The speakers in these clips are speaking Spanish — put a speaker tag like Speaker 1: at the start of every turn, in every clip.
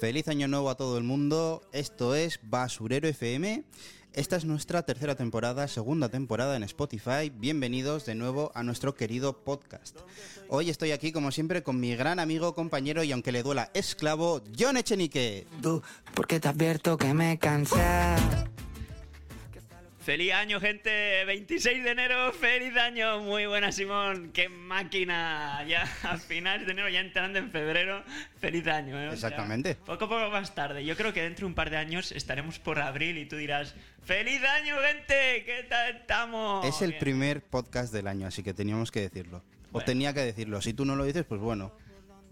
Speaker 1: Feliz año nuevo a todo el mundo. Esto es Basurero FM. Esta es nuestra tercera temporada, segunda temporada en Spotify. Bienvenidos de nuevo a nuestro querido podcast. Hoy estoy aquí, como siempre, con mi gran amigo, compañero y aunque le duela esclavo, John Echenique.
Speaker 2: Tú, porque te advierto que me cansé.
Speaker 3: Feliz año, gente. 26 de enero, feliz año. Muy buena, Simón. Qué máquina. Ya a finales de enero, ya entrando en febrero. Feliz año. ¿eh? O sea,
Speaker 1: Exactamente.
Speaker 3: poco a poco más tarde. Yo creo que dentro de un par de años estaremos por abril y tú dirás: ¡Feliz año, gente! ¿Qué tal estamos?
Speaker 1: Es el
Speaker 3: Oh, Bien.
Speaker 1: primer podcast del año, así que teníamos que decirlo. O
Speaker 3: Bueno.
Speaker 1: tenía que decirlo. Si tú no lo dices, pues bueno.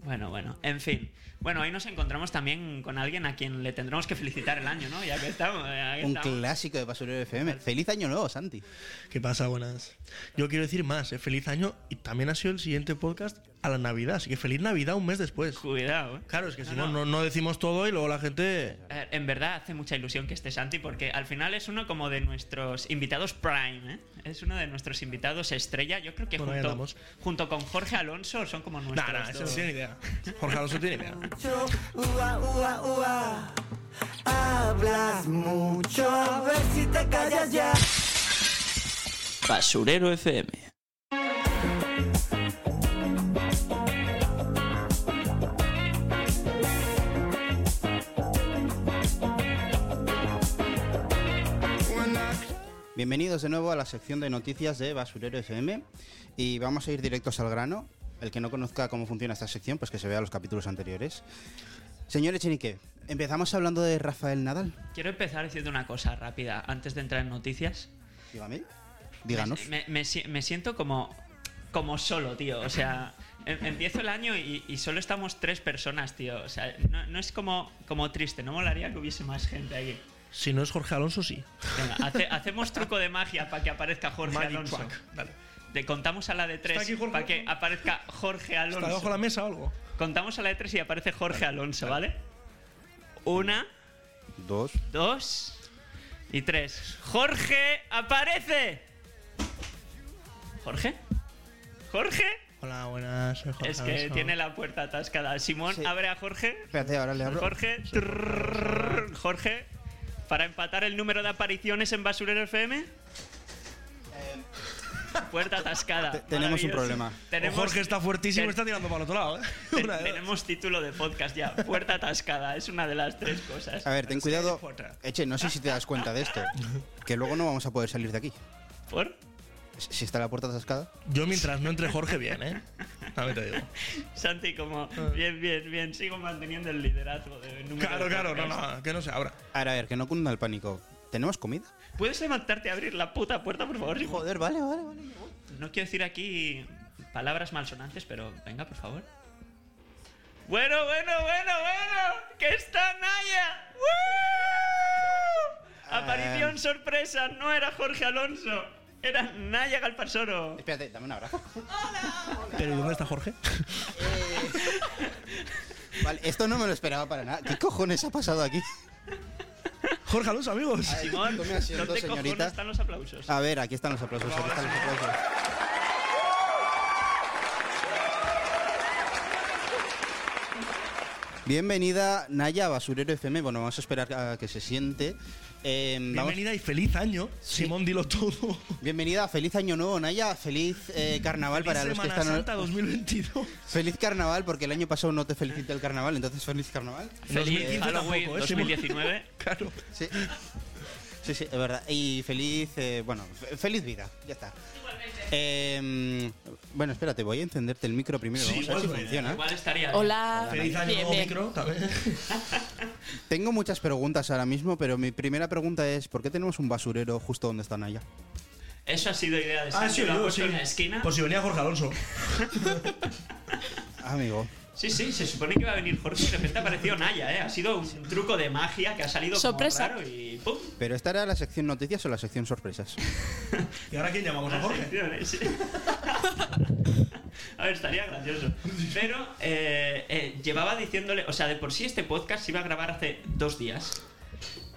Speaker 3: Bueno, bueno, en fin. Bueno, hoy nos encontramos también con alguien a quien le tendremos que felicitar el año, ¿no? Ya que estamos. ya que
Speaker 1: Un
Speaker 3: estamos.
Speaker 1: clásico de Basurero FM. Feliz año nuevo, Santi.
Speaker 4: ¿Qué pasa? Buenas. Yo quiero decir más, ¿eh? feliz año y también ha sido el siguiente podcast a la Navidad, así que feliz Navidad un mes después.
Speaker 3: Cuidado, ¿eh?
Speaker 4: Claro, es que si
Speaker 3: No,
Speaker 4: no,
Speaker 3: no.
Speaker 4: no, no decimos todo y luego la gente...
Speaker 3: A ver, En verdad hace mucha ilusión que esté Santi porque al final es uno como de nuestros invitados prime, ¿eh? Es uno de nuestros invitados estrella. Yo creo que
Speaker 4: Bueno, ahí
Speaker 3: junto,
Speaker 4: andamos.
Speaker 3: junto con Jorge Alonso son como nuestros.
Speaker 4: Nah, nah, eso
Speaker 3: dos.
Speaker 4: tiene idea. Jorge Alonso tiene idea.
Speaker 2: Yo, ua, ua, ua. Hablas mucho, a ver si te callas ya.
Speaker 5: Basurero FM.
Speaker 1: Bienvenidos de nuevo a la sección de noticias de Basurero FM y vamos a ir directos al grano. El que no conozca cómo funciona esta sección, pues que se vea los capítulos anteriores. Señor Echenique, empezamos hablando de Rafael Nadal.
Speaker 3: Quiero empezar diciendo una cosa rápida antes de entrar en noticias.
Speaker 1: Dígame. Díganos.
Speaker 3: Me, me- me si- me siento como, como solo, tío. O sea, em- empiezo el año y, y solo estamos tres personas, tío. O sea, no, no es como, como triste. No molaría que hubiese más gente aquí.
Speaker 4: Si no es Jorge Alonso, sí.
Speaker 3: Venga, hace- hacemos truco de magia para que aparezca Jorge
Speaker 4: Magic
Speaker 3: Alonso.
Speaker 4: Track, dale.
Speaker 3: Te contamos a la de
Speaker 4: ¿Está aquí
Speaker 3: 3
Speaker 4: Jorge
Speaker 3: para que
Speaker 4: Alonso?
Speaker 3: aparezca Jorge
Speaker 4: ¿Está debajo de
Speaker 3: Alonso.
Speaker 4: la mesa o algo?
Speaker 3: Contamos a la de 3 y aparece Jorge Alonso, ¿vale? Una,
Speaker 1: Dos.
Speaker 3: dos y tres. ¡Jorge aparece! ¿Jorge? ¿Jorge?
Speaker 4: Hola, buenas. soy Jorge
Speaker 3: Es que
Speaker 4: Alonso.
Speaker 3: tiene la puerta atascada. Simón,
Speaker 1: Sí.
Speaker 3: abre a Jorge.
Speaker 1: Espérate, ahora le hablo.
Speaker 3: Jorge. trrrr, Jorge. Para empatar el número de apariciones en Basurero
Speaker 4: Eh.
Speaker 3: FM. Puerta atascada.
Speaker 1: Te- tenemos un
Speaker 3: Maravilloso.
Speaker 1: problema.
Speaker 4: O
Speaker 3: Tenemos,
Speaker 4: Jorge está fuertísimo y
Speaker 3: te-
Speaker 4: está tirando para el otro lado. ¿eh?
Speaker 3: te-
Speaker 4: Una de dos.
Speaker 3: tenemos título de podcast ya. Puerta atascada. Es una de las tres cosas.
Speaker 1: A ver, ten cuidado. Eche, no sé si te das cuenta de esto. Que luego no vamos a poder salir de aquí.
Speaker 3: ¿Por?
Speaker 1: Si está la puerta atascada.
Speaker 4: Yo mientras no entre Jorge, bien, ¿eh? También te digo.
Speaker 3: Santi, como. Bien, bien, bien. Sigo manteniendo el liderazgo de número
Speaker 4: Claro,
Speaker 3: de
Speaker 4: claro, no,
Speaker 3: podcast.
Speaker 4: no, que no se abra.
Speaker 1: Ahora, a ver, que no cunda el pánico. ¿Tenemos comida?
Speaker 3: ¿Puedes levantarte a abrir la puta puerta, por favor? Simón?
Speaker 1: Joder, vale, vale, vale.
Speaker 3: No quiero decir aquí palabras malsonantes, pero venga, por favor. Bueno, bueno, bueno, bueno. ¡Que está Naya! ¡Woo! Aparición
Speaker 4: Ah.
Speaker 1: Eh.
Speaker 3: sorpresa. No era Jorge Alonso. Era Naya Galparsoro.
Speaker 1: Espérate, dame un abrazo.
Speaker 4: ¿Pero ¿y dónde está Jorge?
Speaker 1: Vale, esto no me lo esperaba para nada. ¿Qué cojones ha pasado aquí?
Speaker 4: Jorge Alonso, amigos.
Speaker 3: Simón,
Speaker 1: tome asiento,
Speaker 3: ¿dónde cojones
Speaker 1: señorita.
Speaker 3: están los
Speaker 4: Ah,
Speaker 3: aplausos?
Speaker 1: A ver, aquí están los aplausos, aquí están los aplausos. Bienvenida Naya a Basurero FM. Bueno, vamos a esperar a que se siente. Eh, vamos-
Speaker 4: Bienvenida y feliz año. Simón, dilo todo.
Speaker 1: bienvenida, feliz año nuevo Naya, feliz eh, carnaval para
Speaker 4: Feliz
Speaker 1: los que
Speaker 4: Semana
Speaker 1: están...
Speaker 4: Santa 2022.
Speaker 1: Feliz carnaval porque el año pasado no te felicité el carnaval, entonces feliz carnaval.
Speaker 3: Feliz
Speaker 4: 2015
Speaker 3: Halloween
Speaker 4: tampoco, ¿eh, Simón?
Speaker 3: 2019.
Speaker 4: Claro.
Speaker 1: Sí. Sí, sí, es verdad. Y feliz, eh, bueno, fe- feliz vida. Ya está. Eh, bueno, espérate, voy a encenderte el micro primero.
Speaker 4: Sí,
Speaker 1: Vamos a ver si
Speaker 4: igual,
Speaker 1: funciona.
Speaker 3: Igual estaría. Ah, bien. Ah,
Speaker 6: Hola,
Speaker 4: Feliz año
Speaker 6: bien,
Speaker 4: nuevo,
Speaker 6: bien.
Speaker 4: micro. También.
Speaker 1: Tengo muchas preguntas ahora mismo, pero mi primera pregunta es: ¿por qué tenemos un basurero justo donde están allá?
Speaker 3: Eso ha sido idea de
Speaker 4: Ah,
Speaker 3: Santi.
Speaker 4: sí,
Speaker 3: lo ha
Speaker 4: yo,
Speaker 3: puesto
Speaker 4: sí.
Speaker 3: en la esquina.
Speaker 4: Por si venía Jorge Alonso.
Speaker 1: Amigo.
Speaker 3: Sí, sí, se supone que iba a venir Jorge y de repente apareció Naya, ¿eh? Ha sido un truco de magia que ha salido como
Speaker 6: Sorpresa.
Speaker 3: raro y ¡pum!
Speaker 1: ¿Pero esta era la sección noticias o la sección sorpresas?
Speaker 3: Ah,
Speaker 4: ¿Y ahora quién llamamos a Jorge?
Speaker 3: Secciones. a ver, estaría gracioso. Pero eh, eh, llevaba diciéndole, o sea, de por sí este podcast se iba a grabar hace dos días.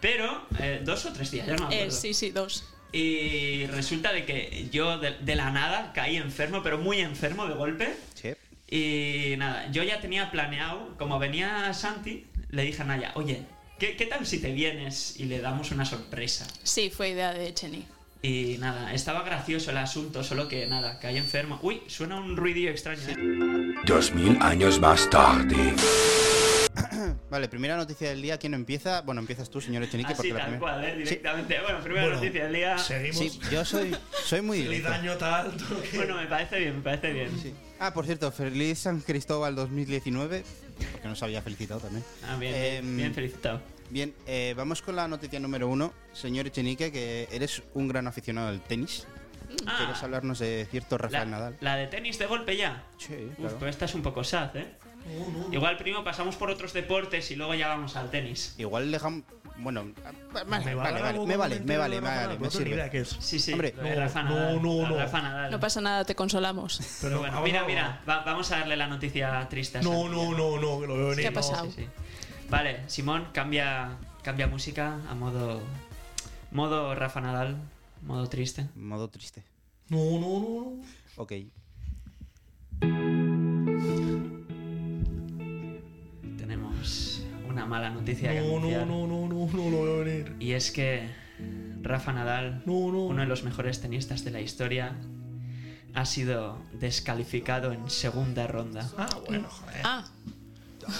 Speaker 3: Pero, eh, dos o tres días, ya no me acuerdo.
Speaker 6: Eh, sí, sí, dos.
Speaker 3: Y resulta de que yo de, de la nada caí enfermo, pero muy enfermo de golpe.
Speaker 1: Sí.
Speaker 3: Y nada, yo ya tenía planeado, como venía Santi, le dije a Naya, oye, ¿qué, qué tal si te vienes y le damos una sorpresa?
Speaker 6: Sí, fue idea de Cheni.
Speaker 3: Y nada, estaba gracioso el asunto, solo que nada, caí enfermo. Uy, suena un ruidillo extraño. ¿eh?
Speaker 7: Dos mil años más tarde.
Speaker 1: Vale, primera noticia del día. ¿Quién empieza? Bueno, empiezas tú, señor Echenique,
Speaker 3: Así
Speaker 1: porque la
Speaker 3: tal
Speaker 1: primera.
Speaker 3: cual, ¿eh? Directamente. Bueno, primera
Speaker 4: Bueno,
Speaker 3: noticia del día.
Speaker 4: Seguimos.
Speaker 1: Sí, yo soy, soy muy
Speaker 4: Feliz
Speaker 1: directo.
Speaker 4: año tal. todo que-
Speaker 3: Bueno, me parece bien, me parece bien.
Speaker 1: Sí. Ah, por cierto, feliz San Cristóbal 2019, porque nos había felicitado también.
Speaker 3: Ah, bien,
Speaker 1: Eh,
Speaker 3: bien, bien felicitado.
Speaker 1: Bien, eh, vamos con la noticia número uno. Señor Echenique, que eres un gran aficionado al tenis.
Speaker 3: Ah,
Speaker 1: ¿Quieres hablarnos de cierto
Speaker 3: la,
Speaker 1: Rafael Nadal?
Speaker 3: la de tenis de golpe ya.
Speaker 1: Sí,
Speaker 3: Uf,
Speaker 1: claro.
Speaker 3: pues esta es un poco sad, ¿eh?
Speaker 4: Uh,
Speaker 3: Igual primero pasamos por otros deportes y luego ya vamos al tenis.
Speaker 1: Igual dejamos. Bueno, vale,
Speaker 4: Me
Speaker 1: vale,
Speaker 4: va a dar
Speaker 1: vale,
Speaker 4: algo
Speaker 1: me vale, me
Speaker 4: completamente
Speaker 1: vale,
Speaker 4: de
Speaker 1: me
Speaker 4: Rafa
Speaker 1: vale,
Speaker 4: Nadal,
Speaker 1: me
Speaker 4: no tengo ni idea
Speaker 1: sirve.
Speaker 4: qué es.
Speaker 3: Sí, sí,
Speaker 1: Hombre,
Speaker 3: lo de
Speaker 4: no,
Speaker 3: Rafa
Speaker 4: no,
Speaker 3: Nadal,
Speaker 4: no,
Speaker 3: lo de
Speaker 4: no.
Speaker 3: Rafa Nadal.
Speaker 6: No pasa nada, te consolamos.
Speaker 4: Pero
Speaker 3: bueno,
Speaker 4: ahora-
Speaker 3: mira, mira, va- vamos a darle la noticia triste. a
Speaker 4: No,
Speaker 3: Santi.
Speaker 4: no, no, no, que lo veo venir.
Speaker 6: ¿Qué ha
Speaker 4: no.
Speaker 6: pasado?
Speaker 3: Sí, sí. Vale, Simón, cambia, cambia música a modo, modo Rafa Nadal, modo triste.
Speaker 1: Modo triste.
Speaker 4: No, no, no, no.
Speaker 1: Ok.
Speaker 3: Tenemos una mala noticia que
Speaker 4: No, no,
Speaker 3: anunciar.
Speaker 4: no, no, no, no lo veo venir.
Speaker 3: Y es que Rafa Nadal,
Speaker 4: No, no.
Speaker 3: uno de los mejores tenistas de la historia, ha sido descalificado en segunda ronda.
Speaker 4: Ah, bueno,
Speaker 3: Mm.
Speaker 4: joder.
Speaker 6: Ah,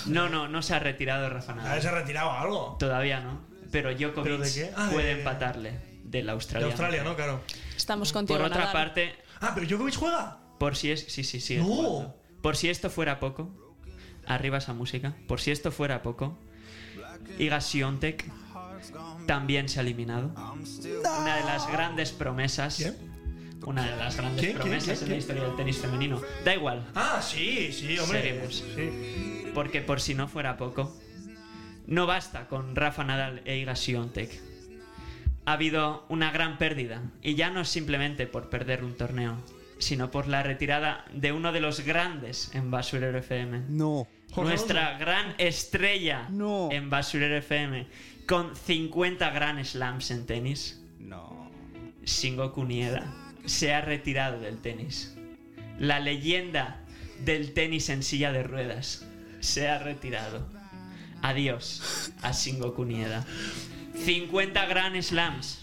Speaker 3: No, no, no se ha retirado Rafa
Speaker 4: A ver,
Speaker 3: Nadal.
Speaker 4: se ha retirado algo.
Speaker 3: Todavía no. Pero
Speaker 4: ¿Pero de qué?
Speaker 3: Djokovic
Speaker 4: Ah,
Speaker 3: puede
Speaker 4: de-
Speaker 3: empatarle del
Speaker 4: De
Speaker 3: australiano.
Speaker 4: Australia, ¿no? Claro.
Speaker 6: estamos contigo,
Speaker 3: Por otra
Speaker 6: Nadal.
Speaker 3: parte,
Speaker 4: Ah, pero Djokovic juega.
Speaker 3: Por si es. Sí, sí, sí.
Speaker 4: No.
Speaker 3: jugando. Por si esto fuera poco. Arriba esa música. Por si esto fuera poco. Iga Swiatek también se ha eliminado. Una de las grandes promesas.
Speaker 4: ¿Quién?
Speaker 3: Una de las grandes
Speaker 4: ¿Quién, quién,
Speaker 3: promesas
Speaker 4: quién,
Speaker 3: en la
Speaker 4: quién?
Speaker 3: historia del tenis femenino. Da igual,
Speaker 4: Ah, sí, sí, hombre.
Speaker 3: Seguimos.
Speaker 4: Sí.
Speaker 3: porque por si no fuera poco, no basta con Rafa Nadal e Iga Swiatek. Ha habido una gran pérdida, y ya no es simplemente por perder un torneo, sino por la retirada de uno de los grandes en Basurero FM.
Speaker 1: No.
Speaker 4: Jorge
Speaker 3: Nuestra gran estrella
Speaker 1: No.
Speaker 3: en Basurero FM, con 50 Grand Slams en tenis,
Speaker 1: No.
Speaker 3: Shingo Kunieda se ha retirado del tenis. La leyenda del tenis en silla de ruedas se ha retirado. Adiós a Shingo Kunieda. 50 Grand Slams,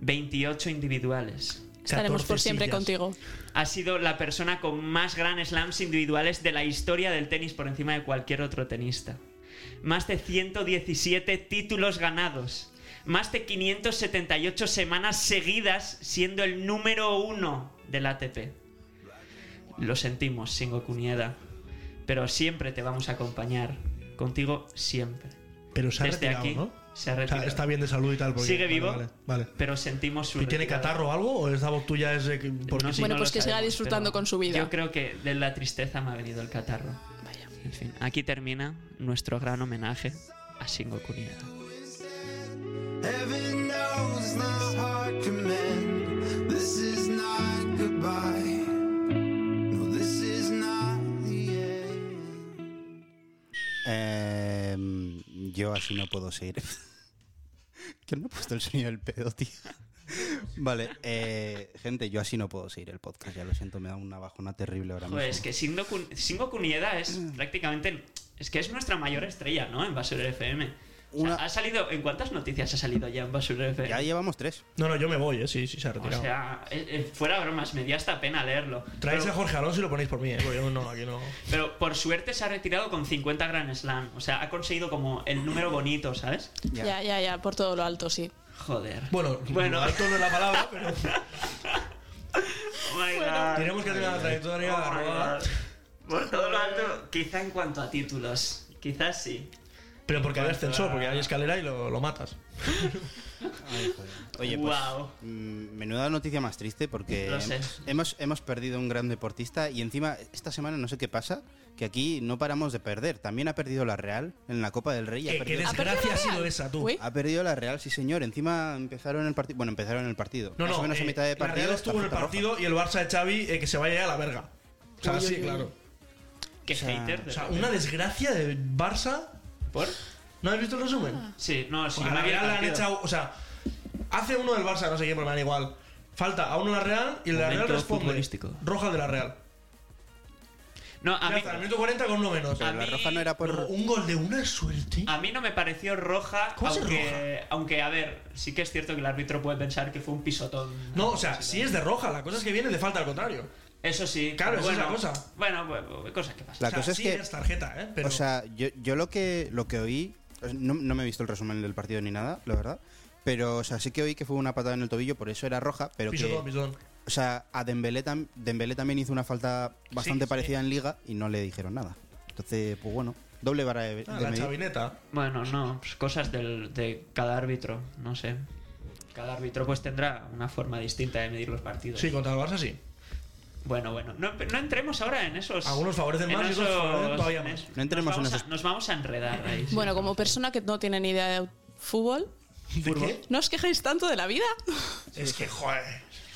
Speaker 3: 28 individuales.
Speaker 6: Estaremos
Speaker 4: 14
Speaker 6: por siempre
Speaker 4: sillas.
Speaker 6: contigo.
Speaker 3: Ha sido la persona con más Grand Slams individuales de la historia del tenis por encima de cualquier otro tenista. Más de 117 títulos ganados. Más de 578 semanas seguidas siendo el número uno del ATP. Lo sentimos, Shingo Kunieda. Pero siempre te vamos a acompañar. Contigo siempre.
Speaker 4: Pero se ha
Speaker 3: Desde
Speaker 4: retirado,
Speaker 3: aquí
Speaker 4: ¿no?
Speaker 3: se ha
Speaker 4: O sea,
Speaker 3: retirado.
Speaker 4: está bien de salud y tal. porque-
Speaker 3: Sigue
Speaker 4: vale,
Speaker 3: vivo,
Speaker 4: Vale. vale.
Speaker 3: pero sentimos su
Speaker 4: ¿Y tiene
Speaker 3: retirada.
Speaker 4: catarro o algo? ¿O esa voz tuya es de que- porque
Speaker 3: No sé,
Speaker 4: sí?
Speaker 6: Bueno,
Speaker 3: no
Speaker 6: pues
Speaker 3: lo
Speaker 6: que siga disfrutando
Speaker 3: pero
Speaker 6: con su vida.
Speaker 3: Yo creo que de la tristeza me ha venido el catarro.
Speaker 6: Vaya.
Speaker 3: En fin, aquí termina nuestro gran homenaje a Shingo Kunieda.
Speaker 2: Heaven knows my heart can mend. This is not goodbye. No, this is not the end.
Speaker 1: Eh, yo así no puedo seguir. ¿Quién me ha puesto el sonido del pedo, tío? Vale, eh, gente, yo así no puedo seguir el podcast, ya lo siento, me da una bajona terrible ahora
Speaker 3: Joder,
Speaker 1: mismo.
Speaker 3: es que Shingo, Kun- Shingo Kunieda es
Speaker 4: Mm.
Speaker 3: prácticamente. Es que es nuestra mayor estrella, ¿no? En Basurero FM. O sea,
Speaker 1: Una-
Speaker 3: ha salido. ¿En cuántas noticias ha salido ya en Basurero FM?
Speaker 1: Ya llevamos tres.
Speaker 4: No, no, yo me voy, ¿eh? Sí, sí, se ha
Speaker 3: o
Speaker 4: retirado.
Speaker 3: sea, eh, eh, fuera bromas, me dio hasta pena leerlo.
Speaker 4: Traéis
Speaker 3: Pero-
Speaker 4: a Jorge Alonso y lo ponéis por mí, ¿eh? Porque yo no, aquí no.
Speaker 3: Pero por suerte se ha retirado con 50 Grand Slam. O sea, ha conseguido como el número bonito, ¿sabes?
Speaker 1: Ya.
Speaker 6: Ya, ya, ya, por todo lo alto, sí.
Speaker 3: Joder.
Speaker 4: Bueno,
Speaker 3: Bueno.
Speaker 4: bueno. alto no es la palabra, pero
Speaker 3: Oh my God.
Speaker 4: tenemos que tener la trayectoria
Speaker 3: Oh my
Speaker 4: rodada.
Speaker 3: God. Por todo lo alto, quizá en cuanto a títulos. Quizás sí.
Speaker 4: Pero porque hay ascensor, porque hay escalera y lo, lo matas.
Speaker 1: Ay, joder. Oye, pues,
Speaker 3: Guau.
Speaker 1: mm, menuda noticia más triste porque
Speaker 3: Lo sé.
Speaker 1: hemos, hemos perdido un gran deportista y encima esta semana no sé qué pasa, que aquí no paramos de perder. También ha perdido la Real en la Copa del Rey. y ha
Speaker 4: ¿Qué, qué
Speaker 1: perdido-
Speaker 6: ¿Ha perdido
Speaker 4: desgracia
Speaker 6: la
Speaker 4: ha sido
Speaker 6: Real?
Speaker 4: esa, tú?
Speaker 6: Uy.
Speaker 1: Ha perdido la Real, sí señor. Encima empezaron el partido. Bueno, empezaron el partido.
Speaker 4: No,
Speaker 1: Más
Speaker 4: no,
Speaker 1: o menos a
Speaker 4: eh,
Speaker 1: mitad de
Speaker 4: la Real
Speaker 1: partido.
Speaker 4: estuvo en el
Speaker 1: tarjeta roja.
Speaker 4: partido y el Barça de Xavi eh, que se vaya a la verga.
Speaker 8: O sea,
Speaker 6: Uy,
Speaker 8: sí,
Speaker 6: uy, uy.
Speaker 8: claro.
Speaker 3: Qué
Speaker 1: sea,
Speaker 3: hater. de
Speaker 4: O sea,
Speaker 3: verdad.
Speaker 4: una desgracia del Barça.
Speaker 3: ¿Por?
Speaker 4: ¿No habéis visto el resumen?
Speaker 3: Sí, no, sí.
Speaker 4: a
Speaker 3: no me
Speaker 4: la
Speaker 3: había
Speaker 4: Real le han
Speaker 3: partido.
Speaker 4: echado. O sea, hace uno del Barça, no sé qué, pero me da igual. Falta a uno la Real y la Real
Speaker 3: Momento
Speaker 4: responde.
Speaker 3: futbolístico.
Speaker 4: Roja de la Real.
Speaker 3: No, a
Speaker 4: Ya
Speaker 3: mí,
Speaker 4: está, el minuto 40 con uno menos.
Speaker 1: la
Speaker 3: A mí-
Speaker 1: roja no era por.
Speaker 4: No, un gol de una suerte.
Speaker 3: a mí no me pareció roja,
Speaker 4: ¿Cómo se
Speaker 3: aunque, aunque, a ver, sí que es cierto que el árbitro puede pensar que fue un pisotón.
Speaker 4: No, o sea, sí es de roja. La cosa es que viene de falta al contrario.
Speaker 3: Eso sí.
Speaker 4: Claro,
Speaker 3: pero
Speaker 4: esa es
Speaker 3: bueno,
Speaker 4: la cosa.
Speaker 3: Bueno, bueno, cosas que pasan.
Speaker 1: La
Speaker 4: o sea,
Speaker 1: cosa es
Speaker 4: sí
Speaker 1: que-
Speaker 4: es tarjeta, ¿eh? Pero
Speaker 1: O sea, yo, yo lo que lo que oí, o sea, no, no me he visto el resumen del partido ni nada, la verdad. Pero, o sea, sí que oí que fue una patada en el tobillo, por eso era roja, pero que,
Speaker 4: pisotón, pisotón.
Speaker 1: o sea, a Dembélé, tam- Dembélé también hizo una falta bastante
Speaker 3: sí.
Speaker 1: parecida en Liga y no le dijeron nada. Entonces, pues bueno, doble vara de,
Speaker 4: Ah,
Speaker 1: de
Speaker 4: la
Speaker 1: medir.
Speaker 4: chavineta.
Speaker 3: Bueno, no, pues cosas del- de cada árbitro, no sé. Cada árbitro pues tendrá una forma distinta de medir los partidos.
Speaker 4: Sí, contra el Barça sí.
Speaker 3: Bueno, bueno, no, no entremos ahora en esos...
Speaker 4: Algunos favorecen más y otros favorecen todavía más.
Speaker 1: No entremos
Speaker 3: nos
Speaker 1: en
Speaker 3: vamos
Speaker 1: esos-
Speaker 3: A, nos vamos a enredar ahí. sí.
Speaker 6: Bueno, como persona que no tiene ni idea de fútbol,
Speaker 4: ¿De qué?
Speaker 6: ¿no os quejáis tanto de la vida?
Speaker 4: Es que, joder.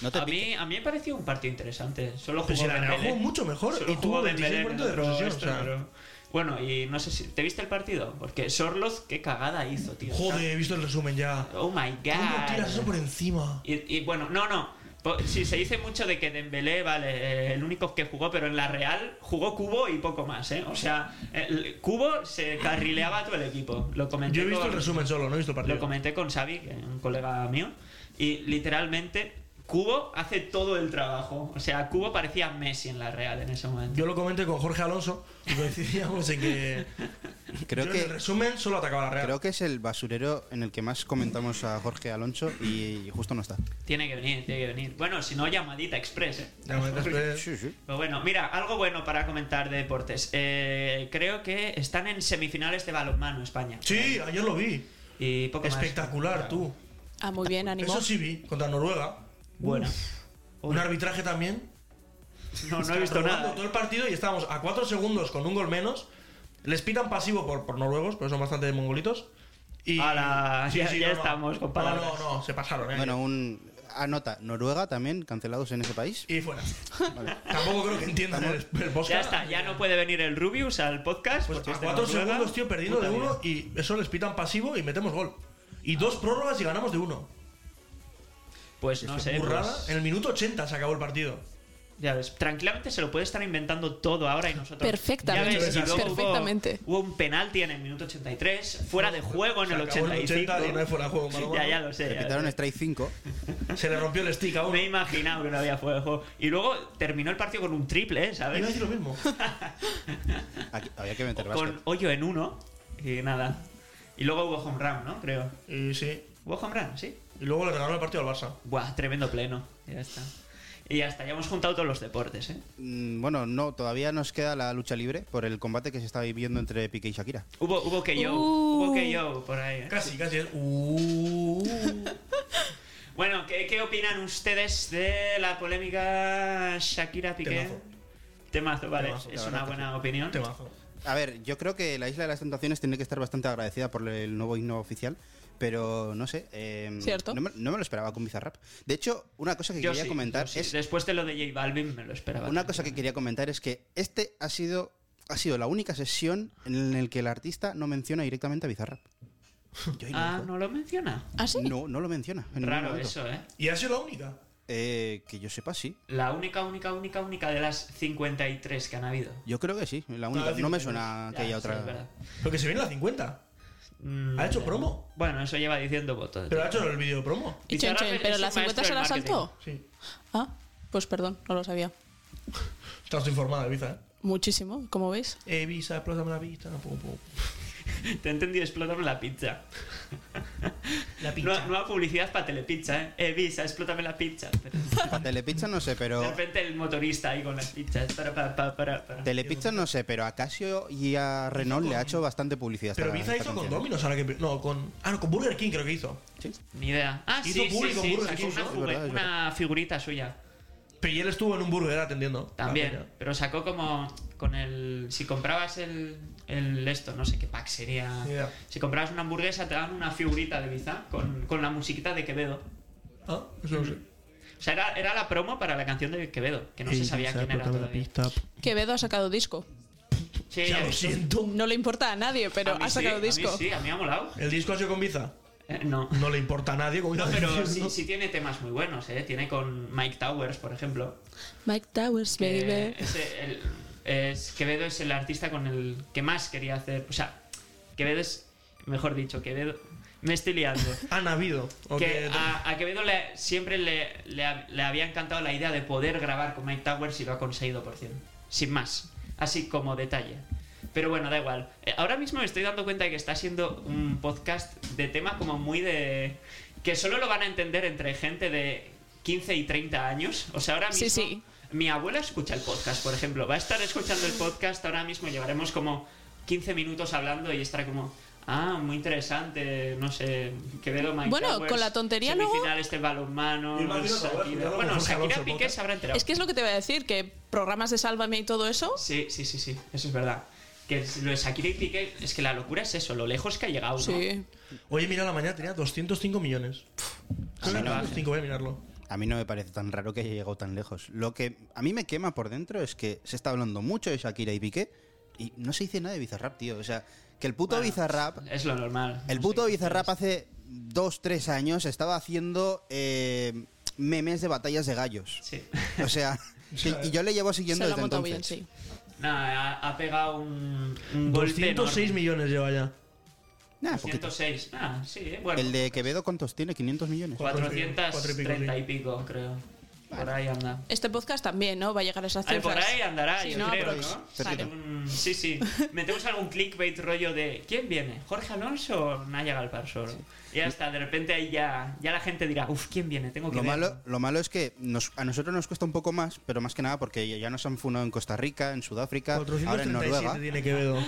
Speaker 1: No te
Speaker 4: Ah,
Speaker 3: A
Speaker 1: piques.
Speaker 3: mí, a mí me pareció un partido interesante. Solo
Speaker 4: Pero
Speaker 3: jugó
Speaker 4: si la Real
Speaker 3: Dembélé.
Speaker 4: jugó mucho mejor
Speaker 3: Solo
Speaker 4: y tuvo
Speaker 3: jugó
Speaker 4: 26%
Speaker 3: Dembélé,
Speaker 4: de
Speaker 3: pero
Speaker 4: posesión. O
Speaker 3: esto,
Speaker 4: sea,
Speaker 3: pero- Bueno, y no sé si... ¿Te viste el partido? Porque Sorloz, qué cagada hizo, tío.
Speaker 4: joder, he visto el resumen ya.
Speaker 3: Oh my god.
Speaker 4: ¿Cómo tiras eso por encima?
Speaker 3: Y, y bueno, no, no. Po- Sí, se dice mucho de que Dembélé, vale, eh, el único que jugó, pero en la Real jugó Cubo y poco más, ¿eh? O sea, el- Cubo se carrileaba a todo el equipo. Lo comenté
Speaker 4: Yo he visto
Speaker 3: con-
Speaker 4: el resumen solo, no he visto el
Speaker 3: Lo
Speaker 4: partido.
Speaker 3: comenté con Xavi, que es un colega mío, y literalmente Cubo hace todo el trabajo. O sea, Cubo parecía Messi en la Real en ese momento.
Speaker 4: Yo lo comenté con Jorge Alonso y coincidíamos en que.
Speaker 1: Creo
Speaker 4: yo
Speaker 1: que-
Speaker 4: En el resumen solo atacaba la Real.
Speaker 1: Creo que es el basurero en el que más comentamos a Jorge Alonso y justo no está.
Speaker 3: Tiene que venir, tiene que venir. Bueno, si no, llamadita express, ¿eh?
Speaker 4: Ya me después-
Speaker 1: sí.
Speaker 3: Pero Pues bueno, mira, algo bueno para comentar de deportes. Eh, creo que están en semifinales de balonmano España.
Speaker 4: Sí, ayer lo vi.
Speaker 3: Y poco más.
Speaker 4: Espectacular, tú.
Speaker 6: Ah, muy bien, ánimo.
Speaker 4: Eso sí vi, contra Noruega.
Speaker 3: Bueno.
Speaker 4: Un arbitraje también.
Speaker 3: No, no he visto
Speaker 4: Robando
Speaker 3: nada.
Speaker 4: Todo el partido y estábamos a 4 segundos con un gol menos. Les pitan pasivo por, por noruegos, pero son bastante mongolitos. Y
Speaker 3: Ala, ya- ya estamos con palabras.
Speaker 4: No, no, no, se pasaron, ¿eh?
Speaker 1: Bueno, un anota, Noruega también cancelados en ese país.
Speaker 4: Y fuera. Tampoco creo que entiendan el, el podcast.
Speaker 3: Ya está, ya no puede venir el Rubius al podcast.
Speaker 4: Pues
Speaker 3: porque
Speaker 4: a
Speaker 3: es de
Speaker 4: 4
Speaker 3: Noruega.
Speaker 4: segundos, tío, perdido
Speaker 3: Puta
Speaker 4: de
Speaker 3: vida.
Speaker 4: uno y eso les pitan pasivo y metemos gol. Y dos prórrogas y ganamos de uno.
Speaker 3: Pues no sé.
Speaker 4: Burrada.
Speaker 3: pues-
Speaker 4: En el minuto 80 se acabó el partido.
Speaker 3: Ya ves, tranquilamente se lo puede estar inventando todo ahora y nosotros.
Speaker 6: Perfectamente,
Speaker 3: Ya ves, y luego hubo-
Speaker 6: perfectamente.
Speaker 3: Hubo, un penalti en el minuto 83, fuera de juego en
Speaker 4: Se
Speaker 3: el
Speaker 4: acabó
Speaker 3: 85.
Speaker 4: el 80 y no hay fuera de juego,
Speaker 3: Sí,
Speaker 4: malo,
Speaker 3: ya,
Speaker 4: malo.
Speaker 3: ya lo sé.
Speaker 1: Le
Speaker 3: ya lo
Speaker 1: quitaron
Speaker 3: sé.
Speaker 1: strike 5.
Speaker 4: Se le rompió el stick a uno.
Speaker 3: Me he imaginado que no había fuera de juego. Y luego terminó el partido con un triple, ¿eh?
Speaker 4: Iba a
Speaker 3: ¿sabes?
Speaker 4: decir lo mismo.
Speaker 1: Aquí- había que meter básquet.
Speaker 3: Con hoyo en uno y nada. Y luego hubo home run, ¿no? Creo.
Speaker 4: Y sí.
Speaker 3: Hubo home run, sí.
Speaker 4: Y luego le regalaron el partido al Barça.
Speaker 3: Buah, tremendo pleno. Ya está. Y ya está, ya hemos juntado todos los deportes, ¿eh?
Speaker 1: Mm, Bueno, no, todavía nos queda la lucha libre por el combate que se está viviendo entre Piqué y Shakira.
Speaker 3: Hubo, hubo que yo,
Speaker 6: Uh.
Speaker 3: hubo que yo por ahí. ¿eh?
Speaker 4: Casi, casi es. Uh,
Speaker 3: Bueno, ¿qué, qué opinan ustedes de la polémica Shakira Piqué?
Speaker 4: Temazo.
Speaker 3: Temazo, vale,
Speaker 4: Temazo,
Speaker 3: es
Speaker 4: la
Speaker 3: una buena opinión.
Speaker 4: temazo.
Speaker 1: A ver, yo creo que la Isla de las Tentaciones tiene que estar bastante agradecida por el nuevo himno oficial, pero no sé. eh,
Speaker 6: Cierto.
Speaker 1: No me, no me lo esperaba con Bizarrap. De hecho, una cosa que
Speaker 3: Yo
Speaker 1: quería
Speaker 3: sí,
Speaker 1: comentar
Speaker 3: yo sí.
Speaker 1: es
Speaker 3: Después de lo de J Balvin me lo esperaba.
Speaker 1: Una cosa que
Speaker 3: tranquilamente.
Speaker 1: quería comentar es que este ha sido ha sido la única sesión en la que el artista no menciona directamente a Bizarrap. Yo ahí lo
Speaker 3: Ah,
Speaker 1: dejo.
Speaker 3: ¿no lo menciona?
Speaker 6: ¿Ah, sí?
Speaker 1: no, no lo menciona. en ningún
Speaker 3: Raro
Speaker 1: momento.
Speaker 3: eso, ¿eh?
Speaker 4: Y ha sido la única.
Speaker 1: Eh, que yo sepa, sí.
Speaker 3: La única, única, única, única de las 53 que han habido.
Speaker 1: Yo creo que sí. La única.
Speaker 4: digo
Speaker 1: No me
Speaker 4: que
Speaker 1: suena que
Speaker 3: Ya,
Speaker 1: haya
Speaker 3: sí, es verdad.
Speaker 1: otra.
Speaker 4: Porque se viene la 50.
Speaker 3: Mm,
Speaker 4: ¿Ha hecho promo?
Speaker 3: Bueno, eso lleva diciendo voto.
Speaker 4: Pero ha hecho el vídeo promo.
Speaker 6: Y
Speaker 3: Bizarrap
Speaker 6: Chenchen,
Speaker 3: es
Speaker 6: ¿pero
Speaker 3: un
Speaker 6: las 50 se
Speaker 3: maestro
Speaker 6: las
Speaker 3: del marketing.
Speaker 6: saltó?
Speaker 4: Sí.
Speaker 6: Ah, pues perdón, no lo sabía.
Speaker 4: Estás informada, Ibiza,
Speaker 6: Muchísimo, como veis.
Speaker 4: ¿eh? Ibiza, explótame la vista. pum, pum.
Speaker 3: Te he entendido explótame la pizza.
Speaker 4: La
Speaker 3: Nueva, nueva publicidad para Telepizza, ¿eh? Eh, Visa, explótame la pizza. Pero
Speaker 1: Para Telepizza no sé,
Speaker 3: de
Speaker 1: pero.
Speaker 3: repente el motorista ahí con las pizzas. Para, para, para, para, para.
Speaker 1: Telepizza no sé, pero a Casio y a Renault le ha hecho bastante publicidad.
Speaker 4: Pero
Speaker 1: esta-
Speaker 4: Ibiza
Speaker 1: esta
Speaker 4: hizo con
Speaker 1: canción.
Speaker 4: Dominos ahora que. No, con. Ah, no, con Burger King creo que hizo.
Speaker 3: Ni idea. Ah,
Speaker 4: Hizo
Speaker 3: sí, sí,
Speaker 4: público un
Speaker 3: sí,
Speaker 4: Burger
Speaker 3: sacó
Speaker 4: King,
Speaker 3: una,
Speaker 4: ¿no?
Speaker 1: Es verdad,
Speaker 3: jugu-
Speaker 1: es
Speaker 3: una figurita suya.
Speaker 4: Pero y él estuvo en un burger atendiendo.
Speaker 3: También.
Speaker 4: La peña.
Speaker 3: pero sacó como con el... Si comprabas el, el esto, no sé qué pack sería...
Speaker 4: Ni idea.
Speaker 3: Si comprabas una hamburguesa te daban una figurita de Ibiza con, con la musiquita de Quevedo.
Speaker 4: Ah, eso no sé.
Speaker 3: O O sea, era, era la promo para la canción de Quevedo, que no se sabía quién era
Speaker 4: Mm. la
Speaker 3: todavía.
Speaker 4: pista.
Speaker 6: Quevedo ha sacado disco.
Speaker 3: Sí,
Speaker 4: Ya lo
Speaker 3: eso-
Speaker 4: siento.
Speaker 6: No le importa a nadie, pero
Speaker 3: a mí
Speaker 6: ha sacado
Speaker 3: sí,
Speaker 6: disco.
Speaker 3: A mí sí, a mí me ha molado.
Speaker 4: ¿El disco ha sido con Biza?
Speaker 3: Eh, no.
Speaker 4: No le importa a nadie. Como
Speaker 3: No,
Speaker 4: iba
Speaker 3: pero sí,
Speaker 4: diciendo.
Speaker 3: sí tiene temas muy buenos, ¿eh? Tiene con Mike Towers, por ejemplo.
Speaker 6: Mike Towers,
Speaker 3: que
Speaker 6: baby.
Speaker 3: es el- es- Quevedo es el artista con el que más quería hacer. O sea, Quevedo es. Mejor dicho, Quevedo. Me estoy liando.
Speaker 4: Han habido. ¿o
Speaker 3: Que ah.
Speaker 4: qué?
Speaker 3: a, a Quevedo le- siempre le, le, ha- le había encantado la idea de poder grabar con Mike Towers y lo ha conseguido por cien. Sin más. Así como detalle. Pero bueno, da igual. Eh, Ahora mismo me estoy dando cuenta de que está siendo un podcast de tema como muy de. que solo lo van a entender entre gente de 15 y 30 años. O sea, ahora mismo.
Speaker 6: Sí, sí.
Speaker 3: Mi abuela escucha el podcast, por ejemplo. Va a estar escuchando el podcast ahora mismo. Llevaremos como 15 minutos hablando y estará como. Ah, muy interesante. No sé. Quevedo Mike
Speaker 6: Bueno,
Speaker 3: Towers,
Speaker 6: con la tontería luego-
Speaker 3: semifinal, pues, este balonmano.
Speaker 4: Me imagino que habrá
Speaker 3: Shakira-
Speaker 4: escuchado
Speaker 3: Bueno,
Speaker 4: mejor que
Speaker 3: Shakira
Speaker 4: Alonso
Speaker 3: Piqué
Speaker 4: Botas.
Speaker 3: se habrá enterado.
Speaker 6: Es que es lo que te voy a decir, que programas de Sálvame y todo eso.
Speaker 3: Sí, sí, sí, sí. Eso es verdad. Que lo de Shakira y Piqué, es que la locura es eso, lo lejos que ha llegado, ¿no?
Speaker 6: Sí.
Speaker 4: Oye, mira, la mañana tenía 205 millones. Creo que
Speaker 3: sí, lo
Speaker 4: era
Speaker 3: hace.
Speaker 4: 205, voy a mirarlo.
Speaker 1: A mí no me parece tan raro que haya llegado tan lejos. Lo que a mí me quema por dentro es que se está hablando mucho de Shakira y Piqué y no se dice nada de Bizarrap, tío. O sea, que el puto
Speaker 3: Bueno,
Speaker 1: Bizarrap,
Speaker 3: Es lo normal.
Speaker 1: el
Speaker 3: No
Speaker 1: puto
Speaker 3: sé qué
Speaker 1: Bizarrap
Speaker 3: hacer.
Speaker 1: hace dos, tres años estaba haciendo eh, memes de batallas de gallos.
Speaker 3: Sí.
Speaker 1: O sea, que- y yo le llevo siguiendo
Speaker 6: Se lo ha
Speaker 1: desde
Speaker 6: montado
Speaker 1: entonces.
Speaker 6: bien, sí.
Speaker 3: Nada, ha, ha pegado un, un golpe
Speaker 4: 206
Speaker 3: enorme.
Speaker 4: millones lleva ya.
Speaker 1: Nah, poquito.
Speaker 3: 206. Ah, sí, eh, bueno.
Speaker 1: El de Quevedo, ¿cuántos tiene? ¿500 millones?
Speaker 4: Cuatro y pico, cuatro y pico,
Speaker 3: 430 y
Speaker 4: sí.
Speaker 3: pico, creo. Por ahí anda.
Speaker 6: Este podcast también, ¿no? Va a llegar a esas
Speaker 3: Ay,
Speaker 6: cifras.
Speaker 3: por ahí andará,
Speaker 6: Sí,
Speaker 3: yo
Speaker 6: no,
Speaker 3: creo,
Speaker 6: por ahí.
Speaker 3: ¿no?
Speaker 1: Cerquita.
Speaker 3: Mm, Sí, sí. Metemos algún clickbait rollo de ¿quién viene? ¿Jorge Alonso o Naya Galparsoro? Y hasta de repente ahí ya, ya la gente dirá, uff, ¿quién viene? Tengo que
Speaker 1: Lo
Speaker 3: ver".
Speaker 1: malo, lo malo es que nos- a nosotros nos cuesta un poco más, pero más que nada porque ya nos han funado en Costa Rica, en Sudáfrica, ahora en
Speaker 4: 437
Speaker 1: Noruega.
Speaker 4: tiene Quevedo.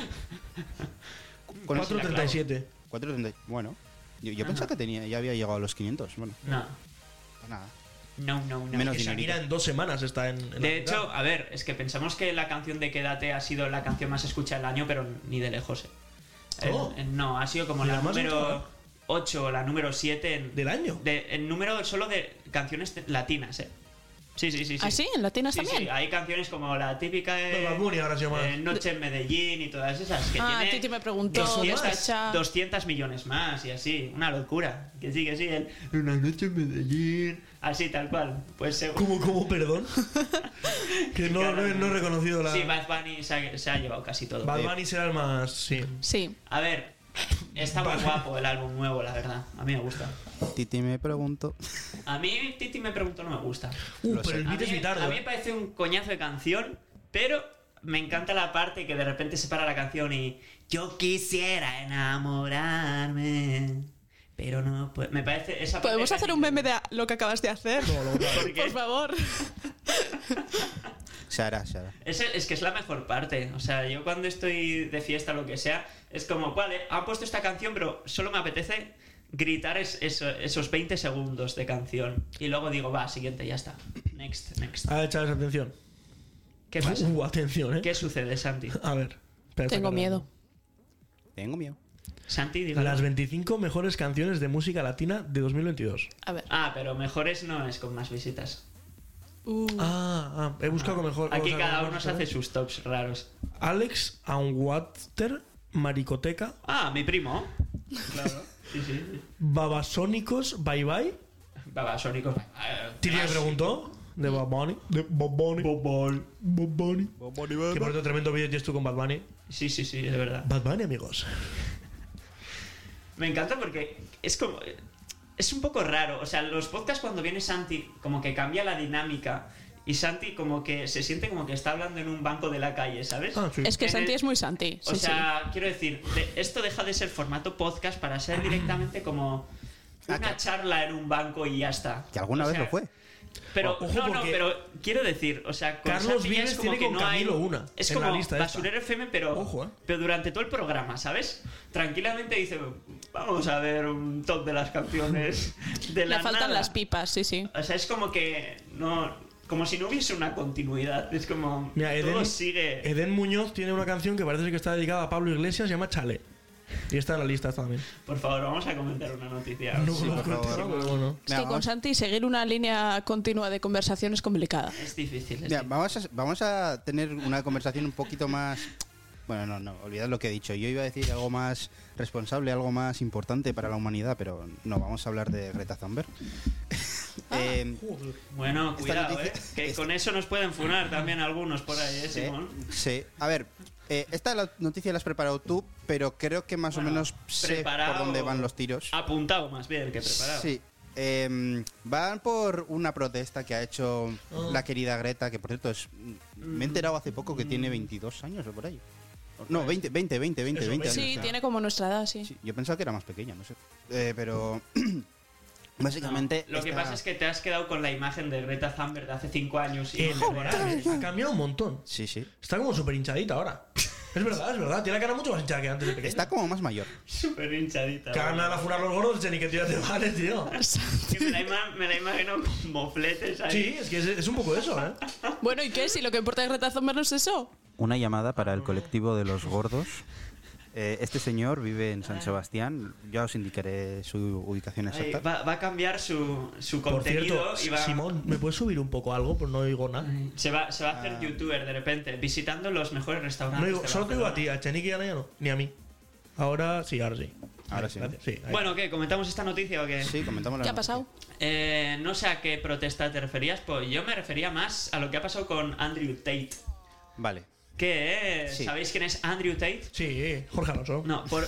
Speaker 1: Con-
Speaker 4: 437.
Speaker 1: 430. Bueno, yo, yo pensaba que tenía, ya había llegado a los 500. Bueno,
Speaker 3: No,
Speaker 1: pues nada.
Speaker 3: no, no, no.
Speaker 1: Menos
Speaker 4: Que
Speaker 1: dinerito.
Speaker 4: Shakira en dos semanas está en. en la
Speaker 3: De hecho,
Speaker 4: mitad.
Speaker 3: a ver, es que pensamos que la canción de Quédate ha sido la canción más escuchada del año, pero ni de lejos. eh. En-
Speaker 4: Oh.
Speaker 3: en- no, ha sido como
Speaker 4: ¿Y
Speaker 3: la
Speaker 4: la más
Speaker 3: número
Speaker 4: escuchada?
Speaker 3: 8 o la número 7 en,
Speaker 4: del año.
Speaker 3: de- en número solo de canciones latinas, ¿eh? Sí, sí, sí. sí.
Speaker 6: ¿Ah, sí? ¿En latinas
Speaker 3: Sí,
Speaker 6: también?
Speaker 3: sí, hay canciones como la típica de,
Speaker 4: Pues Bad Bunny ahora se llama.
Speaker 3: de Noche en Medellín y todas esas que
Speaker 6: Ah,
Speaker 3: tiene
Speaker 6: Titi me preguntó,
Speaker 3: 200,
Speaker 6: Chacha.
Speaker 3: 200 millones más y así, una locura. Que sí, que sí, el Una Noche en Medellín, así tal cual. Pues seguro.
Speaker 4: ¿Cómo, cómo, perdón? que no, no, he- no he reconocido la.
Speaker 3: Sí, Bad Bunny se ha, se ha llevado casi todo.
Speaker 4: Bad Bunny será el más. Sí.
Speaker 6: Sí.
Speaker 3: A ver, está muy guapo el álbum nuevo, la verdad. A mí me gusta.
Speaker 1: Titi me pregunto.
Speaker 3: A mí Titi me preguntó, no me gusta.
Speaker 4: Uh,
Speaker 1: Lo sé.
Speaker 4: pero el
Speaker 3: A
Speaker 4: beat es
Speaker 3: mí, a mí me
Speaker 4: bitardo.
Speaker 3: parece un coñazo de canción, pero me encanta la parte que de repente se para la canción y yo quisiera enamorarme, pero no puedo. Me parece esa parte
Speaker 6: ¿Podemos
Speaker 3: que-
Speaker 6: hacer un meme de lo que acabas de hacer?
Speaker 4: No, lo-
Speaker 3: ¿Por qué?
Speaker 6: Por favor.
Speaker 1: Se hará, se hará.
Speaker 3: Es, es que es la mejor parte. O sea, yo cuando estoy de fiesta o lo que sea, es como, vale, han puesto esta canción, pero solo me apetece gritar es- eso- esos 20 segundos de canción. Y luego digo, va, siguiente, ya está. Next, next.
Speaker 4: A ver, chavales, atención.
Speaker 3: ¿Qué pasa?
Speaker 4: Uh, atención, eh.
Speaker 3: ¿Qué sucede, Santi?
Speaker 4: A ver. espera, está
Speaker 6: Tengo
Speaker 4: cargando.
Speaker 6: miedo.
Speaker 1: Tengo miedo.
Speaker 3: Santi, diga.
Speaker 4: Las 25 mejores canciones de música latina de 2022.
Speaker 6: A ver.
Speaker 3: Ah, pero mejores no es con más visitas.
Speaker 6: Uh,
Speaker 4: Ah, ah, he buscado con mejor.
Speaker 3: Aquí
Speaker 4: o sea,
Speaker 3: cada
Speaker 4: con
Speaker 3: uno se
Speaker 4: mejor.
Speaker 3: hace sus tops raros.
Speaker 4: Alex and Water, Maricoteca,
Speaker 3: Ah, mi primo. Claro. Sí, sí.
Speaker 4: Babasónicos, Bye Bye.
Speaker 3: Babasónicos.
Speaker 4: Titi
Speaker 3: Ah,
Speaker 4: me preguntó. De Bob Bunny. Ah, De Bob Bunny. Bob Bunny. Bob Bunny. Que por otro tremendo vídeo tienes tú con Bad Bunny.
Speaker 3: Sí, sí, sí, de verdad.
Speaker 4: Bad Bunny, amigos.
Speaker 3: Me encanta porque es como. Es un poco raro. O sea, los podcasts cuando viene Santi, como que cambia la dinámica. Y Santi, como que se siente como que está hablando en un banco de la calle, ¿sabes?
Speaker 4: Ah, sí.
Speaker 6: es que
Speaker 3: En
Speaker 6: Santi
Speaker 3: el-
Speaker 6: es muy Santi.
Speaker 3: O
Speaker 6: sí,
Speaker 3: sea, quiero decir, de- esto deja de ser formato podcast para ser directamente como una charla en un banco y ya está.
Speaker 1: Ah, Que alguna
Speaker 3: O
Speaker 1: vez
Speaker 3: sea,
Speaker 1: lo fue.
Speaker 3: Pero,
Speaker 4: Ojo,
Speaker 3: no, no,
Speaker 4: porque-
Speaker 3: pero quiero decir, o sea, con
Speaker 4: Carlos
Speaker 3: Santi ya
Speaker 4: Vives
Speaker 3: es como
Speaker 4: tiene
Speaker 3: que
Speaker 4: con
Speaker 3: no hay.
Speaker 4: Camilo una
Speaker 3: es
Speaker 4: en la
Speaker 3: como
Speaker 4: lista esta.
Speaker 3: Basurero FM, pero,
Speaker 4: Ojo, eh.
Speaker 3: pero durante todo el programa, ¿sabes? Tranquilamente dice, vamos a ver un top de las canciones de
Speaker 6: sí.
Speaker 3: la
Speaker 6: Le faltan
Speaker 3: nada".
Speaker 6: las pipas, sí, sí.
Speaker 3: O sea, es como que no. Como si no hubiese una continuidad. Es como.
Speaker 4: Mira, Eden,
Speaker 3: todo sigue.
Speaker 4: Eden Muñoz tiene una canción que parece que está dedicada a Pablo Iglesias, se llama Chale. Y está en la lista también.
Speaker 3: Por favor, vamos a comentar una noticia.
Speaker 4: No
Speaker 1: sí,
Speaker 4: lo
Speaker 1: por favor.
Speaker 4: contará, pero bueno.
Speaker 6: Es que con Santi seguir una línea continua de conversación es complicada.
Speaker 3: Es difícil. es
Speaker 1: Mira, vamos, a, vamos a tener una conversación un poquito más... Bueno, no, no, olvidad lo que he dicho. Yo iba a decir algo más responsable, algo más importante para la humanidad, pero no, vamos a hablar de Greta Thunberg. Eh,
Speaker 3: Bueno,
Speaker 1: Esta
Speaker 3: cuidado,
Speaker 1: noticia-
Speaker 3: eh, que
Speaker 1: esta-
Speaker 3: con eso nos pueden funar también algunos por ahí, ¿eh,
Speaker 1: sí,
Speaker 3: Simón?
Speaker 1: sí. A ver, eh, esta la- noticia la has preparado tú, pero creo que más
Speaker 3: Bueno,
Speaker 1: o menos sé por
Speaker 3: preparado-
Speaker 1: dónde van los tiros.
Speaker 3: Apuntado más bien que preparado.
Speaker 1: Sí. em, van por una protesta que ha hecho la querida Greta, que por cierto es, me he enterado hace poco que tiene 22 años Mm. o por ahí. No, 20, 20, 20, 20, 20 años.
Speaker 6: Sí, tiene como nuestra edad, sí.
Speaker 1: Sí, yo pensaba que era más pequeña, no sé. Eh, pero básicamente...
Speaker 3: Lo que
Speaker 1: esta-
Speaker 3: pasa es que te has quedado con la imagen de Greta Thunberg de hace 5 años y
Speaker 4: Eh,
Speaker 3: no
Speaker 4: de
Speaker 3: te verás.
Speaker 4: verdad, eh, ha cambiado un montón.
Speaker 1: Sí, sí.
Speaker 4: Está como súper hinchadita ahora. Es verdad, es verdad. Tiene la cara mucho más hinchada que antes de pequeña.
Speaker 1: Está como más mayor.
Speaker 3: súper hinchadita.
Speaker 4: Que ahora me van a funar los gordos, che, ni que tío te vale, tío.
Speaker 3: Que me, la ima- me la imagino con mofletes ahí.
Speaker 4: Sí, es que es, es un poco eso, ¿eh?
Speaker 6: Bueno, ¿y qué? Si lo que importa es Greta Thunberg no es eso.
Speaker 1: Una llamada para el colectivo de los gordos. Eh, este señor vive en San Sebastián. Ya os indicaré su ubicación
Speaker 3: Ahí,
Speaker 1: exacta.
Speaker 3: va, va a cambiar su, su
Speaker 4: Por
Speaker 3: contenido
Speaker 4: cierto,
Speaker 3: y va,
Speaker 4: Simón, ¿me puedes subir un poco algo? Pues no oigo nada.
Speaker 3: se, va, se va a hacer youtuber de repente, visitando los mejores restaurantes.
Speaker 4: Ah. No digo-
Speaker 3: de
Speaker 4: solo te digo a ti,
Speaker 3: Barcelona.
Speaker 4: a Chenique y a Naya no, ni a mí. Ahora sí, ahora sí.
Speaker 1: Ahora
Speaker 4: Ahí,
Speaker 1: sí,
Speaker 4: gracias. ahí.
Speaker 3: Bueno, ¿qué? ¿Comentamos esta noticia o qué?
Speaker 1: Sí, comentamos la
Speaker 6: ¿Qué ha
Speaker 1: noticia.
Speaker 6: pasado?
Speaker 3: Eh, no sé a qué protesta te referías, pues yo me refería más a lo que ha pasado con Andrew Tate.
Speaker 1: Vale.
Speaker 3: ¿Qué? eh?
Speaker 1: Sí.
Speaker 3: ¿Sabéis quién es Andrew Tate?
Speaker 4: Sí, eh, Jorge Alonso.
Speaker 3: No, por-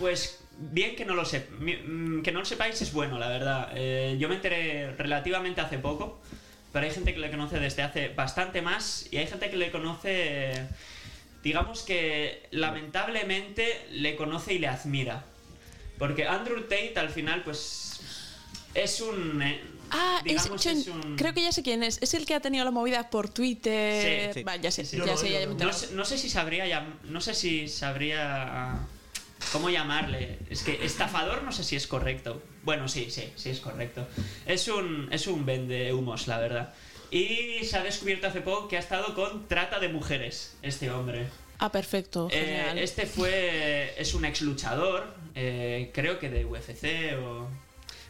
Speaker 3: pues bien que no lo sé. Mi- mm, Que no lo sepáis es bueno, la verdad. Eh, yo me enteré relativamente hace poco, pero hay gente que le conoce desde hace bastante más y hay gente que le conoce, eh, digamos que lamentablemente le conoce y le admira. Porque Andrew Tate al final pues es un... eh,
Speaker 6: Ah, es,
Speaker 3: digamos,
Speaker 6: yo
Speaker 3: es un-
Speaker 6: creo que ya sé quién es. Es el que ha tenido la movida por Twitter.
Speaker 1: Sí, sí.
Speaker 6: Vale, ya sé,
Speaker 3: Sí, sí.
Speaker 6: ya
Speaker 4: Yo lo-
Speaker 6: sé, ya
Speaker 4: yo
Speaker 6: me
Speaker 4: lo-
Speaker 6: enteré.
Speaker 3: No sé, no sé si sabría llam- no sé si sabría cómo llamarle. Es que estafador no sé si es correcto. Bueno, sí, sí, sí es correcto. Es un es un vende humos, la verdad. Y se ha descubierto hace poco que ha estado con trata de mujeres este hombre.
Speaker 6: Ah, perfecto,
Speaker 3: Eh,
Speaker 6: genial.
Speaker 3: este fue es un ex luchador, eh, creo que de UFC o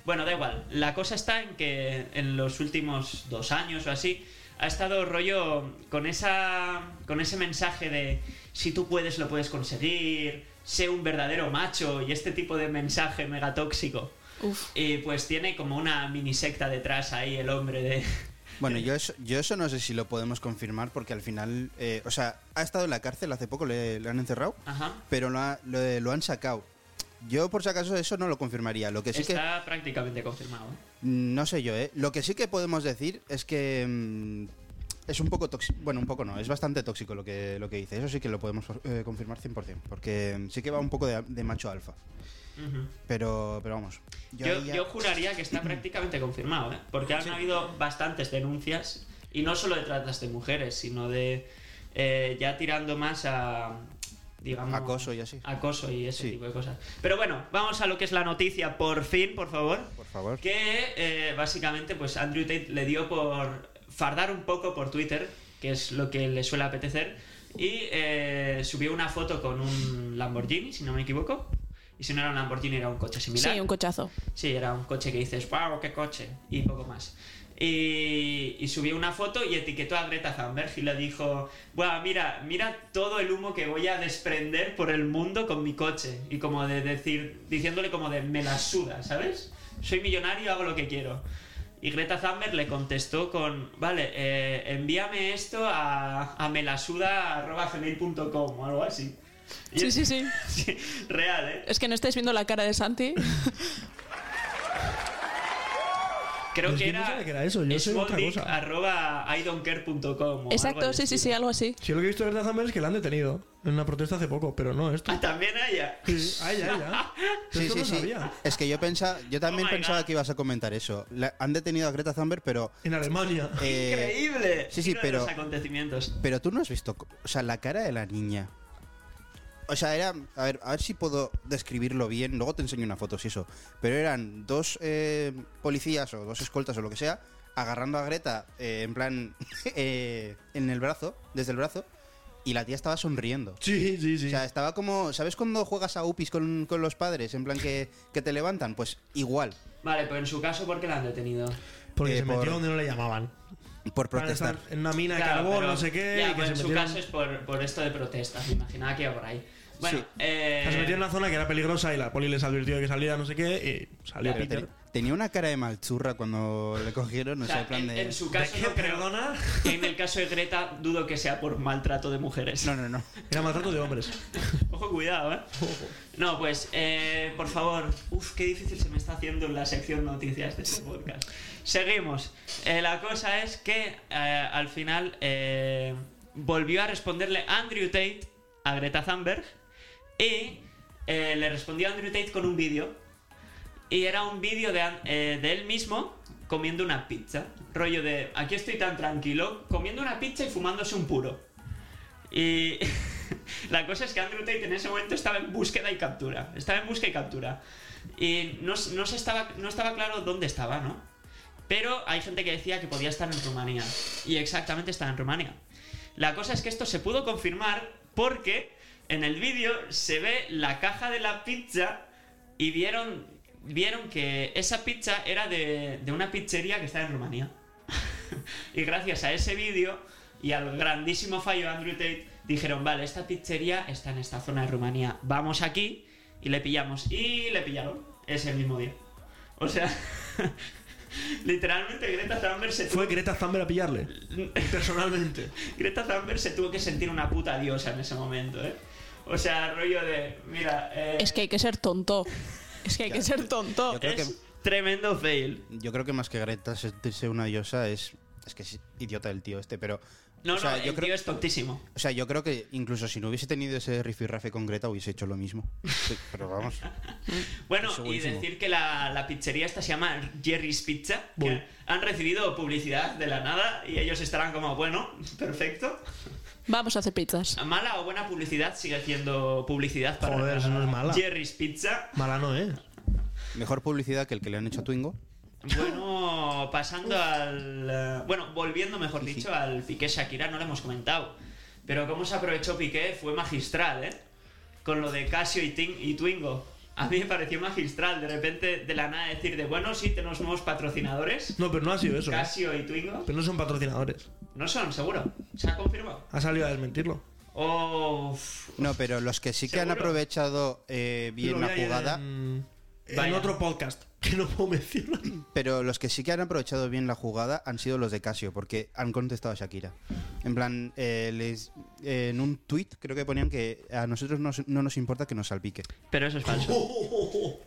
Speaker 3: bueno, da igual. La cosa está en que en los últimos dos años o así ha estado rollo con esa con ese mensaje de si tú puedes lo puedes conseguir, sé un verdadero macho y este tipo de mensaje mega tóxico.
Speaker 6: Uf.
Speaker 3: Y pues tiene como una mini secta detrás ahí el hombre de
Speaker 1: Bueno, yo eso, yo eso no sé si lo podemos confirmar porque al final, eh, o sea, ha estado en la cárcel hace poco, le, le han encerrado,
Speaker 3: Ajá.
Speaker 1: pero lo, ha- lo, eh, lo han sacado. Yo por si acaso eso no lo confirmaría. Lo que sí que
Speaker 3: Está prácticamente confirmado. ¿eh?
Speaker 1: no sé yo, ¿eh? Lo que sí que podemos decir es que mm, es un poco tóxico, bueno, un poco no, es bastante tóxico lo que lo que dice. Eso sí que lo podemos eh, confirmar 100%, porque mm, sí que va un poco de, de macho alfa.
Speaker 3: Ujú.
Speaker 1: Pero pero vamos. yo
Speaker 3: Yo,
Speaker 1: ahí ya-
Speaker 3: yo juraría que está prácticamente confirmado, ¿eh? porque han habido bastantes denuncias, y no solo de tratas de mujeres, sino de eh, ya tirando más a, digamos,
Speaker 1: Acoso y así.
Speaker 3: Acoso y ese
Speaker 1: Sí.
Speaker 3: tipo de cosas. Pero bueno, vamos a lo que es la noticia, por fin, por favor.
Speaker 1: por favor.
Speaker 3: Que eh, básicamente, pues Andrew Tate le dio por fardar un poco por Twitter, que es lo que le suele apetecer, y eh, subió una foto con un Lamborghini, si no me equivoco. Y si no era un Lamborghini, era un coche similar.
Speaker 6: Sí, un cochazo.
Speaker 3: Sí, era un coche que dices, wow, qué coche, y poco más. Y, y subió una foto y etiquetó a Greta Thunberg y le dijo, bueno, mira, mira todo el humo que voy a desprender por el mundo con mi coche. Y como de decir, diciéndole como de, me la suda, ¿sabes? Soy millonario, hago lo que quiero. Y Greta Thunberg le contestó con, vale, eh, envíame esto a, a melasuda.gmail.com o algo así. Y
Speaker 6: Sí,
Speaker 3: es-
Speaker 6: sí, sí.
Speaker 3: sí, Real, ¿eh?
Speaker 6: Es que no estáis viendo la cara de Santi.
Speaker 3: Creo
Speaker 4: Pues
Speaker 3: que
Speaker 4: yo no
Speaker 3: era,
Speaker 4: sabía que era eso, yo soy otra
Speaker 3: smalldick
Speaker 4: cosa.
Speaker 3: arroba idoncare.com o algo
Speaker 6: Exacto,
Speaker 3: del
Speaker 6: sí, sí, sí,
Speaker 3: estilo.
Speaker 6: algo así.
Speaker 4: Si lo que he visto de verdad Zamber es que la han detenido en una protesta hace poco, pero no esto.
Speaker 3: Ah, también haya.
Speaker 4: Sí, ay, ay, ay.
Speaker 1: Sí,
Speaker 4: Esto
Speaker 1: sí,
Speaker 4: no
Speaker 1: sí.
Speaker 4: sabía.
Speaker 1: Es que yo pensaba, yo también
Speaker 3: Oh my
Speaker 1: pensaba
Speaker 3: God.
Speaker 1: que ibas a comentar eso. La- han detenido a Greta Thunberg, pero
Speaker 4: En Alemania.
Speaker 1: eh,
Speaker 3: Increíble.
Speaker 1: sí, sí,
Speaker 3: Uno de los
Speaker 1: pero-
Speaker 3: acontecimientos.
Speaker 1: pero tú no has visto, co- o sea, la cara de la niña. O sea, era, a ver, a ver si puedo describirlo bien. Luego te enseño una foto si eso. Pero eran dos eh, policías o dos escoltas o lo que sea agarrando a Greta eh, en plan eh, en el brazo, desde el brazo y la tía estaba sonriendo.
Speaker 4: Sí, sí, sí.
Speaker 1: O sea, estaba como. ¿Sabes cuando juegas a UPIs con, con los padres? En plan que, que te levantan. Pues igual.
Speaker 3: Vale, pues en su caso, ¿por qué la han detenido?
Speaker 4: Porque
Speaker 1: eh,
Speaker 4: se metió
Speaker 1: por-
Speaker 4: donde no le llamaban.
Speaker 1: Por
Speaker 4: Para
Speaker 1: protestar.
Speaker 4: estar En una mina de
Speaker 3: Claro,
Speaker 4: carbón,
Speaker 3: pero-
Speaker 4: no sé qué.
Speaker 3: ya,
Speaker 4: y que
Speaker 3: pues
Speaker 4: se
Speaker 3: en su
Speaker 4: metieron-
Speaker 3: caso es por, por esto de protestas. Me imaginaba que iba por ahí. Bueno,
Speaker 1: Sí.
Speaker 3: eh,
Speaker 4: Se metió en una zona que era peligrosa y la poli les advirtió de que saliera, no sé qué, y salió
Speaker 1: Pero
Speaker 4: Peter.
Speaker 1: ten- tenía una cara de malchurra cuando le cogieron. No
Speaker 3: o sea,
Speaker 1: sé, en plan
Speaker 3: en,
Speaker 1: de.
Speaker 3: en su caso, no creo-
Speaker 4: perdona?
Speaker 3: en el caso de Greta, dudo que sea por maltrato de mujeres.
Speaker 1: No, no, no.
Speaker 4: Era maltrato de hombres.
Speaker 3: Ojo, cuidado, ¿eh? No, pues, eh, por favor. Uf, qué difícil se me está haciendo la sección noticias de este podcast. Seguimos. Eh, la cosa es que eh, al final eh, volvió a responderle Andrew Tate a Greta Thunberg y eh, le respondió Andrew Tate con un vídeo. Y era un vídeo de, An- eh, de él mismo comiendo una pizza. Rollo de, aquí estoy tan tranquilo, comiendo una pizza y fumándose un puro. Y la cosa es que Andrew Tate en ese momento estaba en búsqueda y captura. Estaba en búsqueda y captura. Y no, s- no se estaba, no estaba claro dónde estaba, ¿no? Pero hay gente que decía que podía estar en Rumanía. Y exactamente estaba en Rumanía. La cosa es que esto se pudo confirmar porque en el vídeo se ve la caja de la pizza y vieron, vieron que esa pizza era de, de una pizzería que está en Rumanía. Y gracias a ese vídeo y al grandísimo fallo de Andrew Tate, dijeron, vale, esta pizzería está en esta zona de Rumanía, vamos aquí y le pillamos. Y le pillaron ese mismo día. O sea, literalmente Greta Thunberg se
Speaker 4: Fue Greta Thunberg a pillarle. Personalmente.
Speaker 3: Greta Thunberg se tuvo que sentir una puta diosa en ese momento, ¿eh? O sea, rollo de, mira, eh,
Speaker 6: Es que hay que ser tonto. Es que hay que ser tonto.
Speaker 1: Yo creo que-
Speaker 3: es tremendo fail.
Speaker 1: Yo creo que más que Greta sentirse una diosa es. Es que es idiota el tío este, pero.
Speaker 3: No,
Speaker 1: o sea,
Speaker 3: no,
Speaker 1: yo
Speaker 3: el
Speaker 1: creo,
Speaker 3: tío es tontísimo.
Speaker 1: O sea, yo creo que incluso si no hubiese tenido ese rifirrafe con Greta hubiese hecho lo mismo. Sí, Pero vamos.
Speaker 3: Bueno,
Speaker 1: Eso
Speaker 3: y
Speaker 1: buenísimo.
Speaker 3: decir que la, la pizzería esta se llama Jerry's Pizza, que
Speaker 4: Uy.
Speaker 3: han recibido publicidad de la nada y ellos estarán como, bueno, perfecto.
Speaker 6: Vamos a hacer pizzas.
Speaker 3: Mala o buena publicidad sigue siendo publicidad para
Speaker 4: Joder, eso no es mala.
Speaker 3: Jerry's Pizza.
Speaker 4: Mala no, ¿eh?
Speaker 1: Mejor publicidad que el que le han hecho a Twingo.
Speaker 3: Bueno, pasando al... eh, Bueno, volviendo, mejor dicho, al Piqué Shakira, no lo hemos comentado. Pero cómo se aprovechó Piqué fue magistral, ¿eh? Con lo de Casio y, Tin- y Twingo. A mí me pareció magistral, de repente, de la nada, decir de, bueno, sí, tenemos nuevos patrocinadores.
Speaker 4: No, pero no ha sido eso. ¿eh?
Speaker 3: Casio y Twingo.
Speaker 4: Pero no son patrocinadores.
Speaker 3: No son, seguro. Se ha confirmado.
Speaker 4: Ha salido a desmentirlo.
Speaker 3: Oh, uf.
Speaker 1: No, pero los que sí que han
Speaker 3: ¿Seguro?
Speaker 1: aprovechado eh, bien
Speaker 4: Lo
Speaker 1: la
Speaker 4: vi ayer
Speaker 1: jugada.
Speaker 4: En, Mm, en
Speaker 3: Vaya.
Speaker 4: otro podcast que no puedo mencionar.
Speaker 1: Pero los que sí que han aprovechado bien la jugada han sido los de Casio, porque han contestado a Shakira. En plan, eh, les- eh, en un tuit creo que ponían que a nosotros nos- no nos importa que nos salpique.
Speaker 3: Pero eso es falso.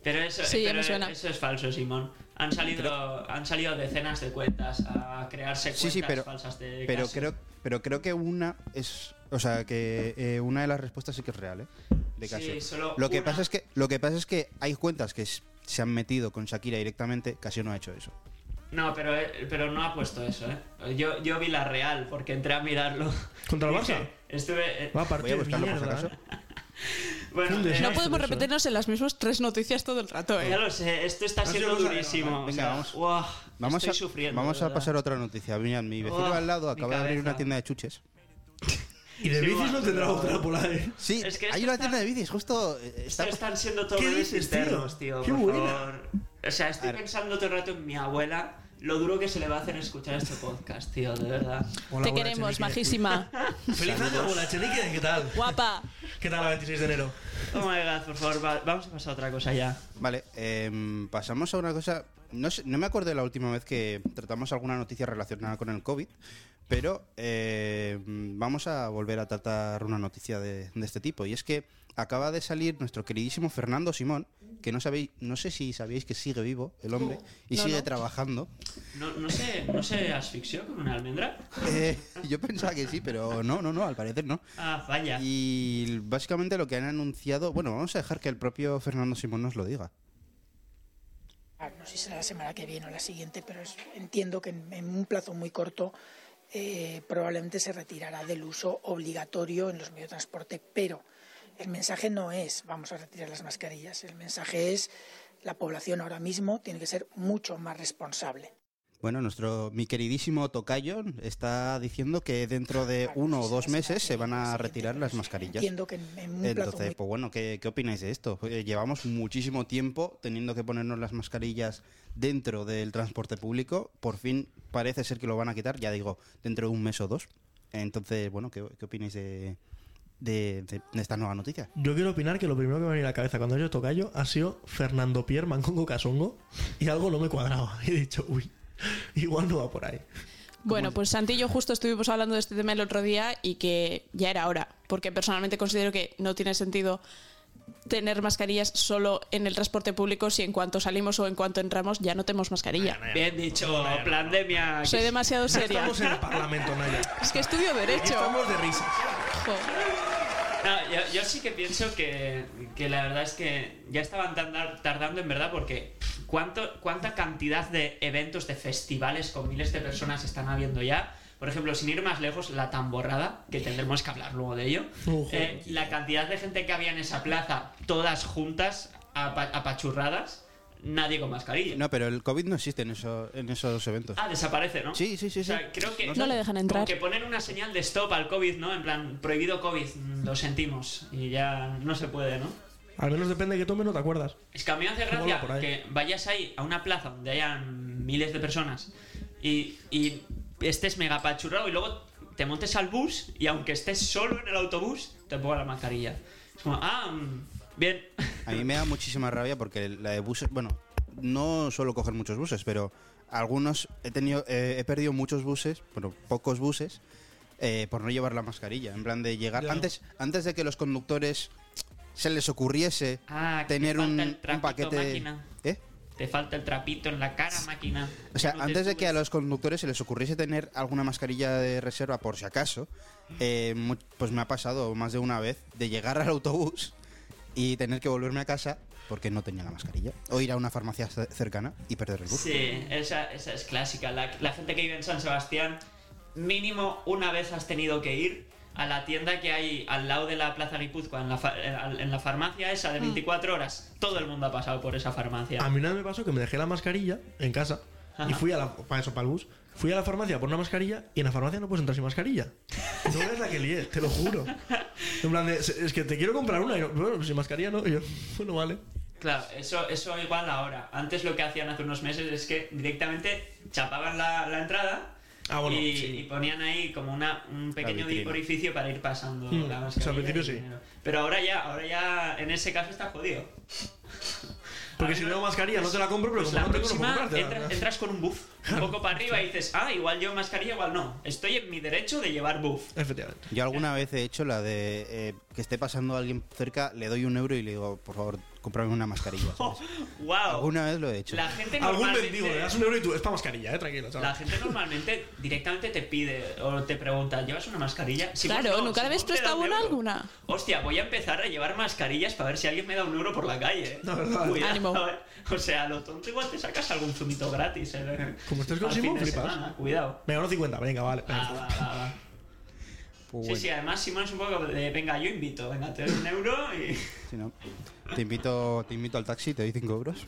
Speaker 3: Pero eso,
Speaker 6: Sí, ya
Speaker 3: pero
Speaker 6: me suena.
Speaker 3: eso es falso, Simón. Han salido, han salido decenas de cuentas a crearse cuentas
Speaker 1: Sí, sí, pero,
Speaker 3: falsas de
Speaker 1: pero,
Speaker 3: Casio.
Speaker 1: creo, pero creo que una es... O sea, que eh, una de las respuestas sí que es real, ¿eh? De
Speaker 3: Sí,
Speaker 1: Casio.
Speaker 3: solo
Speaker 1: lo, que
Speaker 3: una.
Speaker 1: pasa es que, lo que pasa es que hay cuentas que s- se han metido con Shakira directamente, Casio no ha hecho eso.
Speaker 3: No, pero, eh, pero no ha puesto eso, ¿eh? Yo, yo vi la real porque entré a mirarlo.
Speaker 4: ¿Contra el
Speaker 3: Dije,
Speaker 4: Barça?
Speaker 3: Estuve. eh,
Speaker 4: Va a partir
Speaker 1: Voy a buscarlo
Speaker 4: de
Speaker 1: por si
Speaker 4: mierda,
Speaker 1: acaso.
Speaker 4: ¿eh?
Speaker 3: bueno,
Speaker 4: un desastre.
Speaker 6: No
Speaker 3: eh,
Speaker 6: podemos
Speaker 4: eso.
Speaker 6: repetirnos en las mismas tres noticias todo el rato,
Speaker 3: ya
Speaker 6: ¿eh?
Speaker 3: lo sé, esto está
Speaker 4: No sé
Speaker 3: siendo
Speaker 4: cómo se-
Speaker 3: durísimo. o
Speaker 1: Venga,
Speaker 3: sea,
Speaker 1: vamos.
Speaker 3: guau,
Speaker 1: Vamos,
Speaker 3: estoy
Speaker 1: a,
Speaker 3: sufriendo.
Speaker 1: vamos
Speaker 3: de
Speaker 1: a
Speaker 3: verdad.
Speaker 1: pasar a otra noticia. Mirad, mi vecino
Speaker 3: Oh,
Speaker 1: al lado
Speaker 3: mi
Speaker 1: acaba de abrir
Speaker 3: cabeza.
Speaker 1: una tienda de chuches.
Speaker 4: Y de
Speaker 3: Sí,
Speaker 4: bicis no
Speaker 3: bueno,
Speaker 4: tendrá
Speaker 3: pero-
Speaker 4: otra por ahí.
Speaker 1: Sí,
Speaker 3: Es que
Speaker 1: hay
Speaker 3: esto
Speaker 1: una
Speaker 3: está-
Speaker 1: tienda de bicis, justo eh,
Speaker 3: Esto
Speaker 1: está...
Speaker 3: están siendo todos
Speaker 4: ¿Qué
Speaker 3: los
Speaker 4: dices, tío?
Speaker 3: externos, tío.
Speaker 4: Qué
Speaker 3: por
Speaker 4: buena.
Speaker 3: favor. O sea, estoy pensando todo el rato en mi abuela, lo duro que se le va a hacer escuchar este podcast, tío, de verdad.
Speaker 4: Hola,
Speaker 6: Te
Speaker 4: hola,
Speaker 6: queremos,
Speaker 4: Chenique.
Speaker 6: majísima.
Speaker 4: Feliz año, hola, Chenique, ¿qué tal?
Speaker 6: Guapa.
Speaker 4: ¿Qué tal la 26 de enero?
Speaker 3: Oh my god, por favor, va- vamos a pasar a otra cosa ya.
Speaker 1: Vale, em, pasamos a una cosa... No, sé- no me acuerdo de la última vez que tratamos alguna noticia relacionada con el COVID, pero em, vamos a volver a tratar una noticia de, de este tipo. Y es que acaba de salir nuestro queridísimo Fernando Simón, que no, sabéis, no sé si sabíais que sigue vivo el hombre y
Speaker 6: No,
Speaker 1: sigue
Speaker 6: no.
Speaker 1: trabajando.
Speaker 3: No, no, se, ¿No se asfixió con una almendra?
Speaker 1: Eh, yo pensaba que sí, pero no, no, no, al parecer no.
Speaker 3: Ah, vaya.
Speaker 1: Y básicamente lo que han anunciado, bueno, vamos a dejar que el propio Fernando Simón nos lo diga.
Speaker 9: Ah, No sé si será la semana que viene o la siguiente, pero es- entiendo que en, en un plazo muy corto eh, probablemente se retirará del uso obligatorio en los medios de transporte. Pero el mensaje no es vamos a retirar las mascarillas, el mensaje es la población ahora mismo tiene que ser mucho más responsable.
Speaker 1: Bueno, nuestro mi queridísimo Tocayo está diciendo que dentro de Eh, uno o dos meses se van a retirar las mascarillas.
Speaker 9: Entiendo que en en un plazo
Speaker 1: Entonces,
Speaker 9: muy
Speaker 1: pues bueno, ¿qué, qué opináis de esto? Eh, Llevamos muchísimo tiempo teniendo que ponernos las mascarillas dentro del transporte público. Por fin parece ser que lo van a quitar, ya digo, dentro de un mes o dos. Entonces, bueno, ¿qué, qué opináis de, de, de- de esta nueva noticia?
Speaker 4: Yo quiero opinar que lo primero que me ha venido a la cabeza cuando yo tocayo ha sido Fernando Pierre Mancongo Casongo y algo no me cuadraba. He dicho, uy, igual no va por ahí.
Speaker 6: Bueno, pues Santi y yo justo estuvimos hablando de este tema el otro día y que ya era hora, porque personalmente considero que no tiene sentido tener mascarillas solo en el transporte público si en cuanto salimos o en cuanto entramos ya no tenemos mascarilla.
Speaker 3: Bien dicho, pandemia.
Speaker 6: Soy demasiado
Speaker 4: No
Speaker 6: seria.
Speaker 4: estamos en el Parlamento, Naya.
Speaker 6: Es que estudio
Speaker 4: Aquí
Speaker 6: derecho.
Speaker 4: Estamos de risas.
Speaker 6: Jo.
Speaker 3: No, yo, yo sí que pienso que, que la verdad es que ya estaban tardar- tardando en verdad porque pff, ¿cuánto, cuánta cantidad de eventos, de festivales con miles de personas están habiendo ya. Por ejemplo, sin ir más lejos, la tamborrada, que tendremos que hablar luego de ello.
Speaker 4: Ujú.
Speaker 3: Eh, la cantidad de gente que había en esa plaza, todas juntas, apa- apachurradas, nadie con mascarilla.
Speaker 1: No, pero el COVID no existe en, eso- en esos eventos.
Speaker 3: Ah, desaparece, ¿no?
Speaker 1: Sí, sí, sí,
Speaker 3: O sea,
Speaker 1: sí.
Speaker 3: creo que
Speaker 1: No
Speaker 6: sé. No le dejan entrar.
Speaker 3: Como que ponen una señal de stop al COVID, ¿no? En plan, prohibido COVID, mm, lo sentimos. Y ya no se puede, ¿no?
Speaker 4: Al menos depende de que tomes, no te acuerdas.
Speaker 3: Es que a mí me hace
Speaker 4: Mola
Speaker 3: gracia
Speaker 4: por ahí.
Speaker 3: que vayas ahí a una plaza donde hayan miles de personas y, y estés mega pachurrado y luego te montes al bus y aunque estés solo en el autobús, te pongas la mascarilla. Es como, ah, mm, bien.
Speaker 1: A mí me da muchísima rabia porque la de buses, bueno, no suelo coger muchos buses, pero algunos he tenido, eh, he perdido muchos buses, bueno, pocos buses, eh, por no llevar la mascarilla. En plan de llegar
Speaker 4: Ya.
Speaker 1: antes, antes de que los conductores se les ocurriese
Speaker 3: Ah, que
Speaker 1: tener
Speaker 3: te falta
Speaker 1: un,
Speaker 3: el
Speaker 1: un
Speaker 3: trapito,
Speaker 1: paquete,
Speaker 3: máquina.
Speaker 1: ¿eh?
Speaker 3: Te falta el trapito en la cara, máquina.
Speaker 1: O sea,
Speaker 3: No te
Speaker 1: antes de que a
Speaker 3: subes.
Speaker 1: los conductores se les ocurriese tener alguna mascarilla de reserva por si acaso, eh, mu- pues me ha pasado más de una vez de llegar al autobús y tener que volverme a casa porque no tenía la mascarilla. O ir a una farmacia ce- cercana y perder el bus.
Speaker 3: Sí, esa, esa es clásica. La, la gente que vive en San Sebastián, mínimo una vez has tenido que ir a la tienda que hay al lado de la Plaza Guipúzcoa, en la, fa- eh, en en la farmacia esa de 24 horas. Todo el mundo ha pasado por esa
Speaker 4: A
Speaker 3: farmacia.
Speaker 4: mí una vez me pasó que me dejé la mascarilla en casa y fui a la para eso para el bus. Fui a la farmacia por una mascarilla y en la farmacia no puedes entrar sin mascarilla. No es la que lié, te lo juro. En plan de, es que te quiero comprar una y no, bueno, sin mascarilla no. Y yo, bueno, vale.
Speaker 3: Claro, eso, eso igual ahora. Antes lo que hacían hace unos meses es que directamente chapaban la, la entrada.
Speaker 4: Ah, bueno,
Speaker 3: y,
Speaker 4: sí.
Speaker 3: y ponían ahí como una, un pequeño
Speaker 1: vitrina.
Speaker 3: orificio para ir pasando la
Speaker 4: Mm, o sea, al
Speaker 3: mascarilla.
Speaker 4: principio
Speaker 3: y
Speaker 4: sí.
Speaker 3: dinero. Pero ahora ya, ahora ya en ese caso está jodido.
Speaker 4: Porque si no tengo mascarilla no te la compro, pero
Speaker 3: Ah, Pues
Speaker 4: como
Speaker 3: la próxima
Speaker 4: no tengo, no puedo comprártela.
Speaker 3: entra- entras con un buff un poco para arriba y dices, ah, igual yo mascarilla, igual no. Estoy en mi derecho de llevar buff.
Speaker 4: Efectivamente.
Speaker 1: Yo alguna vez he hecho la de eh, que esté pasando alguien cerca, le doy un euro y le digo, por favor, cómprame una mascarilla. ¿sabes?
Speaker 3: ¡Wow!
Speaker 1: Alguna vez lo he hecho.
Speaker 3: La gente
Speaker 4: Algún
Speaker 3: normalmente-
Speaker 4: mendigo le das un euro y tú, es para mascarilla, eh, tranquilo, chaval.
Speaker 3: La gente normalmente directamente te pide o te pregunta, ¿llevas una mascarilla? Sí,
Speaker 6: Claro,
Speaker 3: pues no, si
Speaker 6: ¿nunca le habéis
Speaker 3: vos me
Speaker 6: prestado
Speaker 3: das un
Speaker 6: una
Speaker 3: euro.
Speaker 6: alguna?
Speaker 3: Hostia, voy a empezar a llevar mascarillas para ver si alguien me da un euro por la calle. ¿eh?
Speaker 4: No, verdad.
Speaker 3: Cuidado,
Speaker 6: Ánimo.
Speaker 3: ¿eh? O sea, lo tonto igual te sacas algún zumito gratis. ¿eh?
Speaker 4: Como estés con
Speaker 3: Al fin
Speaker 4: Simón,
Speaker 3: de
Speaker 4: flipas.
Speaker 3: semana, Cuidado.
Speaker 4: Venga, unos 50, venga, vale.
Speaker 3: Va, Ah, va, va, va.
Speaker 1: Pues
Speaker 3: Sí,
Speaker 1: bueno,
Speaker 3: sí, además Simón es un poco de, venga, yo invito, venga, te doy un euro y...
Speaker 1: si no, te invito, te invito al taxi, te doy 5 euros.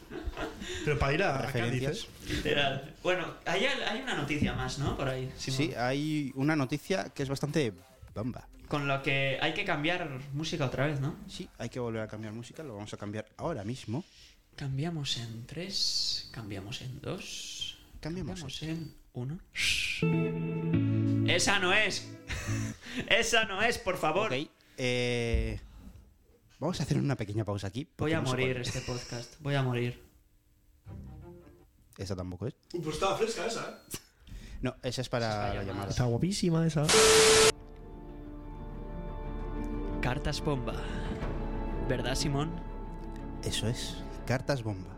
Speaker 4: Pero para ir a, a
Speaker 1: Referencias.
Speaker 4: Cádiz, ¿eh?
Speaker 3: Literal. Bueno, hay, hay una noticia más, ¿no? Por ahí, Simón.
Speaker 1: Sí, hay una noticia que es bastante bamba.
Speaker 3: Con lo que hay que cambiar música otra vez, ¿no?
Speaker 1: Sí, hay que volver a cambiar música, lo vamos a cambiar ahora mismo.
Speaker 3: Cambiamos en tres, cambiamos en dos,
Speaker 1: Cambiamos
Speaker 3: en uno. Esa no es. Esa no es, por favor.
Speaker 1: Ok, eh, vamos a hacer una pequeña pausa aquí.
Speaker 3: Voy
Speaker 1: porque
Speaker 3: a
Speaker 1: no sé cuál-
Speaker 3: morir este podcast. Voy a morir.
Speaker 1: Esa tampoco es.
Speaker 4: Uy, Pues estaba fresca esa, eh.
Speaker 1: No, esa es para
Speaker 3: Esa es
Speaker 1: la
Speaker 3: la llamada.
Speaker 1: llamada.
Speaker 4: Está guapísima esa.
Speaker 3: Cartas bomba. ¿Verdad, Simón?
Speaker 1: Eso es. Cartas bomba.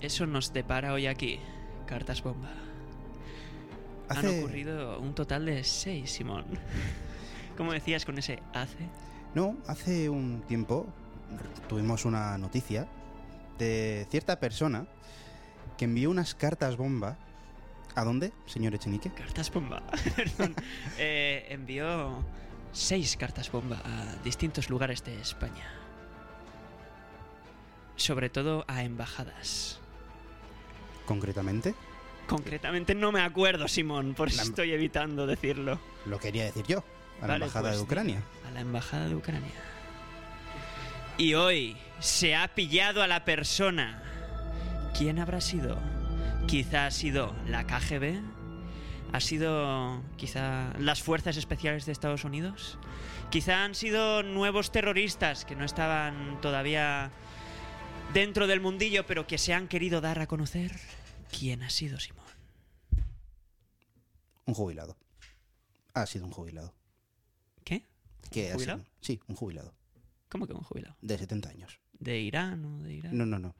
Speaker 3: Eso nos depara hoy aquí. Cartas bomba. Han
Speaker 1: Hace-
Speaker 3: ocurrido un total de seis, Simón. ¿Cómo decías con ese hace?
Speaker 1: No, hace un tiempo tuvimos una noticia de cierta persona que envió unas cartas bomba. ¿A dónde, señor Echenique?
Speaker 3: Cartas bomba. Eh, envió seis cartas bomba a distintos lugares de España. Sobre todo a embajadas.
Speaker 1: Concretamente,
Speaker 3: Concretamente no me acuerdo, Simón, por si
Speaker 1: La- em-
Speaker 3: estoy evitando decirlo.
Speaker 1: Lo quería decir yo, a la
Speaker 3: Vale,
Speaker 1: embajada
Speaker 3: pues,
Speaker 1: de Ucrania.
Speaker 3: A la embajada de Ucrania. Y hoy se ha pillado a la persona. ¿Quién habrá sido? Quizá ha sido la KGB. ¿Ha sido quizá las fuerzas especiales de Estados Unidos? Quizá han sido nuevos terroristas que no estaban todavía dentro del mundillo, pero que se han querido dar a conocer. ¿Quién ha sido Simón?
Speaker 1: Un jubilado. Ha sido un jubilado.
Speaker 3: ¿Qué?
Speaker 1: ¿Qué ha
Speaker 3: ¿Jubilado?
Speaker 1: sido? Sí, un jubilado.
Speaker 3: ¿Cómo que un jubilado?
Speaker 1: De 70 años.
Speaker 3: ¿De Irán o de Irán?
Speaker 1: No, no, no.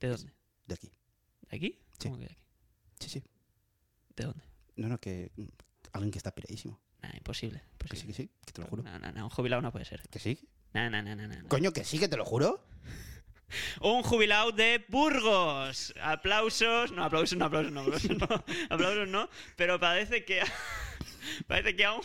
Speaker 3: ¿De dónde?
Speaker 1: De aquí.
Speaker 3: ¿De aquí?
Speaker 1: Sí.
Speaker 3: ¿Cómo que de aquí?
Speaker 1: Sí, sí.
Speaker 3: ¿De dónde?
Speaker 1: No, no, que mm, alguien que está piradísimo.
Speaker 3: Nah, imposible.
Speaker 1: Que sí, que
Speaker 3: imposible.
Speaker 1: sí, que te lo juro.
Speaker 3: No, no, no, un jubilado no puede ser.
Speaker 1: Que sí.
Speaker 3: No, no, no, no, no, no.
Speaker 1: Coño, que sí, que te lo juro.
Speaker 3: Un jubilado de Burgos. Aplausos. No, aplausos, no, aplausos, no, aplausos, no. Aplausos, no. Pero parece que. Parece que aún.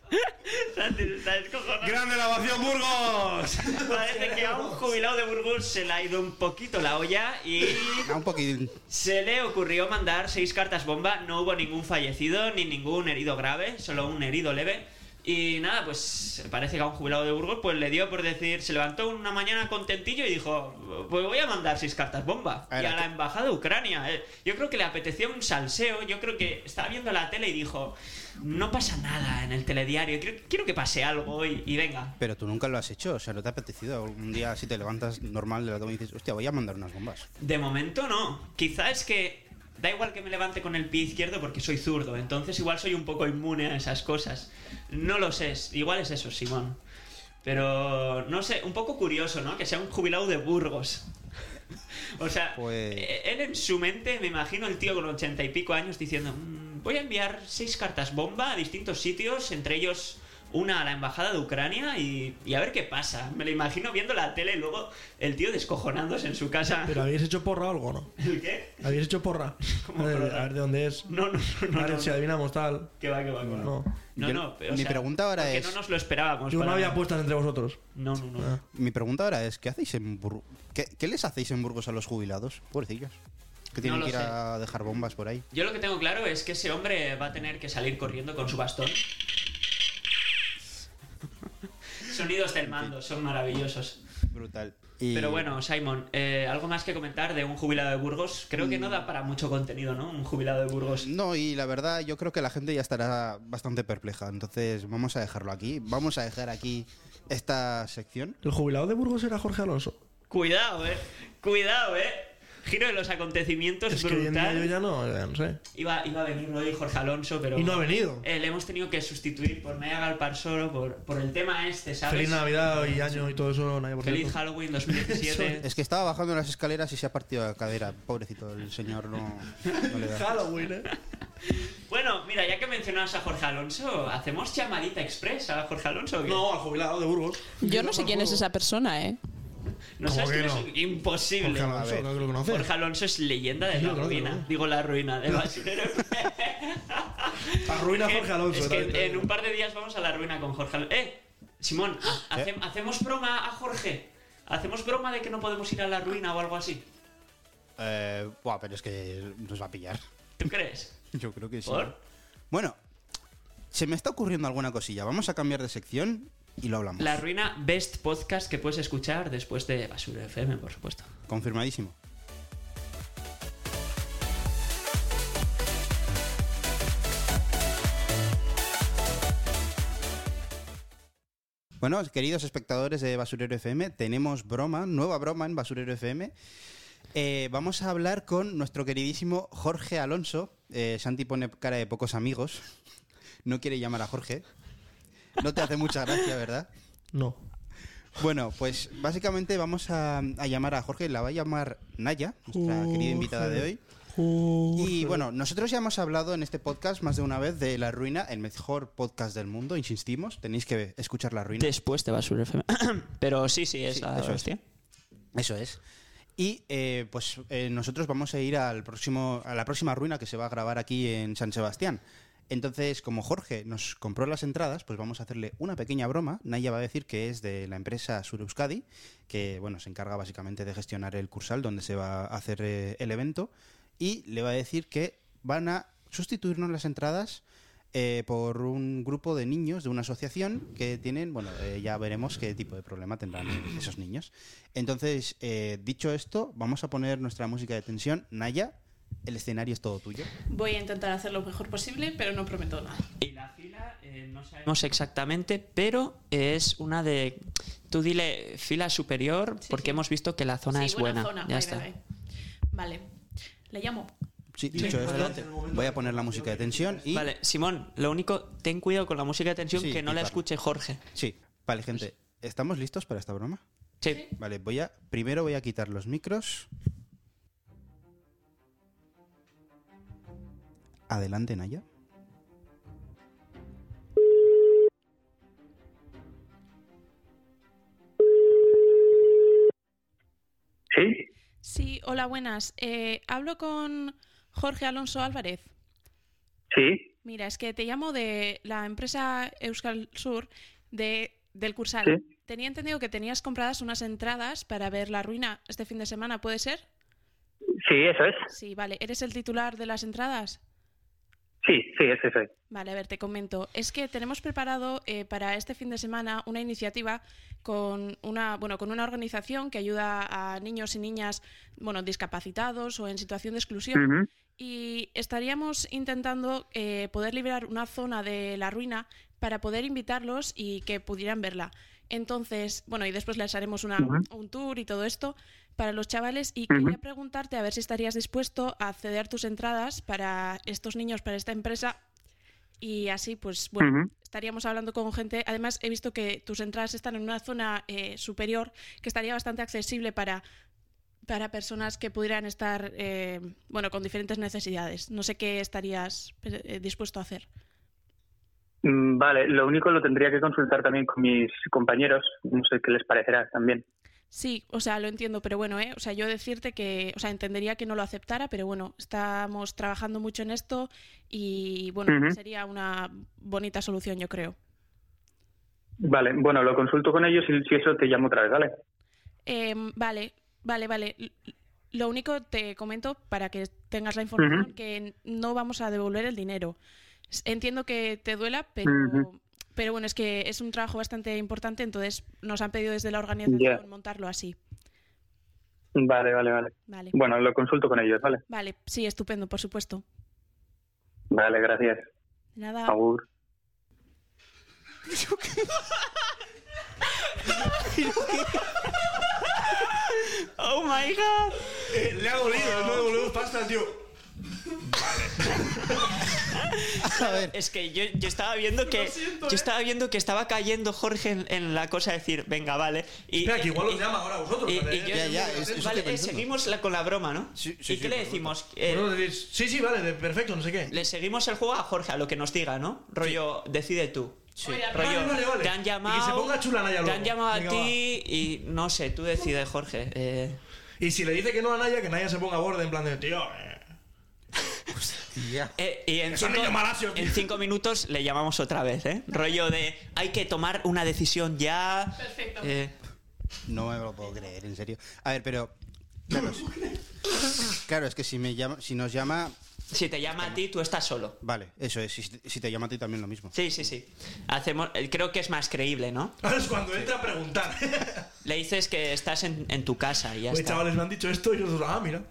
Speaker 3: Santi se está descojonando.
Speaker 4: ¡Grande la ovación, Burgos!
Speaker 3: Parece que a un jubilado de Burgos se le ha ido un poquito la olla y
Speaker 1: Ah, un poquitín.
Speaker 3: se le ocurrió mandar seis cartas bomba. No hubo ningún fallecido ni ningún herido grave, solo un herido leve. Y nada, pues parece que a un jubilado de Burgos pues le dio por decir, se levantó una mañana contentillo y dijo, pues voy a mandar seis cartas bomba.
Speaker 1: A ver,
Speaker 3: y a
Speaker 1: aquí-
Speaker 3: la embajada de Ucrania. eh, Yo creo que le apetecía un salseo, yo creo que estaba viendo la tele y dijo, no pasa nada en el telediario, quiero, quiero que pase algo hoy y venga,
Speaker 1: Pero tú nunca lo has hecho, o sea, no te ha apetecido. Un día si te levantas normal de la cama y dices, hostia, voy a mandar unas bombas.
Speaker 3: De momento no. Quizá es que da igual que me levante con el pie izquierdo porque soy zurdo, entonces igual soy un poco inmune a esas cosas. No lo sé, es- igual es eso, Simón. Pero no sé, un poco curioso, ¿no? Que sea un jubilado de Burgos. o sea,
Speaker 1: Pues-
Speaker 3: eh, él en su mente, me imagino el tío con ochenta y pico años diciendo, "Mm, voy a enviar seis cartas bomba a distintos sitios, entre ellos una a la embajada de Ucrania y, y a ver qué pasa. Me lo imagino viendo la tele y luego el tío descojonándose en su casa.
Speaker 4: ¿Pero habéis hecho porra o algo, no?
Speaker 3: ¿El qué?
Speaker 4: ¿Habéis hecho porra?
Speaker 3: ¿Cómo
Speaker 4: a, ver,
Speaker 3: porra?
Speaker 4: a ver de dónde es.
Speaker 3: No, no, no, no.
Speaker 4: a ver
Speaker 3: no, Pues
Speaker 4: si
Speaker 3: no.
Speaker 4: adivinamos tal.
Speaker 3: Que va, que va, que va.
Speaker 4: No.
Speaker 3: No,
Speaker 1: Yo-
Speaker 3: no, pero, o
Speaker 1: mi
Speaker 3: sea,
Speaker 1: pregunta ahora
Speaker 3: porque
Speaker 1: es-
Speaker 3: no nos lo esperábamos.
Speaker 4: Yo no
Speaker 3: para
Speaker 4: había
Speaker 3: nada.
Speaker 4: apuestas entre vosotros.
Speaker 3: No, no, no.
Speaker 4: Ah.
Speaker 1: Mi pregunta ahora es, ¿qué hacéis en Bur- ¿Qué, qué les hacéis en Burgos a los jubilados? Pobrecillos. Que tienen
Speaker 3: lo
Speaker 1: que ir
Speaker 3: sé.
Speaker 1: a dejar bombas por ahí.
Speaker 3: Yo lo que tengo claro es que ese hombre va a tener que salir corriendo con su bastón. Sonidos del mando, son maravillosos.
Speaker 1: Brutal. Y-
Speaker 3: Pero bueno, Simon, eh, algo más que comentar de un jubilado de Burgos. Creo que no da para mucho contenido, ¿no? Un jubilado de Burgos.
Speaker 1: No, y la verdad yo creo que la gente ya estará bastante perpleja. Entonces vamos a dejarlo aquí. Vamos a dejar aquí esta sección.
Speaker 4: El jubilado de Burgos era Jorge Alonso.
Speaker 3: Cuidado, eh. Cuidado, eh. Giro de los acontecimientos
Speaker 4: Es que hoy en día
Speaker 3: brutal.
Speaker 4: yo ya no, ya no sé.
Speaker 3: Iba, iba a venir hoy Jorge Alonso, pero.
Speaker 4: Y no ha venido.
Speaker 3: Eh, le hemos tenido que sustituir por Mega Galpar solo por, por el tema este, ¿sabes?
Speaker 4: Feliz Navidad y año y todo eso, nadie por
Speaker 3: Feliz
Speaker 4: cierto.
Speaker 3: Halloween 2017.
Speaker 1: Es que estaba bajando las escaleras y se ha partido la cadera. Pobrecito, el señor no, no le da.
Speaker 4: Halloween, eh.
Speaker 3: Bueno, mira, ya que mencionabas a Jorge Alonso, ¿hacemos llamadita express a Jorge Alonso? o qué?
Speaker 4: No, al jubilado de Burgos.
Speaker 6: Yo no sé quién es
Speaker 4: Burgos.
Speaker 6: esa persona, ¿eh?
Speaker 3: ¿No
Speaker 4: ¿Cómo
Speaker 3: sabes
Speaker 4: que
Speaker 3: quién
Speaker 4: no?
Speaker 3: es? Imposible.
Speaker 4: Jorge
Speaker 1: A
Speaker 4: Alonso,
Speaker 1: ver.
Speaker 4: creo que lo conoces.
Speaker 3: Jorge Alonso es leyenda de
Speaker 4: Sí,
Speaker 3: la
Speaker 4: lo conozco,
Speaker 3: ruina.
Speaker 4: ¿no?
Speaker 3: Digo, la ruina de basurero.
Speaker 4: Arruina a
Speaker 3: Que-
Speaker 4: Jorge Alonso.
Speaker 3: Es que en,
Speaker 4: también te digo.
Speaker 3: un par de días vamos a la ruina con Jorge Alonso. ¡Eh! Simón, ha- hace- hacemos broma a Jorge. Hacemos broma de que no podemos ir a la ruina o algo así.
Speaker 1: Eh, buah, pero es que nos va a pillar.
Speaker 3: ¿Tú crees?
Speaker 1: Yo creo que sí.
Speaker 3: ¿Por?
Speaker 1: Bueno, se me está ocurriendo alguna cosilla. Vamos a cambiar de sección y lo hablamos.
Speaker 3: La ruina best podcast que puedes escuchar después de Basura FM, por supuesto.
Speaker 1: Confirmadísimo. Bueno, queridos espectadores de Basurero FM, tenemos broma, nueva broma en Basurero FM. Eh, vamos a hablar con nuestro queridísimo Jorge Alonso. Eh, Santi pone cara de pocos amigos. No quiere llamar a Jorge. No te hace mucha gracia, ¿verdad?
Speaker 4: No.
Speaker 1: Bueno, pues básicamente vamos a, a llamar a Jorge, la va a llamar Naya, nuestra querida invitada de hoy. Y bueno, nosotros ya hemos hablado en este podcast más de una vez de La Ruina, el mejor podcast del mundo, insistimos, tenéis que escuchar La Ruina.
Speaker 3: Después de Basura FM. Pero sí, sí, es
Speaker 1: Sí,
Speaker 3: la
Speaker 1: eso es.
Speaker 3: hostia.
Speaker 1: Eso es. Y eh, pues eh, nosotros vamos a ir al próximo, a la próxima ruina que se va a grabar aquí en San Sebastián. Entonces, como Jorge nos compró las entradas, pues vamos a hacerle una pequeña broma. Naya va a decir que es de la empresa Sur Euskadi, que bueno, se encarga básicamente de gestionar el cursal donde se va a hacer eh, el evento. y le va a decir que van a sustituirnos las entradas eh, por un grupo de niños de una asociación que tienen, bueno, eh, ya veremos qué tipo de problema tendrán esos niños. Entonces, eh, dicho esto, vamos a poner nuestra música de tensión. Naya, el escenario es todo tuyo.
Speaker 6: Voy a intentar hacer lo mejor posible, pero no prometo nada.
Speaker 3: Y la fila eh, no sabemos exactamente, pero es una de. Tú dile fila superior, porque hemos visto que la zona
Speaker 6: Sí,
Speaker 3: es buena.
Speaker 6: zona,
Speaker 3: ya
Speaker 6: ahí
Speaker 3: está.
Speaker 6: va, ahí. Vale. Le llamo.
Speaker 1: Sí, dicho
Speaker 4: adelante.
Speaker 1: esto, voy a poner la música de tensión y...
Speaker 3: Vale, Simón, lo único, ten cuidado con la música de tensión
Speaker 1: Sí,
Speaker 3: que no la
Speaker 1: claro.
Speaker 3: escuche Jorge.
Speaker 1: Sí, vale, gente, ¿estamos listos para esta broma?
Speaker 3: Sí.
Speaker 1: Vale, voy a... Primero voy a quitar los micros. Adelante, Naya.
Speaker 10: ¿Sí?
Speaker 6: Sí, hola, buenas. Eh, hablo con Jorge Alonso Álvarez.
Speaker 10: ¿Sí?
Speaker 6: Mira, es que te llamo de la empresa Euskal Sur de, del Cursal.
Speaker 10: Sí.
Speaker 6: Tenía entendido que tenías compradas unas entradas para ver La Ruina este fin de semana, ¿puede ser?
Speaker 10: Sí, eso es.
Speaker 6: Sí, vale. ¿Eres el titular de las entradas?
Speaker 10: Sí, sí, ese soy.
Speaker 6: Vale, a ver, te comento. Es que tenemos preparado eh, para este fin de semana una iniciativa con una, bueno, con una organización que ayuda a niños y niñas, bueno, discapacitados o en situación de exclusión.
Speaker 10: Ujú.
Speaker 6: Y estaríamos intentando eh, poder liberar una zona de la ruina para poder invitarlos y que pudieran verla. Entonces, bueno, y después les haremos una-
Speaker 10: Ujú.
Speaker 6: un tour y todo esto para los chavales. Y
Speaker 10: Ujú.
Speaker 6: quería preguntarte a ver si estarías dispuesto a ceder tus entradas para estos niños, para esta empresa. Y así, pues, bueno,
Speaker 10: Ujú.
Speaker 6: estaríamos hablando con gente. Además, he visto que tus entradas están en una zona eh, superior que estaría bastante accesible para, para personas que pudieran estar, eh, bueno, con diferentes necesidades. No sé qué estarías eh, dispuesto a hacer.
Speaker 10: Mm, Vale, lo único lo tendría que consultar también con mis compañeros. No sé qué les parecerá también.
Speaker 6: Sí, o sea, lo entiendo, pero bueno, ¿eh? O sea, yo decirte que, o sea, entendería que no lo aceptara, pero bueno, estamos trabajando mucho en esto y, bueno,
Speaker 10: Ujú.
Speaker 6: sería una bonita solución, yo creo.
Speaker 10: Vale, bueno, lo consulto con ellos y si eso te llamo otra vez, ¿vale?
Speaker 6: Em, vale, vale, vale. L- Lo único te comento para que tengas la información
Speaker 10: Ujú.
Speaker 6: que no vamos a devolver el dinero. S- Entiendo que te duela, pero,
Speaker 10: Ujú.
Speaker 6: pero bueno, es que es un trabajo bastante importante, entonces nos han pedido desde la organización
Speaker 10: Ya.
Speaker 6: montarlo así.
Speaker 10: Vale, vale, vale.
Speaker 6: Vale.
Speaker 10: Bueno, lo consulto con ellos, ¿vale?
Speaker 6: Vale, sí, estupendo, por supuesto.
Speaker 10: Vale, gracias.
Speaker 6: De Nada.
Speaker 10: Agur.
Speaker 3: ¡Oh my god!
Speaker 4: Eh, le ha dolido, no devolvemos pasta, tío.
Speaker 1: A ver,
Speaker 3: Es que yo, yo estaba viendo que. yo estaba viendo que estaba cayendo Jorge en, en la cosa de decir, venga, vale. Y,
Speaker 4: Espera, que igual
Speaker 3: y-
Speaker 4: os llama ahora a vosotros.
Speaker 3: y-
Speaker 4: para-
Speaker 3: y yo-
Speaker 1: Ya, ya, es- eso
Speaker 3: vale,
Speaker 1: estoy
Speaker 3: eh,
Speaker 1: pensando.
Speaker 3: seguimos la- con la broma, ¿no?
Speaker 4: Sí,
Speaker 3: ¿Y
Speaker 4: sí,
Speaker 3: qué
Speaker 4: sí,
Speaker 3: le
Speaker 4: por
Speaker 3: decimos? Eh,
Speaker 4: Vosotros decís, sí, sí, vale, de- perfecto, no sé qué.
Speaker 3: le seguimos el juego a Jorge, a lo que nos diga, ¿no? Rollo, decide tú.
Speaker 6: Oye,
Speaker 3: Rollo,
Speaker 4: vale, vale, vale.
Speaker 3: Te han
Speaker 4: Y que se
Speaker 3: llamado.
Speaker 4: ponga chula Naya
Speaker 3: Te
Speaker 4: luego.
Speaker 3: han llamado
Speaker 4: Venga,
Speaker 3: a ti y no sé, tú decides, Jorge. Eh,
Speaker 4: Y si le dice que no a Naya, que Naya se ponga a borde en plan de, tío, eh,
Speaker 3: Eh, y en
Speaker 4: Eso
Speaker 3: cinco,
Speaker 4: no es malacio, tío.
Speaker 3: en cinco minutos le llamamos otra vez, ¿eh? Rollo de hay que tomar una decisión ya.
Speaker 6: Perfecto.
Speaker 3: Eh,
Speaker 1: No me lo puedo creer, en serio. A ver, pero. Claro, es- claro, es que si, me llama, si nos llama.
Speaker 3: si te llama a ti, tú estás solo.
Speaker 1: Vale, eso es. Si, si te llama a ti también lo mismo.
Speaker 3: Sí, sí, sí. Hacemos, eh, creo que es más creíble, ¿no?
Speaker 4: ahora es cuando entra a preguntar.
Speaker 3: Le dices que estás en, en tu casa y ya
Speaker 4: Oye,
Speaker 3: está.
Speaker 4: chavales, me han dicho esto y nosotros, ah, mira.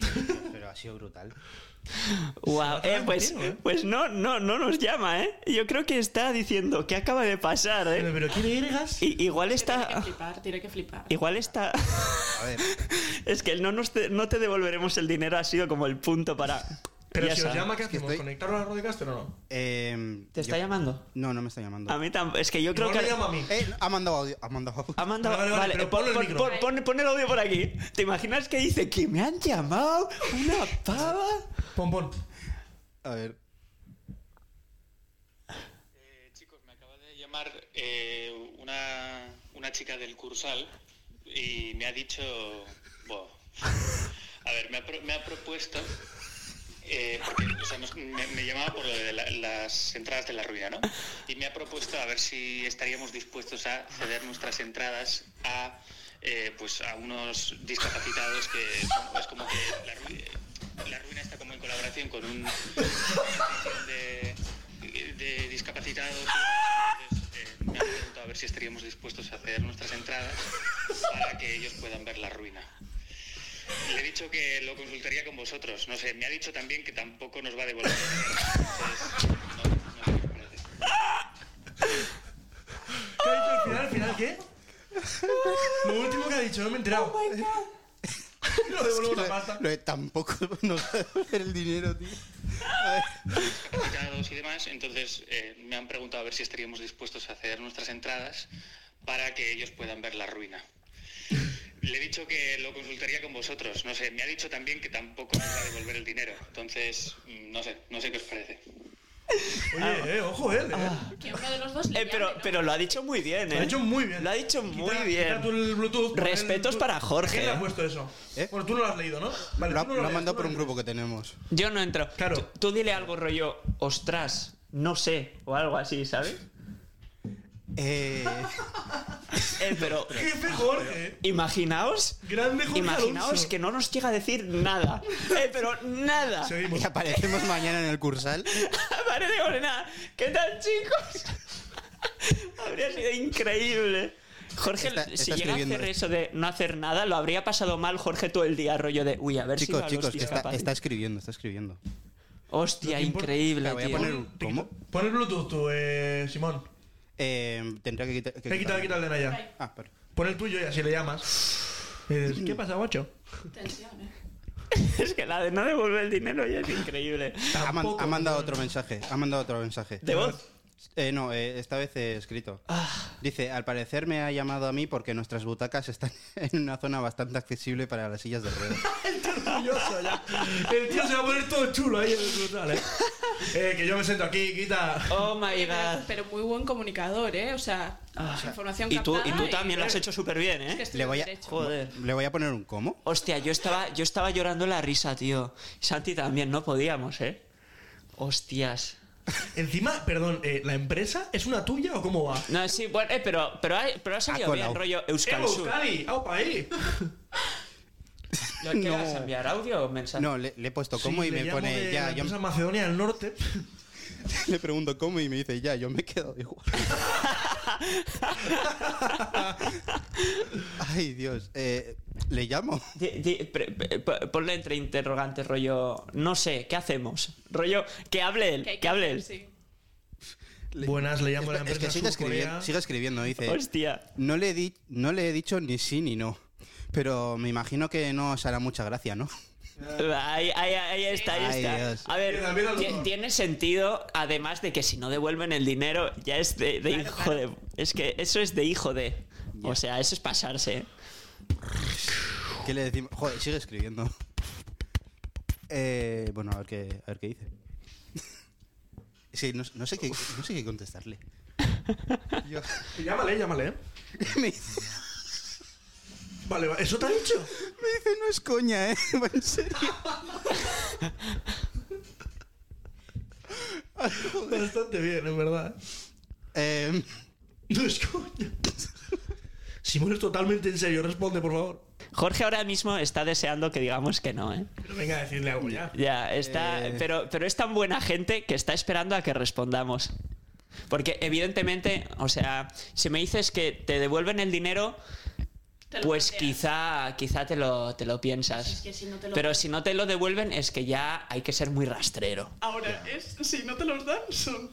Speaker 1: Pero ha sido brutal.
Speaker 3: Guau, eh, pues, pues no, no, no nos llama, ¿eh? Yo creo que está diciendo qué acaba de pasar,
Speaker 4: Pero,
Speaker 3: ¿eh?
Speaker 4: pero ¿quién eres?
Speaker 3: I- igual
Speaker 6: Tiene que
Speaker 3: está.
Speaker 6: flipar, tiene que flipar.
Speaker 3: Igual está.
Speaker 1: A ver,
Speaker 3: Es que el no, nos te, no te devolveremos el dinero ha sido como el punto para.
Speaker 4: Pero
Speaker 3: Ya
Speaker 4: si os
Speaker 3: sabes.
Speaker 4: llama, ¿qué
Speaker 1: que
Speaker 4: hacemos?
Speaker 1: estoy-
Speaker 4: ¿Conectaron a Rodecaster o no?
Speaker 1: eh,
Speaker 3: ¿Te está
Speaker 1: yo-
Speaker 3: llamando?
Speaker 1: No, no me está llamando.
Speaker 3: A mí tampoco. Es que yo creo
Speaker 4: Igual
Speaker 3: que.
Speaker 4: me llama a mí.
Speaker 1: Eh, ha mandado audio. Ha mandado audio.
Speaker 3: Ha mandado.
Speaker 4: Vale,
Speaker 3: Vale,
Speaker 4: vale, pero
Speaker 3: pon,
Speaker 4: ponlo el
Speaker 3: pon-
Speaker 4: micro.
Speaker 3: pon- pon- pon el audio por aquí. ¿Te imaginas que dice que me han llamado una pava?
Speaker 4: Pon, pon.
Speaker 1: A ver.
Speaker 11: Eh, chicos, me acaba de llamar eh, una, una chica del Cursal y me ha dicho... buah, a ver, me ha, pro- me ha propuesto... eh, porque, o sea, nos- me, me llamaba por lo de la- las entradas de la ruina, ¿no? Y me ha propuesto a ver si estaríamos dispuestos a ceder nuestras entradas a, eh, pues a unos discapacitados que bueno, es como que la, ru- La ruina está como en colaboración con un asociación de, de discapacitados. Entonces, eh, me han preguntado a ver si estaríamos dispuestos a ceder nuestras entradas para que ellos puedan ver la ruina. Le he dicho que lo consultaría con vosotros. No sé, me ha dicho también que tampoco nos va a devolver. Entonces, no, no sé qué os parece.
Speaker 4: ¿Qué ha dicho al final? ¿Al final qué? Lo último que ha dicho, no me he enterado. Lo devuelvo la pasta.
Speaker 1: eh, Lo de tampoco nos va a devolver el dinero, tío.
Speaker 11: invitados y demás, entonces eh, me han preguntado a ver si estaríamos dispuestos a ceder nuestras entradas para que ellos puedan ver la ruina. Le he dicho que lo consultaría con vosotros, no sé, me ha dicho también que tampoco nos va a devolver el dinero, entonces mm, no sé, no sé qué os parece.
Speaker 4: Oye, eh, ojo él, eh.
Speaker 3: Ah.
Speaker 6: Que uno de los dos le
Speaker 3: Eh, pero,
Speaker 6: llame, ¿no?
Speaker 3: pero lo ha dicho muy bien, ¿eh?
Speaker 4: Lo ha hecho muy bien.
Speaker 3: Lo ha dicho muy
Speaker 4: Quita- quita tú
Speaker 3: bien.
Speaker 4: el Bluetooth, pon el-
Speaker 3: Respetos
Speaker 4: tú-
Speaker 3: para Jorge,
Speaker 4: ¿Quién le ha
Speaker 3: eh.
Speaker 4: puesto eso?
Speaker 1: ¿Eh?
Speaker 4: Bueno, tú no lo has leído, ¿no? Vale,
Speaker 1: Lo, ha-
Speaker 4: tú no
Speaker 1: lo ha
Speaker 4: lees,
Speaker 1: mandado
Speaker 4: tú
Speaker 1: por
Speaker 4: no
Speaker 1: un
Speaker 4: lees.
Speaker 1: grupo que tenemos.
Speaker 3: Yo no entro.
Speaker 4: Claro.
Speaker 3: Tú, tú dile algo rollo, ostras, no sé, o algo así, ¿sabes?
Speaker 1: Eh,
Speaker 3: Eh, pero
Speaker 4: Jefe Jorge.
Speaker 3: imaginaos,
Speaker 4: Grande Jorge
Speaker 3: imaginaos
Speaker 4: Alonso.
Speaker 3: que no nos llega a decir nada. Eh, pero nada.
Speaker 1: y
Speaker 4: Seguimos.
Speaker 1: aparecemos mañana en el cursal.
Speaker 3: Parece que nada. ¿Qué tal, chicos? habría sido increíble. Jorge,
Speaker 1: Está-
Speaker 3: si
Speaker 1: está
Speaker 3: llega a hacer
Speaker 1: escribiendo.
Speaker 3: eso de no hacer nada, lo habría pasado mal Jorge todo el día, rollo de, uy, a ver si
Speaker 1: Chicos,
Speaker 3: va a los
Speaker 1: chicos, que está,
Speaker 3: discapacitados".
Speaker 1: está escribiendo, está escribiendo.
Speaker 3: Hostia, increíble,
Speaker 1: Espera, voy a
Speaker 3: tío.
Speaker 1: poner un- ¿Cómo?
Speaker 4: Pon el Bluetooth tú, eh, Simón.
Speaker 1: Eh, tendría que quitar. que
Speaker 4: Te quita, quita el de Naya.
Speaker 1: Ah, perdón.
Speaker 4: Pon el tuyo y así le llamas. Y
Speaker 1: Mm.
Speaker 4: dices, ¿Qué pasa, guacho?
Speaker 6: Tensión, ¿eh?
Speaker 3: Es que la de no devolver el dinero ya es increíble.
Speaker 1: Ha, man-
Speaker 4: Tampoco,
Speaker 1: ha mandado otro mensaje. Ha mandado otro mensaje.
Speaker 3: ¿De voz?
Speaker 1: Eh, no, eh, esta vez he escrito. Dice, al parecer me ha llamado a mí porque nuestras butacas están en una zona bastante accesible para las sillas de ruedas.
Speaker 4: Orgulloso ya. El tío se va a poner todo chulo ahí en el brutal, eh. Eh, que yo me siento aquí, quita.
Speaker 3: Oh my
Speaker 6: Oye, pero,
Speaker 3: god.
Speaker 6: pero muy buen comunicador, ¿eh? O sea, información
Speaker 3: Ah, Y tú, y
Speaker 6: captada
Speaker 3: tú también lo has hecho súper bien,
Speaker 6: Es que
Speaker 3: ¿eh?
Speaker 6: estoy
Speaker 1: Le voy a-
Speaker 6: derecho.
Speaker 3: Joder.
Speaker 1: Le voy a poner un cómo.
Speaker 3: Hostia, yo estaba, yo estaba llorando la risa, tío. Santi también, no podíamos, ¿eh? Hostias.
Speaker 4: Encima, perdón, eh, ¿la empresa es una tuya o cómo va?
Speaker 3: No, sí, bueno, eh, pero, pero, ha, pero ha salido
Speaker 1: colado.
Speaker 3: bien, rollo
Speaker 4: ¡Eh,
Speaker 3: Euskal Sur.
Speaker 4: Euskadi! ¡Aupa ahí!
Speaker 3: ¿Lo que vas a enviar audio o mensaje?
Speaker 1: No, le, le he puesto cómo y
Speaker 4: Sí, le
Speaker 1: me
Speaker 4: llamo
Speaker 1: pone
Speaker 4: de
Speaker 1: ya.
Speaker 4: La
Speaker 1: Yo
Speaker 4: empresa Macedonia del Norte.
Speaker 1: le pregunto cómo y me dice ya, yo me he quedado igual. Ay, Dios. Eh, le llamo.
Speaker 3: Di- di- pre- pre- po- ponle entre interrogantes, rollo. No sé, ¿qué hacemos? Rollo, que hable él,
Speaker 6: Que hay
Speaker 3: que,
Speaker 6: que
Speaker 3: hable
Speaker 6: hacer,
Speaker 3: él.
Speaker 6: sí.
Speaker 1: Le-
Speaker 4: Buenas, le llamo a la
Speaker 1: Es
Speaker 4: empresa
Speaker 1: que sigue
Speaker 4: Surcorea.
Speaker 1: escribiendo, sigue escribiendo, dice.
Speaker 3: Hostia.
Speaker 1: No le, he di- no le he dicho ni sí ni no. Pero me imagino que no os hará mucha gracia, ¿no?
Speaker 3: Ahí, ahí- ahí está, ahí
Speaker 1: Ay,
Speaker 3: está.
Speaker 1: Dios.
Speaker 3: A ver,
Speaker 4: Mira, mira,
Speaker 3: ti-
Speaker 4: Lolo.
Speaker 3: tiene sentido, además de que si no devuelven el dinero, ya es de, de hijo de. Es que eso es de hijo de. O sea, eso es pasarse. ¿eh?
Speaker 1: ¿Qué le decimos? Joder, sigue escribiendo. Eh, bueno, a ver qué, a ver qué dice. Sí, no, no sé qué, no sé qué contestarle. Yo-
Speaker 4: Llámale, llámale. eh.
Speaker 1: me, dice,
Speaker 4: Vale, va- ¿eso te ha dicho?
Speaker 1: me dice, no es coña, ¿eh? Va en serio.
Speaker 4: Bastante bien, en verdad.
Speaker 1: Eh,
Speaker 4: No es coña. Simón es totalmente en serio, responde, por favor.
Speaker 3: Jorge ahora mismo está deseando que digamos que no, ¿eh?
Speaker 4: Pero venga a decirle algo ya.
Speaker 3: Ya, está.
Speaker 1: Eh.
Speaker 3: Pero, pero es tan buena gente que está esperando a que respondamos. Porque evidentemente, o sea, si me dices que te devuelven el dinero,
Speaker 6: Te lo
Speaker 3: pues
Speaker 6: planteas.
Speaker 3: quizá, quizá te lo, te lo piensas.
Speaker 6: Es que si no te lo-
Speaker 3: Pero si no te lo devuelven, es que ya hay que ser muy rastrero.
Speaker 6: Ahora es, si no te los dan, son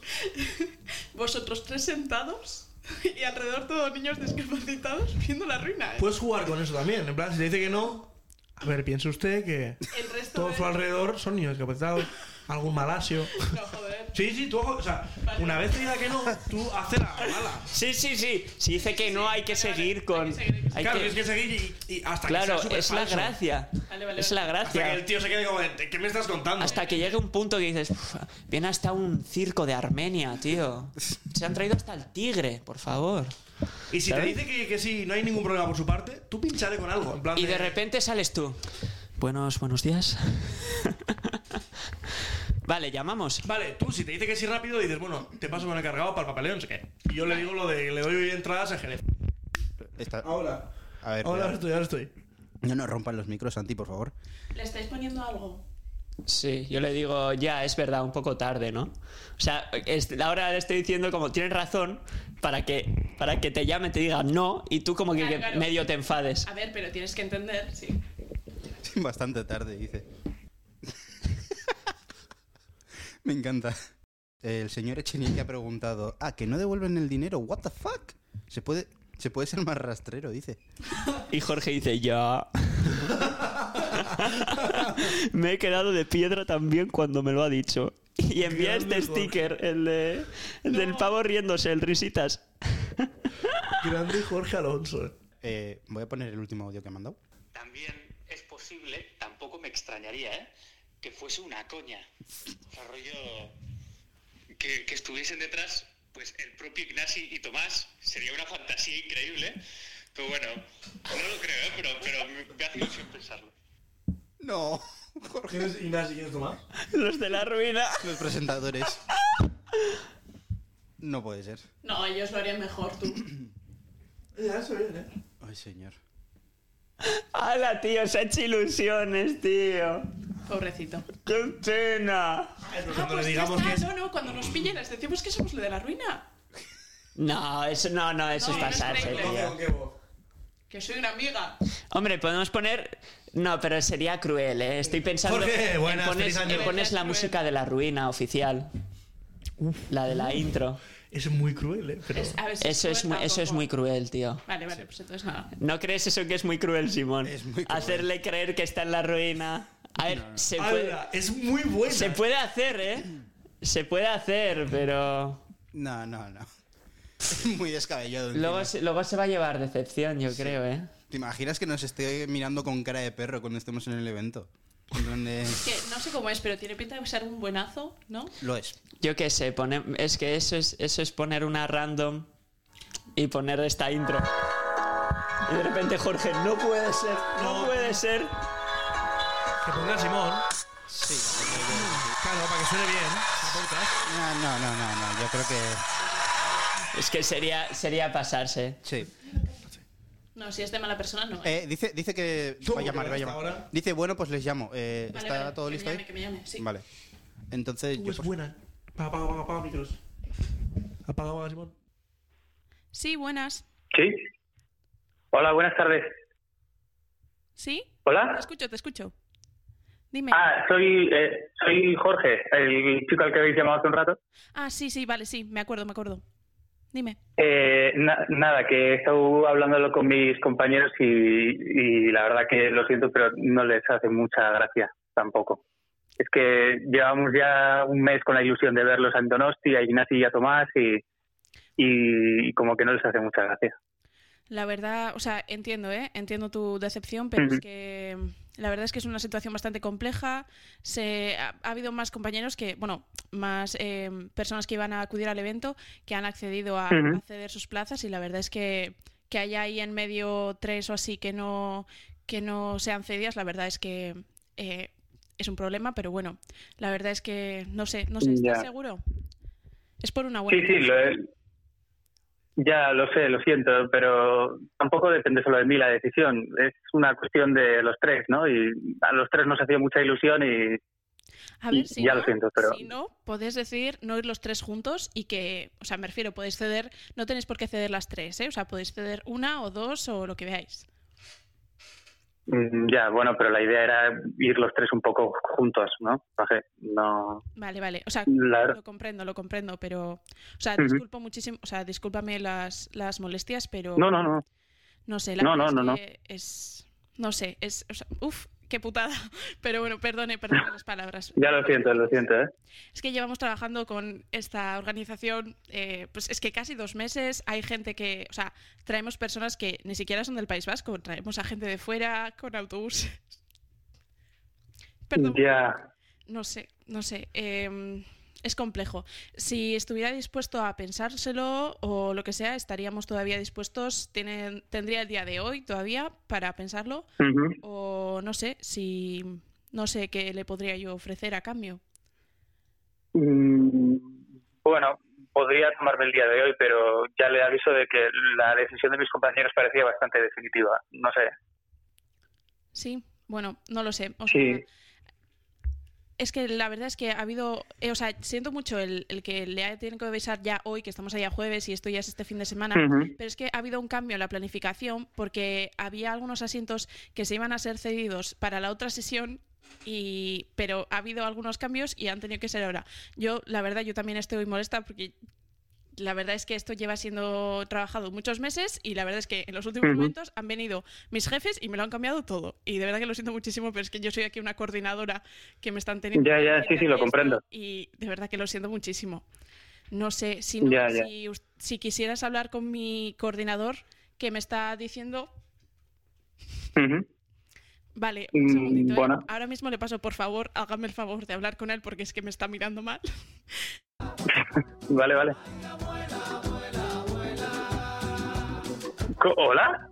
Speaker 6: vosotros tres sentados y alrededor todos niños discapacitados viendo la ruina. ¿eh?
Speaker 4: Puedes jugar con eso también. En plan, si te dice que no, a ver, piense usted que
Speaker 6: El resto
Speaker 4: todo
Speaker 6: de-
Speaker 4: su alrededor son niños discapacitados, algún malasio.
Speaker 6: No, joder.
Speaker 4: Sí, sí, tú, o sea,
Speaker 6: Vale.
Speaker 4: una vez te diga que no, tú haces la mala.
Speaker 3: Sí, sí, sí. Si dice que no, hay que
Speaker 6: Vale, vale.
Speaker 3: seguir con.
Speaker 6: Hay que seguir, hay que
Speaker 3: hay
Speaker 4: claro,
Speaker 3: que-
Speaker 4: tienes que seguir y, y hasta
Speaker 3: Claro,
Speaker 4: que sea
Speaker 3: es la
Speaker 4: superfalso.
Speaker 3: gracia.
Speaker 6: Vale, vale,
Speaker 3: Es
Speaker 6: vale.
Speaker 3: la
Speaker 4: Hasta que
Speaker 3: gracia.
Speaker 4: el tío se quede como, de, ¿qué me estás contando?
Speaker 3: Hasta que llegue un punto que dices, "Uf, viene hasta un circo de Armenia, tío. Se han traído hasta el tigre, por favor.
Speaker 4: Y si
Speaker 3: ¿sabes?
Speaker 4: te dice que, que sí, no hay ningún problema por su parte, tú pinchale con algo. En plan
Speaker 3: Y de repente sales tú. Buenos, buenos días. vale, llamamos.
Speaker 4: Vale, tú si te dice que sí rápido, dices, bueno, te paso con el cargado para el papeleo, no sé qué. Y yo le digo lo de, le doy entradas al gerente.
Speaker 1: esta-
Speaker 4: Ahora.
Speaker 1: a ver,
Speaker 4: Ahora
Speaker 1: cuidado.
Speaker 4: estoy, ahora estoy.
Speaker 1: no nos rompan los micros, Santi, por favor.
Speaker 6: ¿Le estáis poniendo algo?
Speaker 3: Sí, yo le digo, ya, es verdad, un poco tarde, ¿no? O sea, es- ahora le estoy diciendo como, tienes razón, para que, para que te llame, te diga no, y tú como que,
Speaker 6: Claro,
Speaker 3: que
Speaker 6: claro.
Speaker 3: medio te enfades.
Speaker 6: A ver, pero tienes que entender, sí.
Speaker 1: Bastante tarde, dice. Me encanta. El señor Echenique ha preguntado, ah, que no devuelven el dinero, what the fuck? Se puede, se puede ser más rastrero, dice.
Speaker 3: Y Jorge dice, ya. me he quedado de piedra también cuando me lo ha dicho. Y envía
Speaker 4: Grande
Speaker 3: este
Speaker 4: Jorge.
Speaker 3: sticker, el, de- el del pavo riéndose, el risitas.
Speaker 4: Grande Jorge Alonso.
Speaker 1: Eh, voy a poner el último audio que ha mandado.
Speaker 11: También es posible, tampoco me extrañaría, ¿eh? que fuese una coña. O sea, rollo que, que estuviesen detrás, pues el propio Ignasi y Tomás, sería una fantasía increíble. Pero bueno, no lo creo, ¿eh? pero, pero me- me hace ilusión pensarlo.
Speaker 1: No, Jorge.
Speaker 4: ¿Quién es Ignacio? ¿Quién es Tomás?
Speaker 3: Los de la ruina.
Speaker 1: Los presentadores. No puede ser.
Speaker 6: No, ellos lo harían mejor tú.
Speaker 4: Ya, eso bien, ¿eh?
Speaker 1: Ay, señor.
Speaker 3: ¡Hala, tío! Se ha hecho ilusiones, tío.
Speaker 6: Pobrecito.
Speaker 3: ¡Qué pena!
Speaker 4: Cuando le digamos que es...
Speaker 6: no, no, cuando nos pillen les decimos que somos lo de la ruina.
Speaker 3: No, eso no, no, eso
Speaker 6: No,
Speaker 3: es
Speaker 6: no es
Speaker 3: pasarse,
Speaker 6: Pringles.
Speaker 3: tío.
Speaker 4: ¿Con qué voz?
Speaker 6: Que soy una amiga.
Speaker 3: Hombre, podemos poner. No, pero sería cruel, ¿eh? Estoy pensando.
Speaker 4: Jorge,
Speaker 3: en
Speaker 4: buenas,
Speaker 3: pones,
Speaker 4: feliz año.
Speaker 3: en pones la
Speaker 6: Cruel.
Speaker 3: música de la ruina oficial. La de la intro.
Speaker 4: Es muy cruel, ¿eh? Pero...
Speaker 6: Es- a ver si
Speaker 3: Eso es,
Speaker 6: sube
Speaker 3: muy, eso es
Speaker 6: tampoco.
Speaker 3: muy cruel, tío.
Speaker 6: Vale, vale, pues entonces nada.
Speaker 3: ¿No crees eso que es muy cruel, Simón?
Speaker 1: Es muy cruel.
Speaker 3: Hacerle creer que está en la ruina. A ver, se, puede,
Speaker 4: ¡Hala! Es muy buena.
Speaker 3: se puede hacer, ¿eh? Se puede hacer, pero.
Speaker 1: No, no, no. Es muy descabellado. encima.
Speaker 3: Luego, se- luego se va a llevar decepción, yo creo, ¿eh?
Speaker 1: ¿Te imaginas que nos esté mirando con cara de perro cuando estemos en el evento? En plan de-
Speaker 6: Que no sé cómo es, pero tiene pinta de ser un buenazo, ¿no?
Speaker 1: Lo es.
Speaker 3: Yo qué sé, pone- es que eso es, eso es poner una random y poner esta intro. Y de repente Jorge, no puede ser, no,
Speaker 4: No.
Speaker 3: puede ser.
Speaker 4: Que ponga Simón. Claro, para que suene bien. el podcast.
Speaker 1: No, Ah, no, no, no, no. Yo creo que.
Speaker 3: Es que sería, sería pasarse.
Speaker 1: Sí.
Speaker 6: No, si es de mala persona, no. ¿eh?
Speaker 1: Eh, dice, dice que.
Speaker 4: ¿Cómo
Speaker 1: Va a llamar,
Speaker 4: que
Speaker 1: va a
Speaker 4: hasta
Speaker 1: llamar.
Speaker 4: ahora?
Speaker 1: Dice, bueno, pues les llamo. Eh,
Speaker 6: Vale,
Speaker 1: ¿Está
Speaker 6: vale,
Speaker 1: todo
Speaker 6: que me
Speaker 1: listo
Speaker 6: llame,
Speaker 1: ahí?
Speaker 6: que me llame, sí. Pues
Speaker 1: Vale. Entonces,
Speaker 4: Uh,
Speaker 1: yo pues,
Speaker 4: es
Speaker 1: por-
Speaker 4: buena. Apaga, apaga, apaga, apaga, micros. Apaga, apaga, Simón.
Speaker 6: Sí, buenas.
Speaker 12: ¿Sí? Hola, buenas tardes.
Speaker 6: ¿Sí? Te
Speaker 12: ¿Hola?
Speaker 6: escucho, te escucho. Dime.
Speaker 12: Ah, soy, eh, soy Jorge, el chico al que habéis llamado hace un rato.
Speaker 6: Ah, sí, sí, vale, sí, me acuerdo, me acuerdo. Dime.
Speaker 12: Eh, na- nada, que he estado hablándolo con mis compañeros y, y la verdad que lo siento, pero no les hace mucha gracia tampoco. Es que llevamos ya un mes con la ilusión de verlos a Antonosti, a Ignasi y a Tomás y, y como que no les hace mucha gracia.
Speaker 6: La verdad, o sea, entiendo, ¿eh? Entiendo tu decepción, pero es
Speaker 12: Ujú.
Speaker 6: que mm, la verdad es que es una situación bastante compleja. Se, ha, ha habido más compañeros que, bueno, más eh, personas que iban a acudir al evento que han accedido a,
Speaker 12: Ujú.
Speaker 6: a ceder sus plazas y la verdad es que que haya ahí en medio tres o así que no que no sean cedidas, la verdad es que eh, es un problema, pero bueno, la verdad es que no sé, no sé, ¿estás
Speaker 12: Ya.
Speaker 6: seguro? Es por una buena
Speaker 12: Sí, sí,
Speaker 6: causa.
Speaker 12: lo he- ya lo sé, lo siento, pero tampoco depende solo de mí la decisión. Es una cuestión de los tres, ¿no? Y a los tres nos hacía mucha ilusión y
Speaker 6: A
Speaker 12: Y
Speaker 6: ver, si
Speaker 12: ya
Speaker 6: no,
Speaker 12: lo siento, pero-
Speaker 6: si no, podéis decir no ir los tres juntos y que, o sea, me refiero, podéis ceder, no tenéis por qué ceder las tres, ¿eh? O sea, podéis ceder una o dos o lo que veáis.
Speaker 12: Mm, Ya, bueno, pero la idea era ir los tres un poco juntos, ¿no? No sé, no...
Speaker 6: Vale, vale. O sea,
Speaker 12: La-
Speaker 6: lo comprendo, lo comprendo, pero, o sea,
Speaker 12: Ujú.
Speaker 6: disculpo muchísimo, o sea, discúlpame las, las molestias, pero
Speaker 12: No, no, no.
Speaker 6: no sé, la
Speaker 12: No,
Speaker 6: verdad
Speaker 12: no, no,
Speaker 6: es que es, no sé, es, o sea, uf, qué putada. Pero bueno, perdone, perdone las palabras.
Speaker 12: Ya lo siento, lo siento, ¿eh?
Speaker 6: Es que llevamos trabajando con esta organización, eh, pues es que casi dos meses. Hay gente que, o sea, traemos personas que ni siquiera son del País Vasco, traemos a gente de fuera con autobús. Perdón,
Speaker 12: Ya,
Speaker 6: no sé, no sé. eh, es complejo. Si estuviera dispuesto a pensárselo o lo que sea, estaríamos todavía dispuestos. Tienen, tendría el día de hoy todavía para pensarlo.
Speaker 12: ujú.
Speaker 6: O no sé, si. No sé qué le podría yo ofrecer a cambio.
Speaker 12: Mm, Bueno, podría tomarme el día de hoy, pero ya le aviso de que la decisión de mis compañeros parecía bastante definitiva. No sé.
Speaker 6: Sí, bueno, no lo sé. o
Speaker 12: Sí.
Speaker 6: sea, Es que la verdad es que ha habido, eh, o sea, siento mucho el, el que le haya tenido que avisar ya hoy, que estamos allá jueves y esto ya es este fin de semana,
Speaker 12: Ujú.
Speaker 6: pero es que ha habido un cambio en la planificación porque había algunos asientos que se iban a ser cedidos para la otra sesión. Y, pero ha habido algunos cambios y han tenido que ser ahora. Yo, la verdad, yo también estoy molesta porque la verdad es que esto lleva siendo trabajado muchos meses y la verdad es que en los últimos
Speaker 12: Ujú.
Speaker 6: momentos han venido mis jefes y me lo han cambiado todo. Y de verdad que lo siento muchísimo, pero es que yo soy aquí una coordinadora que me están teniendo.
Speaker 12: Ya,
Speaker 6: que
Speaker 12: ya,
Speaker 6: decir
Speaker 12: sí,
Speaker 6: que
Speaker 12: sí, lo
Speaker 6: esto
Speaker 12: comprendo.
Speaker 6: Y de verdad que lo siento muchísimo. No sé, si, no-
Speaker 12: Ya, ya.
Speaker 6: si us- si quisieras hablar con mi coordinador que me está diciendo...
Speaker 12: Ujú.
Speaker 6: Vale, un
Speaker 12: Mm,
Speaker 6: segundito. ¿eh?
Speaker 12: bueno.
Speaker 6: Ahora mismo le paso, por favor, hágame el favor de hablar con él porque es que me está mirando mal.
Speaker 12: Vale, vale. Co- ¿Hola?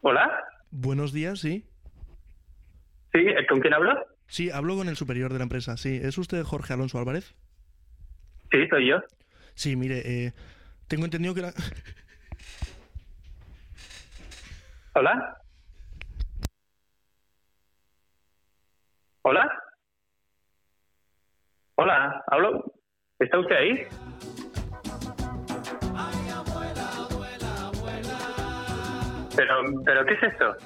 Speaker 12: ¿Hola?
Speaker 4: Buenos días, sí.
Speaker 12: ¿Sí? eh, ¿Con quién hablo?
Speaker 4: Sí, hablo con el superior de la empresa, sí. ¿Es usted Jorge Alonso Álvarez?
Speaker 12: Sí, soy yo.
Speaker 4: Sí, mire, eh, tengo entendido que la...
Speaker 12: ¿Hola? ¿Hola? Hola, ¿hablo? ¿Está usted ahí? Pero, pero ¿qué es esto?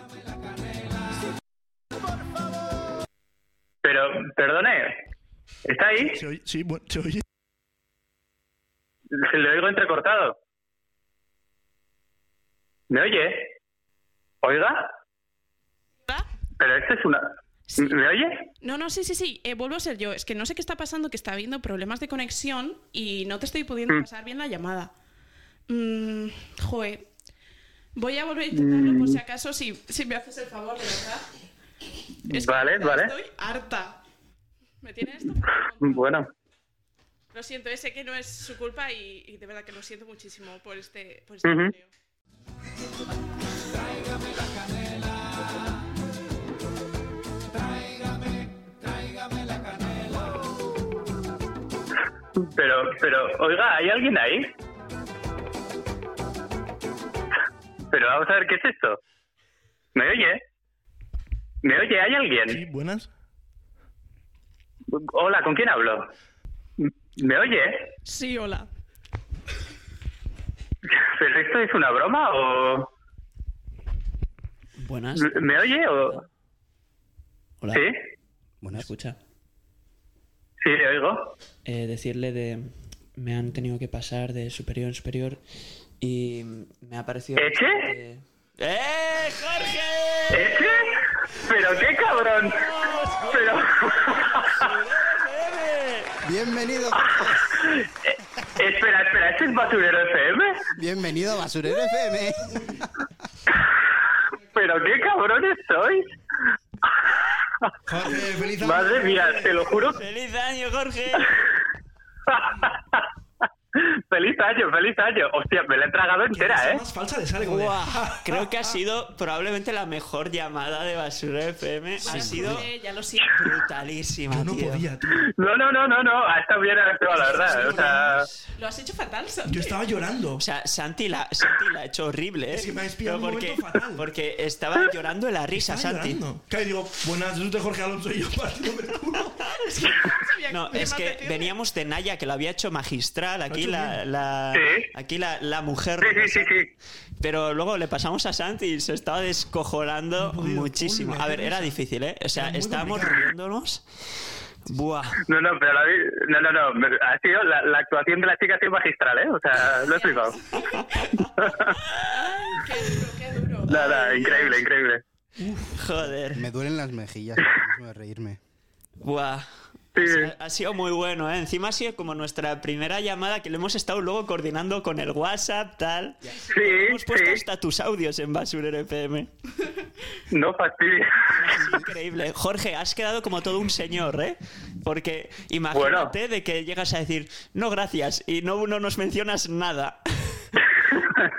Speaker 12: Pero, perdone, ¿está ahí?
Speaker 4: ¿Se oye? Sí, bueno, se oye.
Speaker 12: Se le oigo entrecortado. ¿Me oye? ¿Oiga?
Speaker 6: ¿Verdad?
Speaker 12: Pero esto es una...
Speaker 6: Sí.
Speaker 12: ¿Me oye?
Speaker 6: No, no, sí, sí, sí. eh, vuelvo a ser yo. Es que no sé qué está pasando, que está habiendo problemas de conexión y no te estoy pudiendo
Speaker 12: Mm.
Speaker 6: pasar bien la llamada. Mm, joe. Voy a volver a
Speaker 12: Mm.
Speaker 6: intentarlo por si acaso, si, si me haces el favor, de verdad. que
Speaker 12: Vale,
Speaker 6: de verdad
Speaker 12: vale.
Speaker 6: Estoy harta. ¿Me tienes esto? fuera de control.
Speaker 12: Bueno,
Speaker 6: Lo siento, eh, sé que no es su culpa y, y de verdad que lo siento muchísimo por este, por este
Speaker 12: Ujú.
Speaker 6: empleo.
Speaker 12: pero, pero, oiga, ¿hay alguien ahí? Pero vamos a ver qué es esto. ¿Me oye? ¿Me oye? ¿Hay
Speaker 4: Sí,
Speaker 12: alguien?
Speaker 4: buenas.
Speaker 12: Hola, ¿con quién hablo? ¿Me oye?
Speaker 6: Sí, hola.
Speaker 12: ¿Pero esto es una broma o...?
Speaker 3: Buenas.
Speaker 12: ¿Me oye o...?
Speaker 3: Hola.
Speaker 12: ¿Sí?
Speaker 3: ¿Me escucha?
Speaker 12: Sí, le oigo.
Speaker 3: Eh, decirle de... Me han tenido que pasar de superior en superior y me ha parecido...
Speaker 12: ¿Eche?
Speaker 3: bastante- ¡Eh, Jorge!
Speaker 12: ¿Este? ¿Pero qué cabrón? Pero...
Speaker 1: Bienvenido, Jorge.
Speaker 12: espera, espera, ¿este es Basurero FM?
Speaker 1: bienvenido a Basurero FM.
Speaker 12: ¿Pero qué cabrones sois?
Speaker 4: Jorge, feliz año.
Speaker 12: Madre mía, te lo juro.
Speaker 3: ¡Feliz año, Jorge!
Speaker 12: feliz año, feliz año. Hostia, me la he
Speaker 4: Que
Speaker 12: tragado
Speaker 4: la
Speaker 12: entera, ¿eh?
Speaker 4: más falsa le sale como de-
Speaker 3: Buah, creo que ha sido probablemente la mejor llamada de Basura FM. Ha
Speaker 6: Bueno,
Speaker 3: sido
Speaker 6: joder, ya lo siento.
Speaker 3: brutalísima,
Speaker 4: Yo no
Speaker 3: Ah, tío.
Speaker 4: podía, tío.
Speaker 12: No, no, no, no, no. Ha estado bien actuado, la verdad. O sea,
Speaker 6: Lo has hecho fatal, Santi.
Speaker 4: Yo estaba llorando.
Speaker 3: O sea, Santi la, Santi la ha hecho horrible, ¿eh?
Speaker 4: Es que me ha inspirado
Speaker 3: Pero
Speaker 4: un
Speaker 3: porque,
Speaker 4: momento fatal.
Speaker 3: porque estaba llorando de la risa,
Speaker 4: estaba
Speaker 3: Santi.
Speaker 4: llorando. Claro, y digo, buenas, yo soy Jorge Alonso y yo partiéndome el culo.
Speaker 6: Es que no sabía
Speaker 3: No,
Speaker 6: qué
Speaker 3: es
Speaker 6: más
Speaker 3: que
Speaker 6: decirle.
Speaker 3: veníamos de Naya, que lo había hecho magistral. Aquí
Speaker 4: hecho
Speaker 3: la,
Speaker 4: bien.
Speaker 3: la-
Speaker 12: Sí.
Speaker 3: aquí la, la mujer.
Speaker 12: sí, sí, sí, sí.
Speaker 3: Pero luego le pasamos a Santi y se estaba descojonando
Speaker 4: No he podido,
Speaker 3: muchísimo.
Speaker 4: uy, me
Speaker 3: A ver,
Speaker 4: da
Speaker 3: era
Speaker 4: risa.
Speaker 3: difícil, ¿eh? O sea,
Speaker 4: Era muy
Speaker 3: estábamos
Speaker 4: complicado.
Speaker 3: riéndonos. Buah.
Speaker 12: No, no, pero la vi... No, no, no. me- Ha sido... La, la actuación de la chica ha sido magistral, ¿eh? O sea, lo he flipado.
Speaker 6: Qué duro, qué duro.
Speaker 12: Nada, increíble, increíble.
Speaker 3: Joder.
Speaker 1: Me duelen las mejillas ahora mismo de reírme.
Speaker 3: Buah.
Speaker 12: Sí.
Speaker 3: O sea, ha sido muy bueno, ¿eh? Encima ha sido como nuestra primera llamada que lo hemos estado luego coordinando con el WhatsApp, tal.
Speaker 12: Sí,
Speaker 3: Hemos puesto
Speaker 12: sí.
Speaker 3: hasta tus audios en Basurero FM.
Speaker 12: No fastidies.
Speaker 3: Es increíble. Jorge, has quedado como todo un señor, ¿eh? Porque imagínate
Speaker 12: Bueno.
Speaker 3: de que llegas a decir, no, gracias, y no, no nos mencionas nada.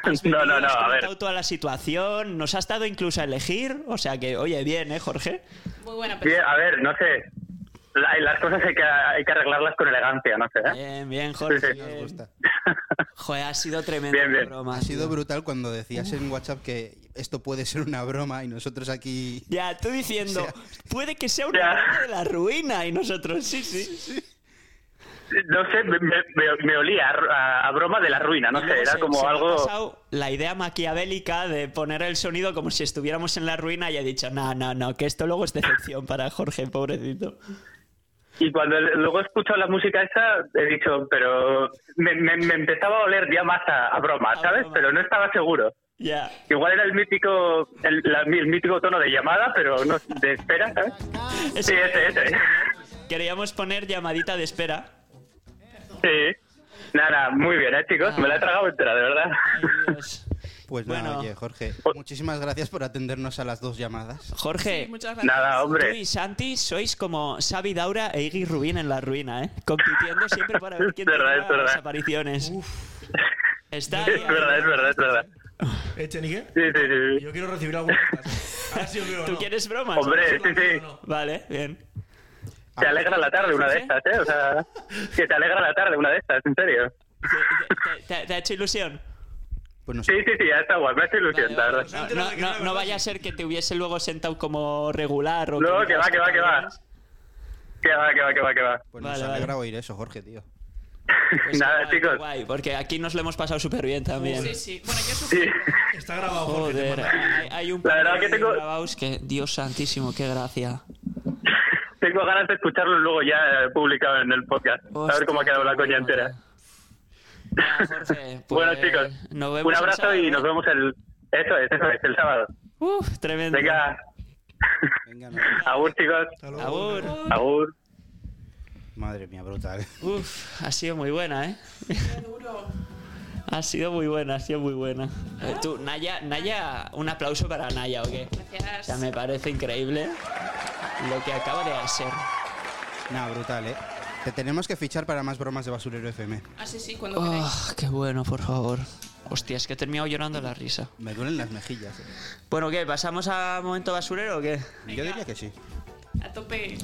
Speaker 3: Has
Speaker 12: No,
Speaker 3: venido,
Speaker 12: no, no,
Speaker 3: has
Speaker 12: a ver.
Speaker 3: contado toda la situación, nos has dado incluso a elegir, o sea que, oye, bien, ¿eh, Jorge?
Speaker 6: Muy buena persona.
Speaker 12: Bien, a ver, no sé. La- las cosas hay que, hay que arreglarlas con elegancia, no sé, ¿eh?
Speaker 3: Bien, bien, Jorge.
Speaker 12: Sí, sí.
Speaker 1: Nos gusta.
Speaker 3: Joder, ha sido tremendo
Speaker 12: Bien, bien.
Speaker 3: broma.
Speaker 1: Ha sido brutal cuando decías en WhatsApp que esto puede ser una broma y nosotros aquí...
Speaker 3: Ya, tú diciendo,
Speaker 1: O sea-
Speaker 3: puede que sea una
Speaker 12: Ya.
Speaker 3: broma de la ruina y nosotros, sí, sí.
Speaker 12: No sé, me, me- me- me olía a, a broma de la ruina, no
Speaker 3: Y
Speaker 12: sé,
Speaker 3: luego
Speaker 12: era
Speaker 3: se-
Speaker 12: como
Speaker 3: se me ha
Speaker 12: algo...
Speaker 3: pasado la idea maquiavélica de poner el sonido como si estuviéramos en la ruina y he dicho, no, no, no, que esto luego es decepción para Jorge, pobrecito.
Speaker 12: Y cuando el- luego he escuchado la música esa, he dicho, pero me, me- me empezaba a oler ya más a, a broma, ¿sabes?
Speaker 3: broma.
Speaker 12: Pero no estaba seguro.
Speaker 3: Ya.
Speaker 12: Igual era el mítico, el, la- el mítico tono de llamada, pero no de espera, ¿sabes?
Speaker 3: Eso
Speaker 12: Sí, ese, ese.
Speaker 3: Queríamos poner llamadita de espera.
Speaker 12: Sí. Nada, muy bien, ¿eh, chicos? Me la he
Speaker 3: Ah.
Speaker 12: tragado entera, de verdad.
Speaker 3: Ay, Dios.
Speaker 1: Pues nada,
Speaker 3: Bueno.
Speaker 1: oye, Jorge, muchísimas gracias por atendernos a las dos llamadas.
Speaker 3: Jorge,
Speaker 6: Muchas gracias.
Speaker 12: Nada,
Speaker 3: tú
Speaker 12: hombre.
Speaker 3: y Santi sois como Xavi Daura e Iggy Rubín en la ruina, ¿eh? Compitiendo siempre para ver quién
Speaker 12: Es verdad,
Speaker 3: tiene
Speaker 12: es
Speaker 3: las
Speaker 12: verdad.
Speaker 3: apariciones. Está ahí,
Speaker 12: Es verdad, es verdad, es verdad.
Speaker 4: Echenique,
Speaker 12: Sí, sí, sí. sí.
Speaker 4: Eh, yo quiero recibir alguna. A ver si os veo o
Speaker 3: ¿Tú
Speaker 4: no.
Speaker 3: quieres bromas?
Speaker 12: Hombre, sí, sí.
Speaker 3: Vale, bien.
Speaker 12: Te alegra la tarde una de estas, ¿eh? O sea, que te alegra la tarde una de estas, en serio.
Speaker 3: ¿Te, te- te- te ha hecho ilusión?
Speaker 1: Pues nos-
Speaker 12: Sí, sí, sí, ya está guay, me hace ilusión,
Speaker 3: Vale,
Speaker 12: la
Speaker 3: vale.
Speaker 12: verdad.
Speaker 3: No, no, no- no vaya a ser que te hubiese luego sentado como regular o
Speaker 12: No,
Speaker 3: me
Speaker 12: que va,
Speaker 3: has
Speaker 12: que va, que
Speaker 3: contado
Speaker 12: va.
Speaker 3: bromas.
Speaker 12: Que va, que va, que va, que va.
Speaker 1: pues
Speaker 3: Vale,
Speaker 1: nos
Speaker 3: vale.
Speaker 1: alegra oír eso, Jorge, tío.
Speaker 3: Pues
Speaker 12: Nada,
Speaker 3: guay,
Speaker 12: chicos.
Speaker 3: guay, porque aquí nos lo hemos pasado súper bien también.
Speaker 6: Sí, sí. Bueno, yo
Speaker 12: Sí.
Speaker 6: sufrí.
Speaker 4: Está grabado, Jorge. te
Speaker 3: Joder,
Speaker 4: mando.
Speaker 3: hay, hay un
Speaker 12: La verdad
Speaker 3: par de
Speaker 12: que tengo-
Speaker 3: grabaos que, Dios santísimo, qué gracia.
Speaker 12: Tengo ganas de escucharlo luego ya eh, publicado en el podcast. a ver cómo ha
Speaker 3: Hostia,
Speaker 12: quedado la
Speaker 3: qué bueno.
Speaker 12: coña entera.
Speaker 3: Ya, Jorge, pues,
Speaker 12: Bueno, chicos,
Speaker 3: nos vemos
Speaker 12: un
Speaker 3: el
Speaker 12: abrazo
Speaker 3: sábado,
Speaker 12: y
Speaker 3: ¿eh?
Speaker 12: nos vemos el... Eso es, eso es, el sábado.
Speaker 3: Uf, tremendo.
Speaker 12: Venga,
Speaker 1: Venga, no.
Speaker 12: agur, chicos.
Speaker 4: Hasta luego.
Speaker 3: Agur.
Speaker 12: Agur.
Speaker 1: Madre mía, brutal.
Speaker 3: Uf, ha sido muy buena, ¿eh? Ha sido muy buena, ha sido muy buena. Eh, tú, Naya, Naya, un aplauso para Naya, ¿o qué? O sea,
Speaker 6: Gracias.
Speaker 3: me parece increíble lo que acaba de hacer.
Speaker 1: Nada, brutal, ¿eh? Te tenemos que fichar para más bromas de Basurero FM.
Speaker 6: Ah, sí, sí, cuando queráis.
Speaker 3: Oh, qué bueno, por favor. Hostia, es que he terminado llorando la risa.
Speaker 1: Me duelen las mejillas. ¿eh?
Speaker 3: Bueno, ¿qué? ¿Pasamos a momento basurero o qué?
Speaker 1: Yo diría que sí.
Speaker 4: Ah.
Speaker 6: A tope.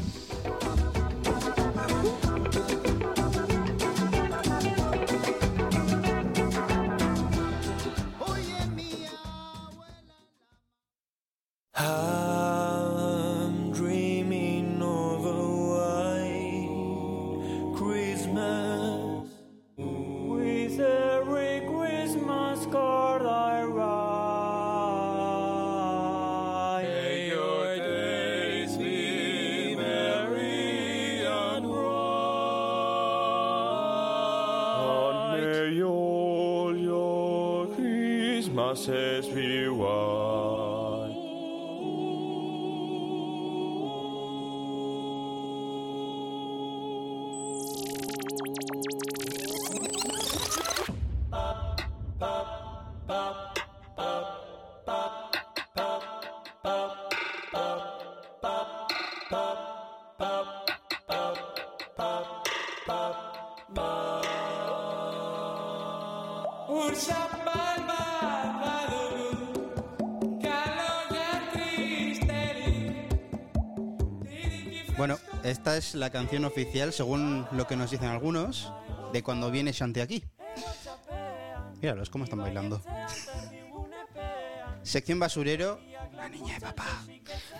Speaker 2: I'm dreaming of a white Christmas. With every Christmas card I write, may your days be merry and bright. And may all your Christmases be white.
Speaker 1: Bueno, esta es la canción oficial, según lo que nos dicen algunos, de cuando viene Shanti aquí. Míralos cómo están bailando. Sección basurero, la niña de papá.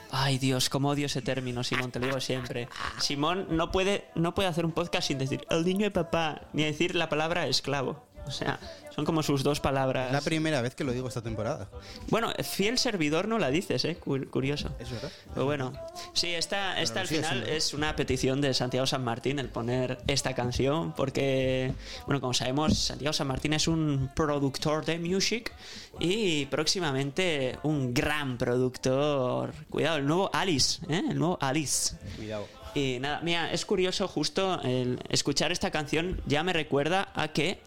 Speaker 3: Ay, Dios, cómo odio ese término, Simón, te lo digo siempre. Simón no puede, no puede hacer un podcast sin decir el niño de papá, ni decir la palabra esclavo. O sea, son como sus dos palabras.
Speaker 1: Es la primera vez que lo digo esta temporada.
Speaker 3: Bueno, fiel servidor no la dices, ¿eh? Cu- Curioso.
Speaker 1: Es verdad.
Speaker 3: Pero bueno, sí, esta, esta
Speaker 1: lo
Speaker 3: al
Speaker 1: sigue
Speaker 3: final
Speaker 1: siendo.
Speaker 3: es una petición de Santiago San Martín el poner esta canción, porque, bueno, como sabemos, Santiago San Martín es un productor de music y próximamente un gran productor. Cuidado, el nuevo Alice, ¿eh? El nuevo Alice.
Speaker 1: Cuidado.
Speaker 3: Y nada, mira, es curioso justo el escuchar esta canción ya me recuerda a que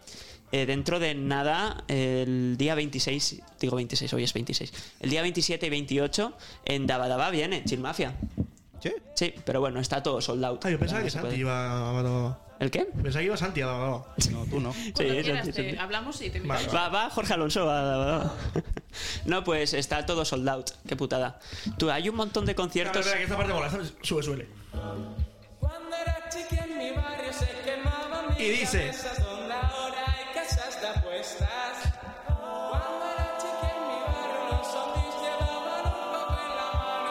Speaker 3: eh, dentro de nada, el día 26, digo 26, hoy es 26, el día 27 y 28 en Dabadaba viene Chill Mafia.
Speaker 1: ¿Sí?
Speaker 3: Sí, pero bueno, está todo sold out.
Speaker 4: Ah, yo pensaba
Speaker 3: No
Speaker 4: que
Speaker 3: se
Speaker 4: Santi
Speaker 3: puede.
Speaker 4: iba a Badaba.
Speaker 3: ¿El qué?
Speaker 4: Pensaba que iba Santi a Badaba.
Speaker 1: No, tú no.
Speaker 6: Cuando
Speaker 3: es
Speaker 6: quieras,
Speaker 3: Santi,
Speaker 6: te
Speaker 3: Santi.
Speaker 6: hablamos y te invitamos.
Speaker 3: Va, va, Jorge Alonso. va, va, va. No, pues está todo sold out. Qué putada. Tú, hay un montón de
Speaker 4: Espera,
Speaker 3: conciertos.
Speaker 4: espera, que esta parte mola. ¿sabes? Sube, suele. Y dice...
Speaker 2: Cuando era chica en mi barrio no son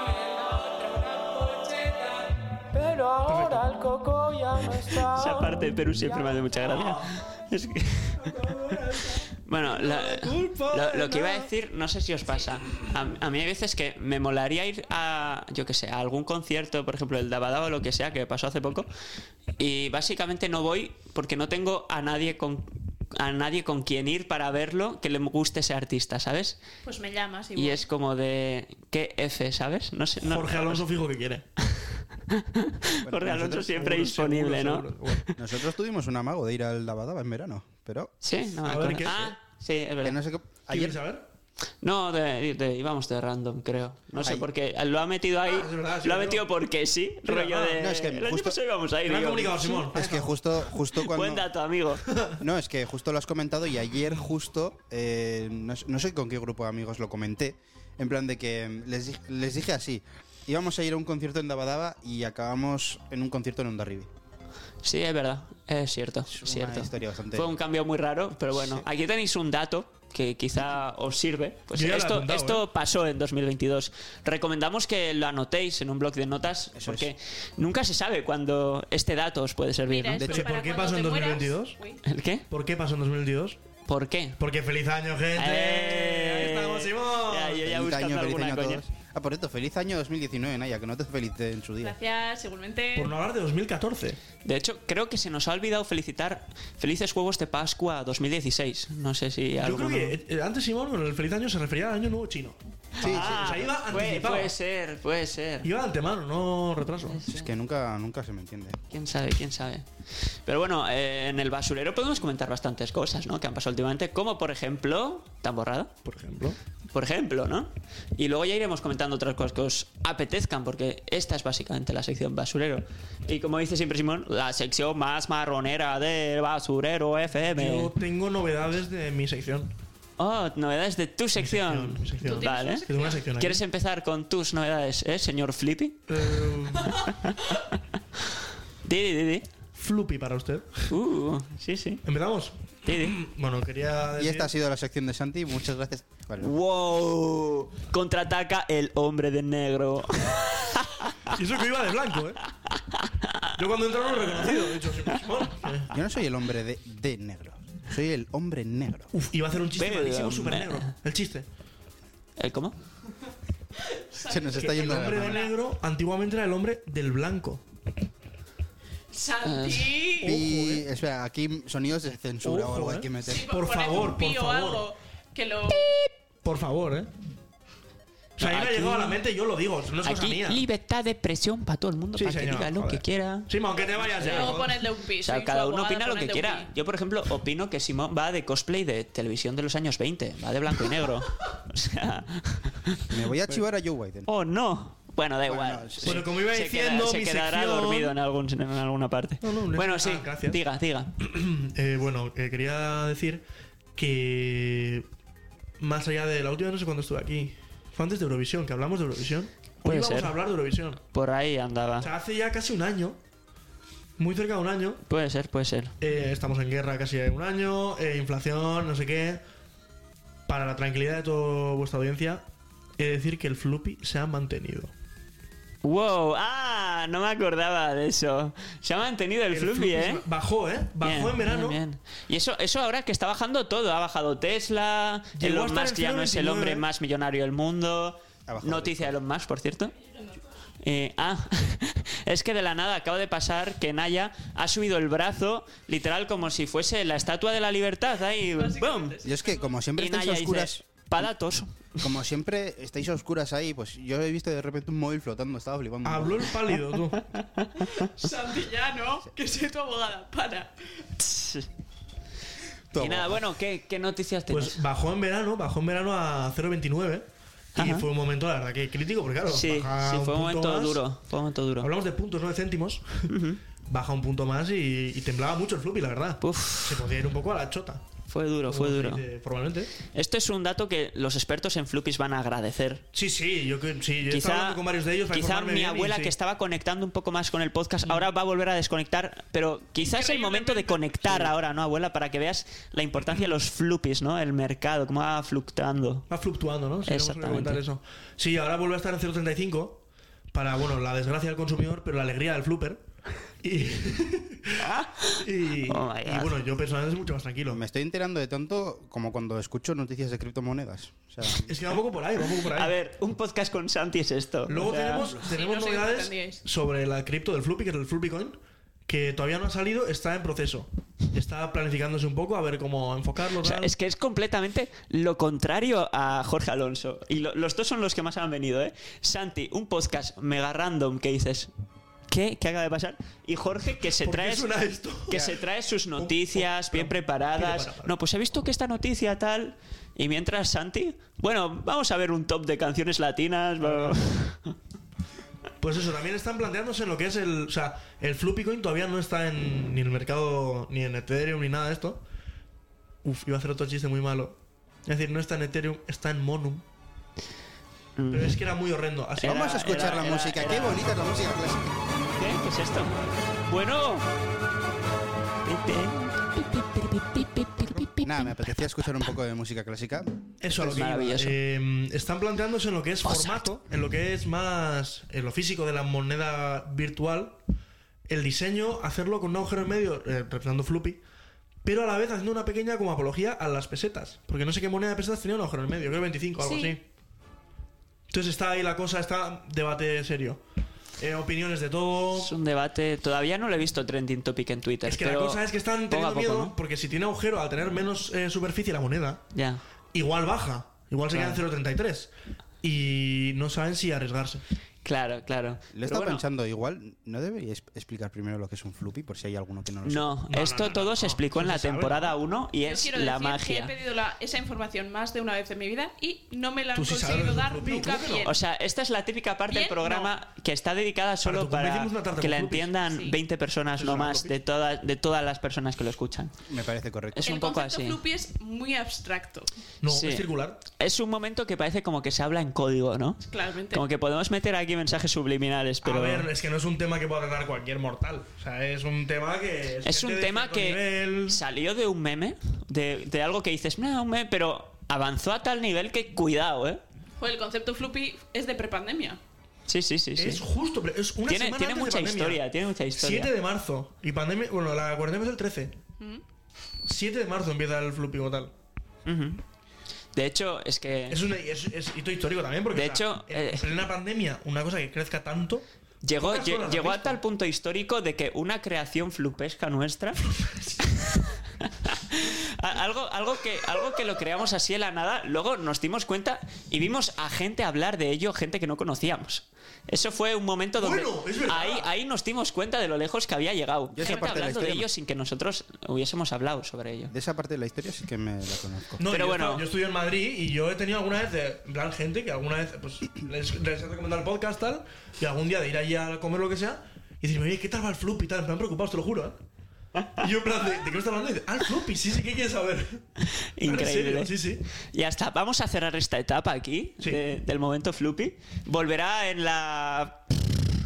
Speaker 3: bigote, pero siempre me hace mucha gracia.
Speaker 4: Ah.
Speaker 3: Es que- Bueno, la- lo, lo que iba a decir, no sé si os pasa. A, a mí hay veces que me molaría ir a, yo que sé, a algún concierto, por ejemplo, el Dabadaba o lo que sea, que pasó hace poco, y básicamente no voy porque no tengo a nadie con a nadie con quien ir para verlo que le guste ese artista, ¿sabes?
Speaker 6: Pues me llamas y,
Speaker 3: Y es como de qué F, ¿sabes? No sé, no-
Speaker 4: Jorge Alonso fijo que quiere.
Speaker 1: Bueno,
Speaker 3: Jorge Alonso
Speaker 1: nosotros-
Speaker 3: siempre
Speaker 4: seguro,
Speaker 3: disponible,
Speaker 4: seguro,
Speaker 3: ¿no?
Speaker 4: seguro. Bueno,
Speaker 1: Nosotros tuvimos un amago de ir al Dabadaba en verano, pero...
Speaker 3: Sí, no me
Speaker 4: A ver,
Speaker 3: acuerdo.
Speaker 4: ¿qué?
Speaker 3: Ah, sí, es
Speaker 1: que
Speaker 3: verdad.
Speaker 1: no sé qué-
Speaker 4: ¿Quieres
Speaker 1: Ayer,
Speaker 4: saber?
Speaker 3: No, de, de- íbamos de random, creo. No sé
Speaker 1: Ahí.
Speaker 3: por qué. Lo ha metido ahí.
Speaker 4: Ah, es verdad, sí,
Speaker 3: lo ha
Speaker 4: no.
Speaker 3: metido porque sí. rollo
Speaker 4: ah,
Speaker 3: de.
Speaker 1: no, es que
Speaker 3: el año
Speaker 1: justo-
Speaker 3: pasado íbamos ahí.
Speaker 4: Me han
Speaker 3: digo,
Speaker 4: comunicado, Simón.
Speaker 3: pues.
Speaker 1: es que justo, justo cuando...
Speaker 3: Buen dato, amigo.
Speaker 1: No, es que justo lo has comentado y ayer justo, eh, no, s- no sé con qué grupo de amigos lo comenté, en plan de que mm, les, di- les dije así, íbamos a ir a un concierto en Dabadaba y acabamos en un concierto en Ondarribi.
Speaker 3: Sí, es verdad. Es cierto.
Speaker 1: Es una
Speaker 3: cierto.
Speaker 1: historia bastante-
Speaker 3: Fue un cambio muy raro, pero bueno.
Speaker 1: Sí.
Speaker 3: Aquí tenéis un dato que quizá os sirve. Pues
Speaker 4: Yo ya lo he
Speaker 3: esto,
Speaker 4: apuntado, ¿eh?
Speaker 3: esto pasó en 2022. Recomendamos que lo anotéis en un blog de notas
Speaker 1: Eso
Speaker 3: porque nunca se sabe cuando este dato os puede servir.
Speaker 6: Mira,
Speaker 3: ¿no?
Speaker 6: esto
Speaker 1: hecho,
Speaker 6: para
Speaker 4: ¿por qué
Speaker 6: cuando
Speaker 4: pasó en
Speaker 6: te mueras-
Speaker 4: 2022?
Speaker 6: Uy.
Speaker 3: ¿El qué?
Speaker 4: ¿Por qué pasó en 2022?
Speaker 3: ¿Por qué?
Speaker 4: Porque feliz año, gente.
Speaker 3: ¡Eh!
Speaker 4: Ahí estamos, Simón.
Speaker 3: Ya, yo ya
Speaker 1: Feliz
Speaker 3: buscando
Speaker 1: año, feliz
Speaker 3: alguna
Speaker 1: año a
Speaker 3: coña.
Speaker 1: todos. Ah, por cierto, feliz año 2019, Naya, que no te felicité en su día.
Speaker 6: Gracias, seguramente.
Speaker 4: Por no hablar de 2014.
Speaker 3: De hecho, creo que se nos ha olvidado felicitar Felices Juegos de Pascua 2016. No sé si
Speaker 4: Yo
Speaker 3: alguno...
Speaker 4: creo que eh, eh, antes Simón con el feliz año se refería al año nuevo chino.
Speaker 1: Sí, Pues,
Speaker 3: Ah,
Speaker 4: o sea, iba
Speaker 3: puede-
Speaker 4: anticipado.
Speaker 3: puede ser, puede ser.
Speaker 4: Iba de antemano, no retraso.
Speaker 1: pues, sí. Es que nunca, nunca se me entiende.
Speaker 3: Quién sabe, quién sabe. Pero bueno, eh, en el basurero podemos comentar bastantes cosas, ¿no? Que han pasado últimamente, como por ejemplo, tan borrada,
Speaker 4: Por ejemplo.
Speaker 3: por ejemplo, ¿no? Y luego ya iremos comentando otras cosas que os apetezcan, porque esta es básicamente la sección basurero. Y como dice siempre Simón, la sección más marronera del basurero FM.
Speaker 4: Yo tengo novedades de mi sección.
Speaker 3: Oh, novedades de tu
Speaker 1: Ah,
Speaker 3: sección.
Speaker 4: sección, mi sección. ¿Tú
Speaker 3: Vale.
Speaker 4: Que tengo una sección aquí.
Speaker 3: ¿Quieres empezar con tus novedades, eh, señor Flippy?
Speaker 4: Eh,
Speaker 3: Di, di, di, di.
Speaker 4: Fluppy para usted.
Speaker 3: Uh, sí, sí.
Speaker 4: ¿Empezamos?
Speaker 3: Di, di.
Speaker 4: Bueno, quería
Speaker 1: Y
Speaker 4: decir...
Speaker 1: esta ha sido la sección de Santi, muchas gracias. Vale.
Speaker 3: ¡Wow! Contraataca el hombre de negro.
Speaker 4: Y eso que iba de blanco, ¿eh? Yo cuando entré no lo he reconocido. De hecho, sí, pues, bueno, eh.
Speaker 1: Yo no soy el hombre de, de negro, soy el hombre negro.
Speaker 4: Uf, iba a hacer un chiste
Speaker 3: Pero,
Speaker 4: malísimo,
Speaker 3: hombre.
Speaker 4: súper negro. El chiste.
Speaker 3: ¿El cómo?
Speaker 1: Se nos está
Speaker 4: Que el
Speaker 1: yendo
Speaker 4: hombre
Speaker 1: la
Speaker 4: de
Speaker 1: mano.
Speaker 4: negro antiguamente era el hombre del blanco.
Speaker 6: ¡Santi!
Speaker 1: Y espera, aquí sonidos de censura o
Speaker 4: Ojo,
Speaker 1: algo
Speaker 4: eh.
Speaker 1: hay que meter.
Speaker 6: Sí,
Speaker 4: por
Speaker 6: poned
Speaker 4: favor,
Speaker 6: un
Speaker 4: por
Speaker 6: pi o
Speaker 4: favor.
Speaker 6: algo que lo...
Speaker 4: Por favor, ¿eh? O sea, a mí me ha
Speaker 3: Aquí-
Speaker 4: llegado a la mente y yo lo digo. No es cosa
Speaker 3: Aquí
Speaker 4: mía.
Speaker 3: libertad de expresión para todo el mundo,
Speaker 4: Sí,
Speaker 3: para que
Speaker 4: señor,
Speaker 3: diga lo
Speaker 4: joder.
Speaker 3: que quiera.
Speaker 4: Sí, ma, aunque te vayas ya.
Speaker 6: Luego
Speaker 4: joder.
Speaker 6: ponedle un pi.
Speaker 3: O sea,
Speaker 6: soy su
Speaker 3: cada uno
Speaker 6: abogada,
Speaker 3: opina lo que
Speaker 6: ponedle un
Speaker 3: quiera.
Speaker 6: pi.
Speaker 3: Yo, por ejemplo, opino que Simón va de cosplay de televisión de los años 20, va de blanco y negro. O sea,
Speaker 1: Me voy a chivar a Joe Biden.
Speaker 3: oh no. Bueno, da igual.
Speaker 1: no, sí.
Speaker 4: Bueno, como iba
Speaker 3: se queda-
Speaker 4: diciendo,
Speaker 3: se
Speaker 4: mi
Speaker 3: quedará
Speaker 4: sección-
Speaker 3: dormido en, algún, en alguna parte.
Speaker 4: No, no, no es-
Speaker 3: bueno,
Speaker 4: ah,
Speaker 3: sí,
Speaker 4: gracias.
Speaker 3: diga, diga.
Speaker 4: Eh, bueno, eh, quería decir que más allá de la última, no sé cuándo estuve aquí. Fue antes de Eurovisión, que hablamos de Eurovisión.
Speaker 3: Puede
Speaker 4: Hoy vamos
Speaker 3: ser.
Speaker 4: a hablar de Eurovisión.
Speaker 3: Por ahí andaba.
Speaker 4: O sea, hace ya casi un año, muy cerca de un año,
Speaker 3: Puede ser, puede ser.
Speaker 4: eh, estamos en guerra casi un año, eh, inflación, no sé qué. Para la tranquilidad de toda vuestra audiencia, he de decir que el Fluppy se ha mantenido.
Speaker 3: Wow, ah, no me acordaba de eso. Se ha mantenido el, Fluffy,
Speaker 4: Fluppy
Speaker 3: ¿eh?
Speaker 4: se- Bajó, ¿eh? Bajó
Speaker 3: Bien,
Speaker 4: en verano.
Speaker 3: bien, bien. Y eso, eso ahora que está bajando todo. Ha bajado Tesla,
Speaker 4: Llegó a
Speaker 3: Elon
Speaker 4: estar
Speaker 3: Musk
Speaker 4: en
Speaker 3: ya no es el
Speaker 4: 0,29,
Speaker 3: hombre
Speaker 4: ¿eh?
Speaker 3: más millonario del mundo.
Speaker 1: Ha bajado
Speaker 3: Noticia de Elon Musk, por cierto. Eh, ah, es que de la nada acaba de pasar que Naya ha subido el brazo literal como si fuese la estatua de la libertad. Ahí, ¡boom!
Speaker 1: Y es que como siempre
Speaker 3: Y
Speaker 1: estáis a
Speaker 3: Naya
Speaker 1: oscuras,
Speaker 3: dice, padatos.
Speaker 1: como siempre estáis a oscuras ahí, pues yo he visto de repente un móvil flotando, estaba flipando.
Speaker 4: Habló el pálido, tú.
Speaker 6: Santi, ya no, que soy tu abogada. Para.
Speaker 1: Todo.
Speaker 3: Y nada, bueno, ¿qué, qué noticias tienes?
Speaker 4: Pues bajó en verano, bajó en verano a 0,29. Y
Speaker 3: Ajá.
Speaker 4: fue un momento, la verdad, que crítico, porque claro,
Speaker 3: sí,
Speaker 4: baja
Speaker 3: sí,
Speaker 4: un
Speaker 3: fue un
Speaker 4: punto
Speaker 3: momento
Speaker 4: más.
Speaker 3: duro. Fue un momento duro.
Speaker 4: Hablamos de puntos, no de céntimos. Baja un punto más y, y temblaba mucho el Fluppy, la verdad.
Speaker 3: Uf,
Speaker 4: Se podía ir un poco a la chota.
Speaker 3: fue duro, fue duro.
Speaker 4: Eh, Formalmente.
Speaker 3: Esto es un dato que los expertos en fluppies van a agradecer.
Speaker 4: Sí, sí, yo que sí, yo estaba
Speaker 3: Quizá,
Speaker 4: hablando con varios de ellos para
Speaker 3: quizá
Speaker 4: informarme
Speaker 3: mi
Speaker 4: bien y
Speaker 3: abuela
Speaker 4: sí. Mm.
Speaker 3: que estaba conectando un poco más con el podcast ahora va a volver a desconectar, pero quizás es el momento de conectar ahora, ¿no, abuela? Para que veas la importancia de los fluppies, ¿no? El mercado, cómo va fluctuando.
Speaker 4: Va fluctuando, ¿no? Sí, vamos a
Speaker 3: Exactamente.
Speaker 4: comentar eso. Sí, ahora vuelve a estar en 0.35 para, bueno, la desgracia del consumidor, pero la alegría del flooper. Y, y-
Speaker 3: Oh my
Speaker 4: y
Speaker 3: God.
Speaker 4: bueno, yo personalmente soy mucho más tranquilo.
Speaker 1: Me estoy enterando de tanto como cuando escucho noticias de criptomonedas. O sea,
Speaker 4: Es que va un poco por ahí, va un poco por ahí.
Speaker 3: A ver, un podcast con Santi es esto.
Speaker 4: Luego
Speaker 3: O sea,
Speaker 4: tenemos, tenemos
Speaker 6: no sé cómo
Speaker 4: novedades
Speaker 6: entendíais.
Speaker 4: sobre la cripto del Fluppy, que es el Fluppy Coin, que todavía no ha salido, está en proceso. Está planificándose un poco a ver cómo enfocarlo.
Speaker 3: o sea,
Speaker 4: tal.
Speaker 3: es que es completamente lo contrario a Jorge Alonso. Y lo- los dos son los que más han venido, ¿eh? Santi, un podcast mega random que dices, ¿qué? ¿Qué acaba de pasar? Y Jorge, que se
Speaker 4: ¿Por qué
Speaker 3: trae...
Speaker 4: suena esto?
Speaker 3: Que se trae sus noticias
Speaker 4: un-
Speaker 3: bien
Speaker 4: pero-
Speaker 3: preparadas.
Speaker 4: Mira, para, para.
Speaker 3: No, pues he visto que esta noticia tal... Y mientras, Santi... Bueno, vamos a ver un top de canciones latinas. bla, bla, bla.
Speaker 4: Pues eso, también están planteándose lo que es el. O sea, el Fluppy Coin todavía no está en, ni en el mercado, ni en Ethereum, ni nada de esto. Uf, iba a hacer otro chiste muy malo. Es decir, no está en Ethereum, está en Monum. Pero es que era muy horrendo. Así
Speaker 3: Era-
Speaker 1: vamos a escuchar
Speaker 3: era-
Speaker 1: la música.
Speaker 3: era-
Speaker 1: Qué
Speaker 3: era-
Speaker 1: bonita es la música clásica.
Speaker 3: ¿Qué? ¿Qué es esto? Bueno...
Speaker 1: Nada, me apetecía escuchar un poco de música clásica.
Speaker 4: Eso a lo
Speaker 3: Es
Speaker 4: que iba.
Speaker 3: maravilloso.
Speaker 4: Eh, están planteándose en lo que es formato, en lo que es más en lo físico de la moneda virtual, el diseño, hacerlo con un agujero en medio, eh, representando Fluppy, pero a la vez haciendo una pequeña como apología a las pesetas. Porque no sé qué moneda de pesetas tenía un agujero en medio, creo 25 o algo
Speaker 6: Sí.
Speaker 4: así. Entonces está ahí la cosa, está debate serio. Eh, opiniones de todo.
Speaker 3: Es un debate. Todavía no lo he visto trending topic en Twitter.
Speaker 4: Es que la
Speaker 3: pero
Speaker 4: cosa es que
Speaker 3: poco
Speaker 4: están
Speaker 3: a
Speaker 4: teniendo
Speaker 3: poco,
Speaker 4: miedo,
Speaker 3: ¿no?
Speaker 4: porque si tiene agujero, al tener menos eh, superficie la moneda,
Speaker 3: Ya.
Speaker 4: igual baja. Igual se queda en 0.33. Y no saben si arriesgarse.
Speaker 3: Claro, claro.
Speaker 1: Lo he
Speaker 3: Pero
Speaker 1: estado
Speaker 3: bueno,
Speaker 1: pensando igual. ¿No debería es- explicar primero lo que es un floppy? Por si hay alguno que no lo
Speaker 3: No,
Speaker 4: no,
Speaker 3: esto
Speaker 4: no,
Speaker 3: todo
Speaker 4: no,
Speaker 3: se explicó
Speaker 4: no
Speaker 3: en
Speaker 4: se
Speaker 3: la
Speaker 4: sabe.
Speaker 3: temporada 1 y
Speaker 6: Yo
Speaker 3: es
Speaker 6: quiero
Speaker 3: la
Speaker 6: decir
Speaker 3: magia.
Speaker 6: que he pedido la- esa información más de una vez en mi vida y no me la
Speaker 4: Tú
Speaker 6: han
Speaker 4: sí sabes,
Speaker 6: conseguido dar
Speaker 4: Rupi,
Speaker 6: nunca
Speaker 4: claro que no.
Speaker 6: bien.
Speaker 3: O sea, esta es la típica parte del
Speaker 6: Bien,
Speaker 3: programa que está dedicada
Speaker 4: Para
Speaker 3: solo
Speaker 4: tu cumple
Speaker 3: para
Speaker 4: hicimos una tarta
Speaker 3: que
Speaker 4: con
Speaker 3: la
Speaker 4: floppies.
Speaker 3: entiendan
Speaker 6: Sí.
Speaker 3: 20 personas,
Speaker 4: Eso
Speaker 3: no
Speaker 4: es una
Speaker 3: más,
Speaker 4: floppy.
Speaker 3: de, todas de todas las personas que lo escuchan.
Speaker 1: sé. Me parece correcto.
Speaker 3: Es
Speaker 6: el
Speaker 3: un poco
Speaker 6: concepto
Speaker 3: así.
Speaker 6: Fluppy es muy abstracto,
Speaker 4: No,
Speaker 3: Sí.
Speaker 4: es circular.
Speaker 3: Es un momento que parece como que se habla en código, ¿no?
Speaker 6: claramente.
Speaker 3: Como que podemos meter aquí mensajes subliminales, pero...
Speaker 4: A ver, es que no es un tema que pueda tratar cualquier mortal. O sea, es un tema que.
Speaker 3: Es
Speaker 4: gente
Speaker 3: un
Speaker 4: de
Speaker 3: tema
Speaker 4: cierto
Speaker 3: que
Speaker 4: nivel.
Speaker 3: salió de un meme, de, de algo que dices, no, un meme", pero avanzó a tal nivel que cuidado, ¿eh?
Speaker 6: Joder, el concepto Fluppy es de prepandemia.
Speaker 3: Sí, sí, sí. sí.
Speaker 4: Es justo, pero es una
Speaker 3: tiene
Speaker 4: semana
Speaker 3: tiene
Speaker 4: antes
Speaker 3: mucha
Speaker 4: de pandemia.
Speaker 3: historia, tiene mucha historia.
Speaker 4: 7 de marzo. Y pandemia. Bueno, la cuarentena es el 13. 7 de marzo empieza el Fluppy como tal.
Speaker 3: Ujú. De hecho, es que
Speaker 4: Es, un es- es hito histórico también, porque.
Speaker 3: De
Speaker 4: o sea,
Speaker 3: hecho,
Speaker 4: en
Speaker 3: eh,
Speaker 4: plena pandemia, una cosa que crezca tanto.
Speaker 3: llegó,
Speaker 4: pocas
Speaker 3: lle-
Speaker 4: horas la
Speaker 3: llegó a
Speaker 4: pesca.
Speaker 3: tal punto histórico de que una creación flupesca nuestra. a- algo, algo, que, algo que lo creamos así en la nada, luego nos dimos cuenta y vimos a gente hablar de ello, gente que no conocíamos. Eso fue un momento donde
Speaker 4: Bueno, es verdad.
Speaker 3: ahí, ahí nos dimos cuenta de lo lejos que había llegado.
Speaker 1: Yo esa
Speaker 3: Gente
Speaker 1: parte de la
Speaker 3: hablando de,
Speaker 1: historia
Speaker 3: ello
Speaker 1: no.
Speaker 3: sin que nosotros hubiésemos hablado sobre ello.
Speaker 1: De esa parte de la historia sí que me la conozco.
Speaker 4: No,
Speaker 3: Pero
Speaker 4: yo
Speaker 3: bueno.
Speaker 4: estaba- yo estudio en Madrid y yo he tenido alguna vez, de, en plan, gente que alguna vez pues, les, les he recomendado el podcast tal, y algún día de ir allí a comer lo que sea, y decirme, oye, ¿qué tal va el floppy? Tal, en plan, preocupados, te lo juro, ¿eh? Y yo, en plan, ¿de, de qué me estás hablando? Y dice, ah, el floppy, sí, sí, ¿qué quieres saber?
Speaker 3: Increíble.
Speaker 4: En serio, Sí, sí.
Speaker 3: Ya está, vamos a cerrar esta etapa aquí
Speaker 4: Sí.
Speaker 3: de- del momento Floopy. Volverá en la.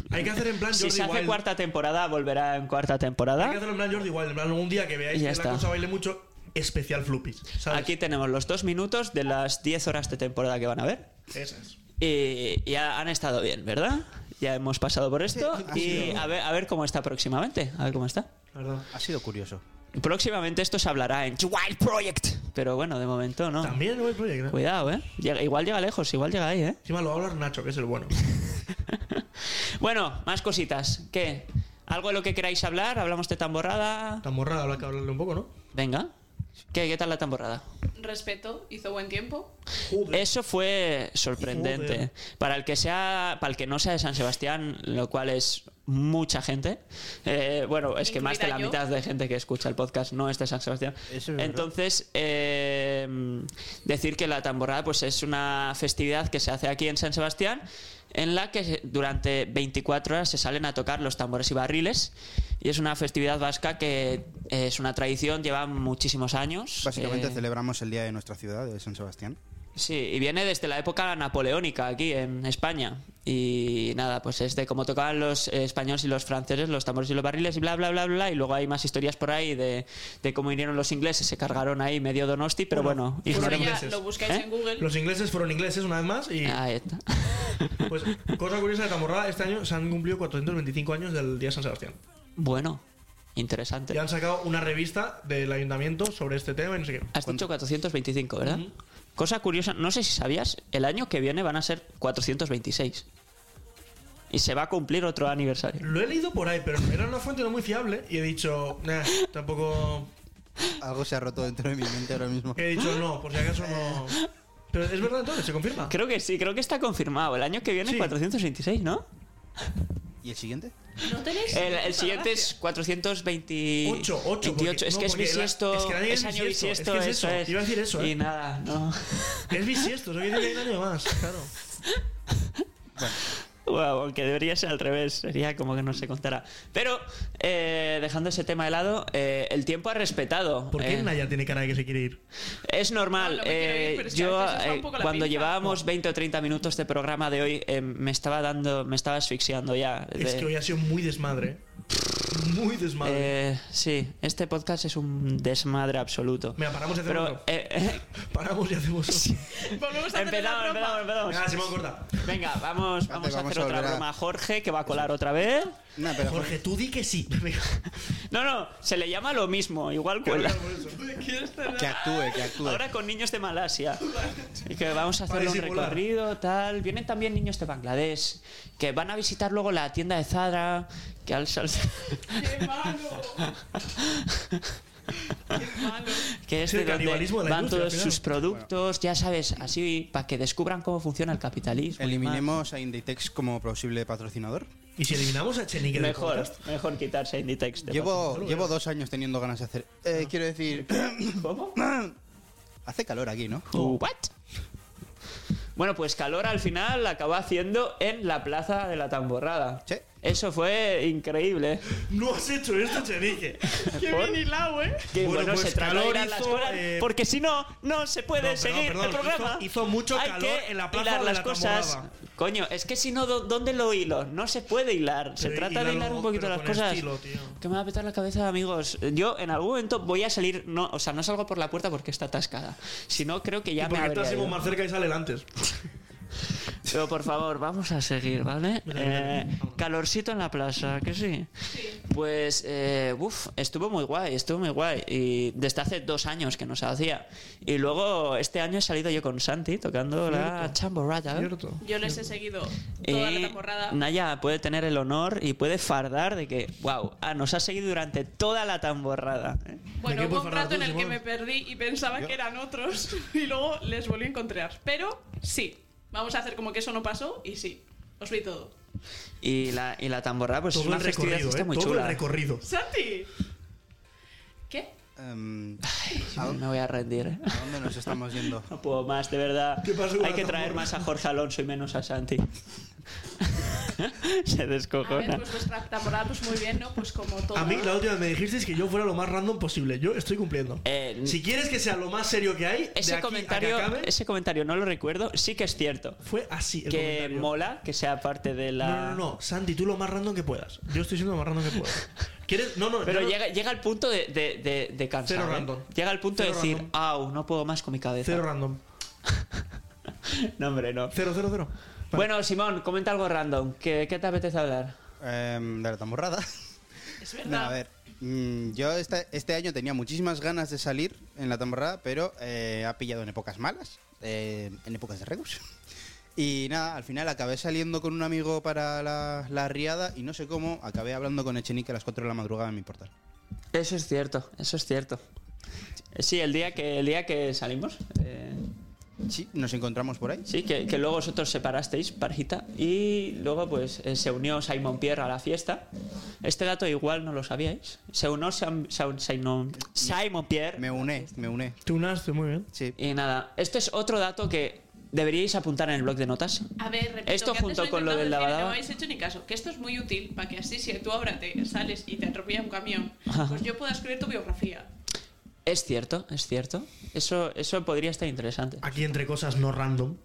Speaker 4: Hay que hacer en plan
Speaker 3: Si
Speaker 4: Ah, Jordi
Speaker 3: se hace
Speaker 4: Wild.
Speaker 3: cuarta temporada, volverá en cuarta
Speaker 4: Hay que
Speaker 3: temporada.
Speaker 4: hacerlo en plan Jordi Wild, en plan, un día que veáis
Speaker 3: Y ya
Speaker 4: que
Speaker 3: está.
Speaker 4: la cosa baile mucho, especial floppy, ¿sabes?
Speaker 3: Aquí tenemos los dos minutos de las 10 horas de temporada que van a ver.
Speaker 4: Esas.
Speaker 3: Y ya han estado bien, ¿verdad? Ya hemos pasado por esto. y a ver, a ver cómo está próximamente. A ver cómo está.
Speaker 4: La verdad.
Speaker 1: Ha sido curioso.
Speaker 3: Próximamente esto se hablará en The Wild Project. Pero bueno, de momento no.
Speaker 4: También Pues, el proyecto.
Speaker 3: Cuidado, ¿eh? Llega- igual llega lejos, igual llega ahí, ¿eh?
Speaker 4: Encima lo va a hablar Nacho, que es el bueno.
Speaker 3: Bueno, más cositas. ¿Qué? ¿Algo de lo que queráis hablar? ¿Hablamos de tamborrada?
Speaker 4: Tamborrada, habrá que hablarle un poco, ¿no?
Speaker 3: Venga. ¿Qué, qué tal la tamborrada?
Speaker 6: Respeto, hizo buen tiempo.
Speaker 4: Joder.
Speaker 3: Eso fue sorprendente.
Speaker 4: Joder.
Speaker 3: Para el que sea, para el que no sea de San Sebastián, lo cual es mucha gente. eh, bueno, es que más de la
Speaker 6: Incluida yo.
Speaker 3: mitad de gente que escucha el podcast no es de San Sebastián.
Speaker 1: Eso es verdad.
Speaker 3: Entonces, eh, decir que la tamborrada pues es una festividad que se hace aquí en San Sebastián en la que se- durante 24 horas se salen a tocar los tambores y barriles y es una festividad vasca que eh, es una tradición, lleva muchísimos años.
Speaker 1: Básicamente
Speaker 3: eh,
Speaker 1: celebramos el día de nuestra ciudad, de San Sebastián.
Speaker 3: Sí, y viene desde la época napoleónica aquí en España. Y nada, pues es de cómo tocaban los eh, españoles y los franceses, los tambores y los barriles y bla, bla, bla, bla. Y luego hay más historias por ahí de, de cómo vinieron los ingleses, se cargaron ahí medio Donosti, pero bueno,
Speaker 4: fueron
Speaker 6: Pero
Speaker 3: ignoremos.
Speaker 6: pues ya
Speaker 4: ingleses.
Speaker 6: lo buscáis
Speaker 3: ¿Eh?
Speaker 6: en Google.
Speaker 4: Los ingleses fueron ingleses una vez más y
Speaker 3: Ahí está.
Speaker 4: Pues, cosa curiosa de Tamborrada, este año se han cumplido 425 años del Día de San Sebastián.
Speaker 3: bueno, interesante.
Speaker 4: Y han sacado una revista del ayuntamiento sobre este tema y no sé qué.
Speaker 3: Has dicho 425, ¿verdad? Cosa curiosa, no sé si sabías, el año que viene van a ser 426. Y se va a cumplir otro aniversario.
Speaker 4: Lo he leído por ahí, pero era una fuente no muy fiable y he dicho, nah, tampoco.
Speaker 1: Algo se ha roto dentro de mi mente ahora mismo.
Speaker 4: He dicho no, por si acaso no. Pero es verdad entonces, se confirma.
Speaker 3: Creo que sí, creo que está confirmado. El año que viene
Speaker 4: Sí.
Speaker 3: 426, ¿no?
Speaker 1: ¿Y el siguiente?
Speaker 6: No tenéis.
Speaker 3: El, el siguiente es 428.
Speaker 4: Ocho, ocho, porque-
Speaker 3: es
Speaker 4: no,
Speaker 3: que es
Speaker 4: porque el-
Speaker 3: bisiesto.
Speaker 4: es que el año es
Speaker 3: año
Speaker 4: bisiesto, es
Speaker 3: bisiesto,
Speaker 4: que es
Speaker 3: eso
Speaker 4: eso.
Speaker 3: es.
Speaker 4: Iba a decir eso,
Speaker 3: Y
Speaker 4: ¿eh?
Speaker 3: nada, no.
Speaker 4: Es bisiesto, eso quiere decir que hay un año más, claro.
Speaker 3: Guau, aunque debería ser al revés, sería como que no se contara. Pero, eh, dejando ese tema de lado, eh, el tiempo ha respetado.
Speaker 4: ¿Por qué
Speaker 3: Eh,
Speaker 4: Naya tiene cara de que se quiere ir?
Speaker 3: Es normal.
Speaker 6: No, no me quiero ir,
Speaker 3: eh,
Speaker 6: pero es que a
Speaker 3: yo
Speaker 6: veces os va un
Speaker 3: eh,
Speaker 6: poco la
Speaker 3: cuando
Speaker 6: pinza.
Speaker 3: llevábamos 20 o 30 minutos de programa de hoy eh, me estaba dando, me estaba asfixiando ya.
Speaker 4: Es
Speaker 3: de-
Speaker 4: que hoy ha sido muy desmadre. ¿eh? Muy desmadre.
Speaker 3: eh, sí, este podcast es un desmadre absoluto.
Speaker 4: Mira, paramos y hacemos
Speaker 3: Pero
Speaker 4: otro.
Speaker 3: eh, eh,
Speaker 4: Paramos y hacemos otro.
Speaker 6: Volvemos a hacer
Speaker 3: empezamos,
Speaker 6: la broma.
Speaker 3: empezamos, empezamos.
Speaker 4: Nada, Simón, corta.
Speaker 3: Venga, vamos, vamos a
Speaker 1: vamos
Speaker 3: hacer
Speaker 1: a
Speaker 3: otra
Speaker 1: volver a-
Speaker 3: broma a Jorge que va a colar otra vez.
Speaker 1: Nah, pero
Speaker 4: Jorge, tú di que sí. Venga.
Speaker 3: No, no, se le llama lo mismo, igual cuela.
Speaker 1: que actúe, que actúe.
Speaker 3: Ahora con niños de Malasia. Y que vamos a
Speaker 4: Para
Speaker 3: hacer un
Speaker 4: disimular.
Speaker 3: recorrido, tal. Vienen también niños de Bangladesh, que van a visitar luego la tienda de Zara, que al sal...
Speaker 6: ¡Qué malo! ¡Qué malo!
Speaker 3: que es
Speaker 4: Sí,
Speaker 3: de
Speaker 4: el
Speaker 3: donde
Speaker 4: canibalismo de la
Speaker 3: van
Speaker 4: industria,
Speaker 3: todos
Speaker 4: al final.
Speaker 3: sus productos, ya sabes, así, para que descubran cómo funciona el capitalismo. y demás.
Speaker 1: Eliminemos a Inditex como posible patrocinador.
Speaker 4: ¿Y si eliminamos a Chenique del
Speaker 3: Mejor,
Speaker 4: podcast?
Speaker 3: mejor quitarse Inditex. de
Speaker 1: Llevo,
Speaker 3: ¿eh?
Speaker 1: llevo dos años teniendo ganas de hacer. Eh, quiero decir,
Speaker 3: paso. Ah. ¿Cómo?
Speaker 1: hace calor aquí, ¿no?
Speaker 3: ¿What? Bueno, pues calor al final acabó haciendo en la plaza de la Tamborrada.
Speaker 1: Sí.
Speaker 3: Eso fue increíble.
Speaker 4: No has hecho esto, Chenique.
Speaker 6: ¡Qué
Speaker 3: Por-
Speaker 6: bien hilado, eh!
Speaker 3: Que
Speaker 4: Bueno,
Speaker 3: bueno,
Speaker 4: pues
Speaker 3: se trata de ir a la
Speaker 4: calor hizo,
Speaker 3: escuela,
Speaker 4: eh,
Speaker 3: porque si no, no se puede
Speaker 4: No, perdón,
Speaker 3: seguir
Speaker 4: perdón,
Speaker 3: el programa.
Speaker 4: hizo- hizo mucho
Speaker 3: Hay
Speaker 4: calor
Speaker 3: que
Speaker 4: en la plaza
Speaker 3: hilar
Speaker 4: de
Speaker 3: las
Speaker 4: la
Speaker 3: cosas.
Speaker 4: Tamborrada.
Speaker 3: Coño, es que si no, ¿dó- ¿dónde lo hilo? No se puede hilar. se
Speaker 4: Pero
Speaker 3: trata de
Speaker 4: hílalo,
Speaker 3: hilar un poquito
Speaker 4: pero
Speaker 3: las
Speaker 4: con
Speaker 3: cosas.
Speaker 4: estilo, tío.
Speaker 3: que me va a petar la cabeza, amigos. Yo en algún momento voy a salir, no, o sea, no salgo por la puerta porque está atascada. Si no, creo que ya me
Speaker 4: Porque
Speaker 3: habría
Speaker 4: estás
Speaker 3: ido.
Speaker 4: más cerca y sale el antes.
Speaker 3: Pero por favor, vamos a seguir, ¿vale?
Speaker 4: Mira, mira,
Speaker 3: Eh, calorcito en la plaza, ¿que sí? Pues, eh, uf, estuvo muy guay, estuvo muy guay. Y desde hace dos años que nos hacía. Y luego este año he salido yo con Santi tocando la chamborrata.
Speaker 4: Cierto.
Speaker 6: Yo les he seguido
Speaker 3: Y
Speaker 6: toda la temporrada.
Speaker 3: Naya puede tener el honor y puede fardar de que, wow, ah, nos ha seguido durante toda la tamborrada. ¿eh?
Speaker 4: ¿De
Speaker 6: Bueno,
Speaker 4: qué puedes
Speaker 6: hubo un
Speaker 4: hablar
Speaker 6: rato
Speaker 4: tú,
Speaker 6: en el que
Speaker 4: Simón?
Speaker 6: me perdí y pensaba que eran otros y luego les volví a encontrar. Pero sí, vamos a hacer como que eso no pasó y sí, os vi todo.
Speaker 3: Y la, y la tamborrada, pues es
Speaker 4: Todo
Speaker 3: una
Speaker 4: el
Speaker 3: festividad que
Speaker 4: recorrido,
Speaker 3: está
Speaker 4: ¿eh?
Speaker 3: muy
Speaker 4: Todo el
Speaker 3: chula.
Speaker 4: recorrido.
Speaker 6: ¡Santi! ¿Qué?
Speaker 1: Em,
Speaker 3: No me voy a rendir. ¿eh?
Speaker 1: ¿A dónde nos estamos yendo?
Speaker 3: No puedo más, de verdad.
Speaker 4: ¿Qué pasó con
Speaker 3: Hay
Speaker 4: la
Speaker 3: que traer
Speaker 4: tambora?
Speaker 3: más a Jorge Alonso y menos a Santi. Se
Speaker 6: A ver,
Speaker 3: descojona.
Speaker 6: pues vuestra temporada, pues muy bien, ¿no? Pues como todo.
Speaker 4: A mí la última vez me dijisteis que yo fuera lo más random posible. Yo estoy cumpliendo.
Speaker 3: Eh,
Speaker 4: si quieres que sea lo más serio que hay, de
Speaker 3: Ese
Speaker 4: aquí
Speaker 3: comentario,
Speaker 4: a que acabe,
Speaker 3: ese comentario no lo recuerdo. Sí que es cierto.
Speaker 4: fue así el
Speaker 3: Que
Speaker 4: comentario.
Speaker 3: mola que sea parte de la.
Speaker 4: No, no, no, Santi, tú lo más random que puedas. Yo estoy siendo lo más random que puedo. ¿Quieres? No, no,
Speaker 3: Pero
Speaker 4: yo no-
Speaker 3: llega, llega al punto de, de, de, de cansar.
Speaker 4: Cero
Speaker 3: ¿eh?
Speaker 4: random.
Speaker 3: Llega al punto
Speaker 4: Cero
Speaker 3: de decir,
Speaker 4: random.
Speaker 3: au, no puedo más con mi cabeza.
Speaker 4: Cero random.
Speaker 3: no, hombre, no.
Speaker 4: Cero, cero, cero. Vale.
Speaker 3: Bueno, Simón, comenta algo random. ¿Qué, qué te apetece hablar?
Speaker 1: Em, de la tamborrada.
Speaker 6: Es
Speaker 1: No,
Speaker 6: verdad.
Speaker 1: a ver. mm, yo este, este año tenía muchísimas ganas de salir en la tamborrada, pero eh, ha pillado en épocas malas, eh, en épocas de Reus. Y nada, al final acabé saliendo con un amigo para la, la riada y no sé cómo, acabé hablando con Echenique a las 4 de la madrugada en mi portal.
Speaker 3: Eso es cierto, eso es cierto. Sí, el día que, el día que salimos. eh,
Speaker 1: Sí, nos encontramos por ahí.
Speaker 3: Sí, que, que luego vosotros separasteis, parejita, y luego pues eh, se unió Simon Pierre a la fiesta. Este dato igual no lo sabíais. Se unió Sam- Sam- Simon, Simon Pierre.
Speaker 1: Me uné, me uné.
Speaker 4: Te unaste muy bien.
Speaker 1: Sí.
Speaker 3: Y nada, esto es otro dato que deberíais apuntar en el blog de notas.
Speaker 6: A ver, repito,
Speaker 3: Esto
Speaker 6: que antes
Speaker 3: junto
Speaker 6: he
Speaker 3: con lo del
Speaker 6: intentado decir y
Speaker 3: lavadaba.
Speaker 6: No habéis hecho ni caso. Que esto es muy útil para que así, si tú ahora te sales y te atropella un camión, pues yo pueda escribir tu biografía.
Speaker 3: Es cierto, es cierto. Eso, eso podría estar interesante.
Speaker 4: Aquí entre cosas no random.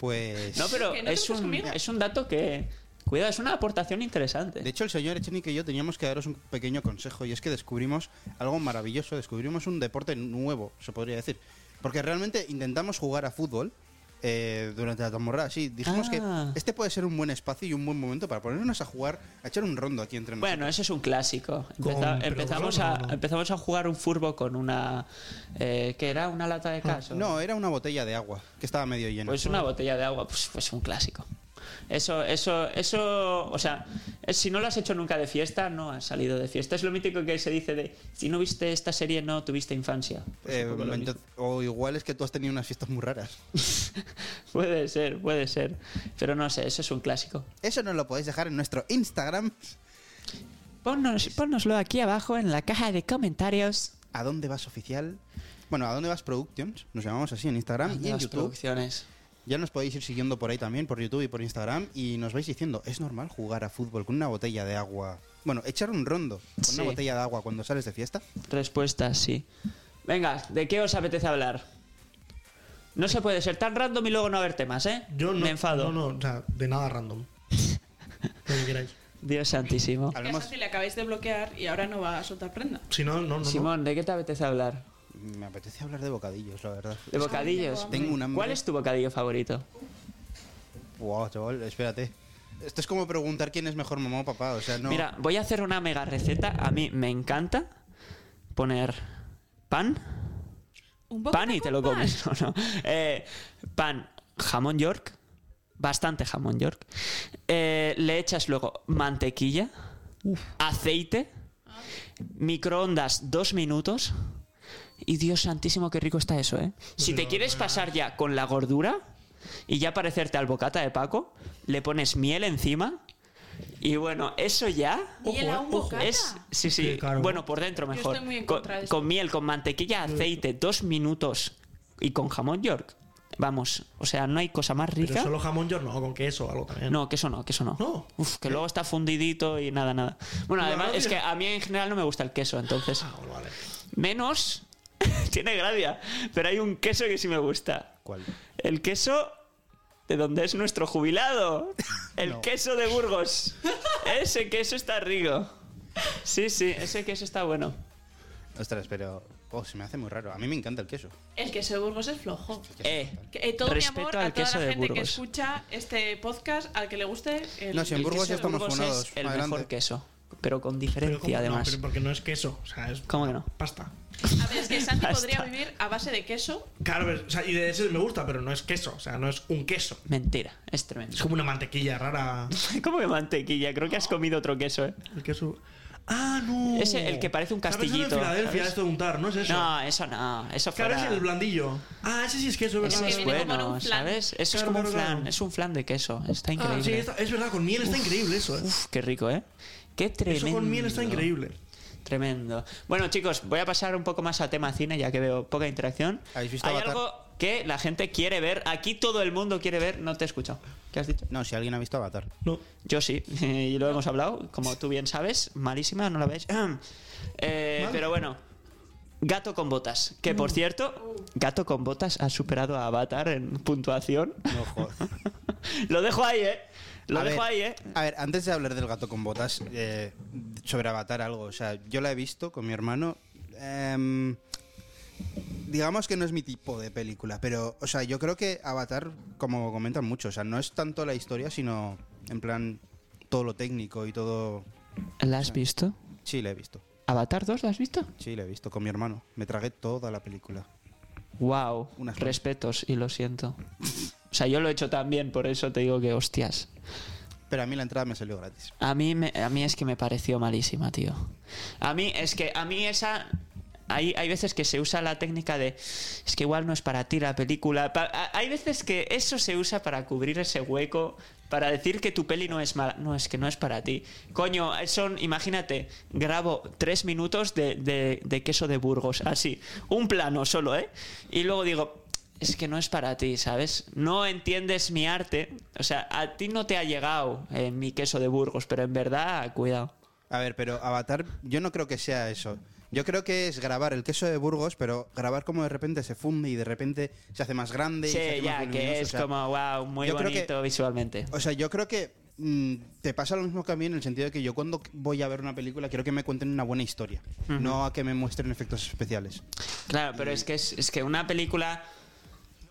Speaker 1: Pues.
Speaker 3: No, pero
Speaker 6: Que no te
Speaker 3: es,
Speaker 6: metas
Speaker 3: un,
Speaker 6: conmigo.
Speaker 3: es un dato que... Cuidado, es una aportación interesante.
Speaker 1: De hecho, el señor Echenique y yo teníamos que daros un pequeño consejo y es que descubrimos algo maravilloso, descubrimos un deporte nuevo, se podría decir. Porque realmente intentamos jugar a fútbol, eh, durante la tamborrada, sí. Dijimos
Speaker 3: Ah.
Speaker 1: que este puede ser un buen espacio y un buen momento para ponernos a jugar, a echar un rondo aquí entre nosotros.
Speaker 3: Bueno, eso es un clásico.
Speaker 4: Con-
Speaker 3: Empeza-
Speaker 4: pero
Speaker 3: empezamos,
Speaker 4: con
Speaker 3: a,
Speaker 4: ron, ¿no?
Speaker 3: empezamos a jugar un furbo con una... eh, ¿Qué era? ¿Una lata de caso?
Speaker 1: No, era una botella de agua que estaba medio llena.
Speaker 3: Pues una botella de agua, pues, pues un clásico. Eso, eso, eso, o sea, eh, si no lo has hecho nunca de fiesta, no has salido de fiesta. Es lo mítico que se dice de, si no viste esta serie, no tuviste infancia. Pues
Speaker 1: Eh,
Speaker 3: un poco lo mismo.
Speaker 1: entonces- o igual es que tú has tenido unas fiestas muy raras.
Speaker 3: puede ser, puede ser. Pero no sé, eso es un clásico.
Speaker 1: Eso nos lo podéis dejar en nuestro Instagram.
Speaker 3: Ponnos, ponnoslo aquí abajo en la caja de comentarios.
Speaker 1: ¿A dónde vas oficial? Bueno, ¿a dónde vas Productions? Nos llamamos así en Instagram y en
Speaker 3: Las
Speaker 1: YouTube.
Speaker 3: producciones.
Speaker 1: Ya nos podéis ir siguiendo por ahí también, por YouTube y por Instagram, y nos vais diciendo, es normal jugar a fútbol con una botella de agua. Bueno, echar un rondo con
Speaker 3: Sí.
Speaker 1: una botella de agua cuando sales de fiesta.
Speaker 3: Respuesta, sí. Venga, ¿de qué os apetece hablar? No se puede ser tan random y luego no haber temas, ¿eh?
Speaker 4: Yo no.
Speaker 3: Me enfado.
Speaker 4: No, no, o sea, de nada random. Lo que queráis.
Speaker 3: Dios santísimo.
Speaker 6: Que a
Speaker 1: Hablemos.
Speaker 6: Santi le acabáis de bloquear y ahora no va a soltar prenda.
Speaker 4: Si no, no, no, no.
Speaker 3: Simón, ¿de qué te apetece hablar?
Speaker 1: Me apetece hablar de bocadillos, la verdad.
Speaker 3: ¿De bocadillos?
Speaker 1: Tengo un hambre.
Speaker 3: ¿Cuál es tu bocadillo favorito?
Speaker 1: Wow, chaval, espérate. Esto es como preguntar quién es mejor mamá o papá, o sea, no.
Speaker 3: Mira, voy a hacer una mega receta. A mí me encanta poner pan.
Speaker 6: Un poco
Speaker 3: Pan y te lo comes. No, no. Eh, pan, jamón york. Bastante jamón york. Eh, le echas luego mantequilla. Aceite. Microondas dos minutos. Y Dios santísimo, qué rico está eso, ¿eh? Si te quieres pasar ya con la gordura y ya parecerte al bocata de Paco, le pones miel encima. Y bueno, eso ya. eh,
Speaker 6: ¿Miel a un bocata?
Speaker 3: Es, sí, sí.
Speaker 4: Qué caro.
Speaker 3: Bueno, por dentro mejor.
Speaker 6: estoy muy en
Speaker 3: con,
Speaker 6: contra de eso.
Speaker 3: con miel, con mantequilla,
Speaker 4: Mm.
Speaker 3: aceite, dos minutos y con jamón york. Vamos, o sea, no hay cosa más rica.
Speaker 4: Pero solo jamón york, no, con queso o algo también.
Speaker 3: No, que eso no, que eso no.
Speaker 4: No.
Speaker 3: Uf, que luego está fundidito y nada, nada. Bueno,
Speaker 4: No,
Speaker 3: además
Speaker 4: no,
Speaker 3: es
Speaker 4: tío.
Speaker 3: que a mí en general no me gusta el queso, entonces.
Speaker 4: Ah, bueno, vale.
Speaker 3: Menos. Tiene gracia. Pero hay un queso que sí me gusta.
Speaker 1: ¿Cuál?
Speaker 3: El queso de donde es nuestro jubilado. El
Speaker 1: No.
Speaker 3: queso de Burgos. Ese queso está rico. Sí, sí, ese queso está bueno.
Speaker 1: Ostras, pero. Oh, se me hace muy raro. A mí me encanta el queso.
Speaker 6: El queso de Burgos es flojo.
Speaker 3: Eh,
Speaker 6: Que, eh, todo
Speaker 3: respeto
Speaker 6: mi amor
Speaker 3: al
Speaker 6: a toda
Speaker 3: queso
Speaker 6: la
Speaker 3: de
Speaker 6: gente que
Speaker 3: Burgos.
Speaker 6: escucha este podcast, al que le guste. El,
Speaker 1: No, si en
Speaker 6: el
Speaker 1: Burgos
Speaker 6: queso
Speaker 1: ya
Speaker 6: de
Speaker 1: estamos
Speaker 3: Burgos
Speaker 1: funados.
Speaker 3: es el
Speaker 1: Adelante.
Speaker 3: mejor queso, pero con
Speaker 4: Pero
Speaker 3: diferencia
Speaker 4: como- no,
Speaker 3: además.
Speaker 4: pero porque no es queso, o sea, es
Speaker 3: ¿Cómo que no?
Speaker 4: pasta.
Speaker 6: A ver, es que Santi podría
Speaker 3: Basta.
Speaker 6: vivir a base de queso.
Speaker 4: Claro, pero- o sea, y de ese me gusta, pero no es queso, o sea, no es un queso.
Speaker 3: Mentira, es tremendo.
Speaker 4: Es como una mantequilla rara.
Speaker 3: ¿Cómo que mantequilla? Creo que has comido otro queso, ¿eh?
Speaker 4: El queso. ¡Ah, no!
Speaker 3: Ese, el que parece un
Speaker 4: Está pensando
Speaker 3: castillito,
Speaker 4: en Filadelfia,
Speaker 3: ¿sabes?
Speaker 4: esto de untar, ¿no es eso?
Speaker 3: No, eso no, eso
Speaker 4: Claro,
Speaker 3: fuera-
Speaker 4: es el blandillo. Ah, ese sí es queso, es
Speaker 3: Eso
Speaker 4: verdad.
Speaker 6: que
Speaker 3: es
Speaker 6: viene como en
Speaker 3: bueno,
Speaker 6: un flan.
Speaker 3: ¿sabes? Eso es
Speaker 4: Claro,
Speaker 3: como un
Speaker 4: claro, claro.
Speaker 3: flan, es un flan de queso, está
Speaker 4: Ah, sí,
Speaker 3: increíble.
Speaker 4: está- es verdad, con miel está increíble eso, eh.
Speaker 3: Uf, qué rico, ¿eh? Qué tremendo.
Speaker 4: Eso con miel está increíble.
Speaker 3: Tremendo. Bueno, chicos, voy a pasar un poco más al tema cine, ya que veo poca interacción.
Speaker 1: ¿Habéis visto
Speaker 3: Hay
Speaker 1: Avatar?
Speaker 3: algo que la gente quiere ver. Aquí todo el mundo quiere ver. No te he escuchado. ¿Qué has dicho?
Speaker 1: No, si alguien ha visto Avatar.
Speaker 4: No.
Speaker 3: Yo sí, y lo hemos hablado, como tú bien sabes, malísima, no la veis. Eh, pero bueno, Gato con botas, que por cierto, Gato con botas ha superado a Avatar en puntuación.
Speaker 1: No, joder.
Speaker 3: lo dejo ahí, ¿eh? Lo
Speaker 1: A
Speaker 3: dejo
Speaker 1: ver,
Speaker 3: ahí, ¿eh?
Speaker 1: A ver, antes de hablar del gato con botas, eh, sobre Avatar algo. O sea, yo la he visto con mi hermano. em, digamos que no es mi tipo de película, pero, o sea, yo creo que Avatar, como comentan muchos, o sea, no es tanto la historia, sino en plan todo lo técnico y todo.
Speaker 3: ¿La has visto?
Speaker 1: Sí, la he visto.
Speaker 3: ¿Avatar 2 la has visto?
Speaker 1: Sí, la he visto con mi hermano. Me tragué toda la película.
Speaker 3: Wow,
Speaker 1: Unas
Speaker 3: respetos y lo siento. O sea, yo lo he hecho también, por eso te digo que hostias.
Speaker 1: Pero a mí la entrada me salió gratis.
Speaker 3: A mí, me- a mí es que me pareció malísima, tío. A mí es que a mí esa... Hay, hay veces que se usa la técnica de... Es que igual no es para ti la película. Pa- a- hay veces que eso se usa para cubrir ese hueco, para decir que tu peli no es mala. No, es que no es para ti. Coño, eh, son, imagínate, grabo tres minutos de, de- de queso de Burgos, así. Un plano solo, ¿eh? Y luego digo, es que no es para ti, ¿sabes? No entiendes mi arte. O sea, a ti no te ha llegado eh, mi queso de Burgos, pero en verdad, cuidado.
Speaker 1: A ver, pero Avatar, yo no creo que sea eso. Yo creo que es grabar el queso de Burgos, pero grabar como de repente se funde y de repente se hace más grande. y se
Speaker 3: Sí,
Speaker 1: hace más
Speaker 3: ya, que
Speaker 1: voluminoso,
Speaker 3: es
Speaker 1: o sea,
Speaker 3: como, wow, muy
Speaker 1: yo creo que-
Speaker 3: bonito visualmente.
Speaker 1: O sea, yo creo que mm, te pasa lo mismo que a mí en el sentido de que yo cuando voy a ver una película quiero que me cuenten una buena historia, no a que me muestren efectos especiales.
Speaker 3: Claro, pero es que, es, es que una película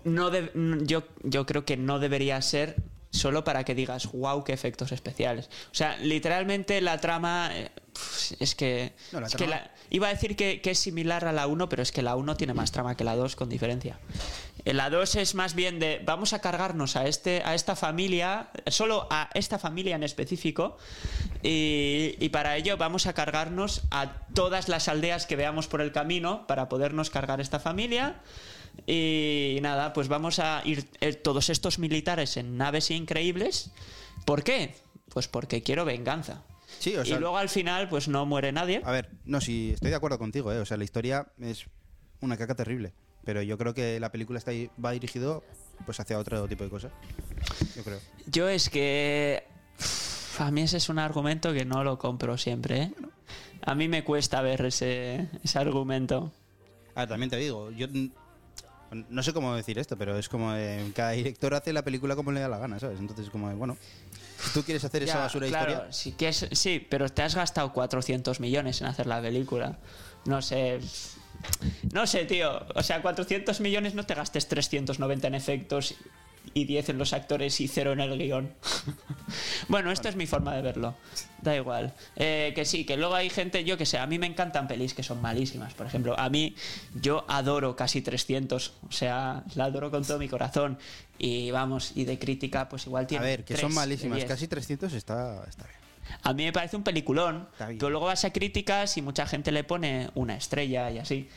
Speaker 3: no de- yo, yo creo que no debería ser solo para que digas, wow, qué efectos especiales. O sea, literalmente la trama... eh, pf, Es que...
Speaker 1: No, la
Speaker 3: es que
Speaker 1: trama-
Speaker 3: iba a decir que, que es similar a la 1, pero es que la 1 tiene más trama que la 2 con diferencia. Eh, La 2 es más bien de vamos a cargarnos a, este, a esta familia, solo a esta familia en específico, y, y para ello vamos a cargarnos a todas las aldeas que veamos por el camino para podernos cargar esta familia. Y nada, pues vamos a ir eh, todos estos militares en naves increíbles. ¿Por qué? Pues porque quiero venganza.
Speaker 1: Sí, o sea,
Speaker 3: y luego al final pues no muere nadie.
Speaker 1: a ver, no, sí, estoy de acuerdo contigo, ¿eh? O sea, la historia es una caca terrible. Pero yo creo que la película está, ahí- va dirigido pues hacia otro tipo de cosas. Yo creo.
Speaker 3: Yo es que. uf, A mí ese es un argumento que no lo compro siempre. ¿eh? A mí me cuesta ver ese, ese argumento.
Speaker 1: A ver, Ah, también te digo, yo n- no sé cómo decir esto, pero es como eh, cada director hace la película como le da la gana, ¿sabes? Entonces, como, eh, bueno, si tú quieres hacer esa
Speaker 3: Ya,
Speaker 1: basura de
Speaker 3: claro,
Speaker 1: historia.
Speaker 3: si quieres- sí, pero te has gastado 400 millones en hacer la película. No sé. No sé, tío. O sea, 400 millones no te gastes 390 en efectos y 10 en los actores y 0 en el guión. bueno, esta es mi forma de verlo. Da igual. Eh, que sí, que luego hay gente, yo que sé, a mí me encantan pelis que son malísimas. Por ejemplo, a mí yo adoro casi 300. O sea, la adoro con todo mi corazón. Y vamos, y de crítica, pues igual
Speaker 1: A
Speaker 3: tiene.
Speaker 1: ver, que
Speaker 3: tres
Speaker 1: son
Speaker 3: de
Speaker 1: malísimas.
Speaker 3: 10.
Speaker 1: Casi 300 está, está bien.
Speaker 3: A mí me parece un peliculón.
Speaker 1: Está bien.
Speaker 3: Pero luego vas a críticas y mucha gente le pone una estrella y así.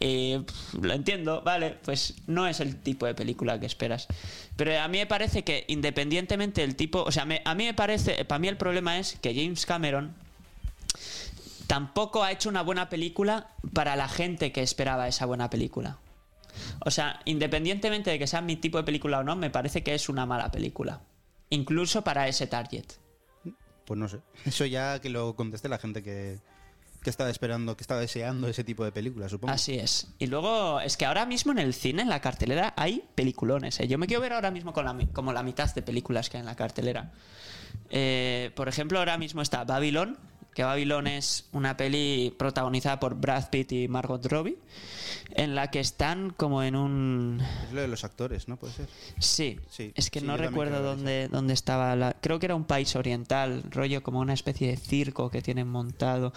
Speaker 3: Eh, pf, lo entiendo, vale, pues no es el tipo de película que esperas. Pero a mí me parece que independientemente del tipo, o sea, me- a mí me parece, para mí el problema es que James Cameron tampoco ha hecho una buena película para la gente que esperaba esa buena película. O sea, independientemente de que sea mi tipo de película o no, me parece que es una mala película. Incluso para ese target.
Speaker 1: Pues no sé. Eso ya que lo conteste la gente que, que estaba esperando, que estaba deseando ese tipo de películas, supongo.
Speaker 3: Así es. Y luego, es que ahora mismo en el cine, en la cartelera, hay peliculones. ¿eh? Yo me quiero ver ahora mismo con la, mi- como la mitad de películas que hay en la cartelera. Eh, por ejemplo, ahora mismo está Babylon, que Babylon es una peli protagonizada por Brad Pitt y Margot Robbie, en la que están como en un...
Speaker 1: Es lo de los actores, ¿no? Puede ser.
Speaker 3: Sí,
Speaker 1: Sí,
Speaker 3: es que
Speaker 1: sí,
Speaker 3: no
Speaker 1: yo también
Speaker 3: recuerdo
Speaker 1: creo que
Speaker 3: dónde, dónde estaba la... Creo que era un país oriental, rollo como una especie de circo que tienen montado.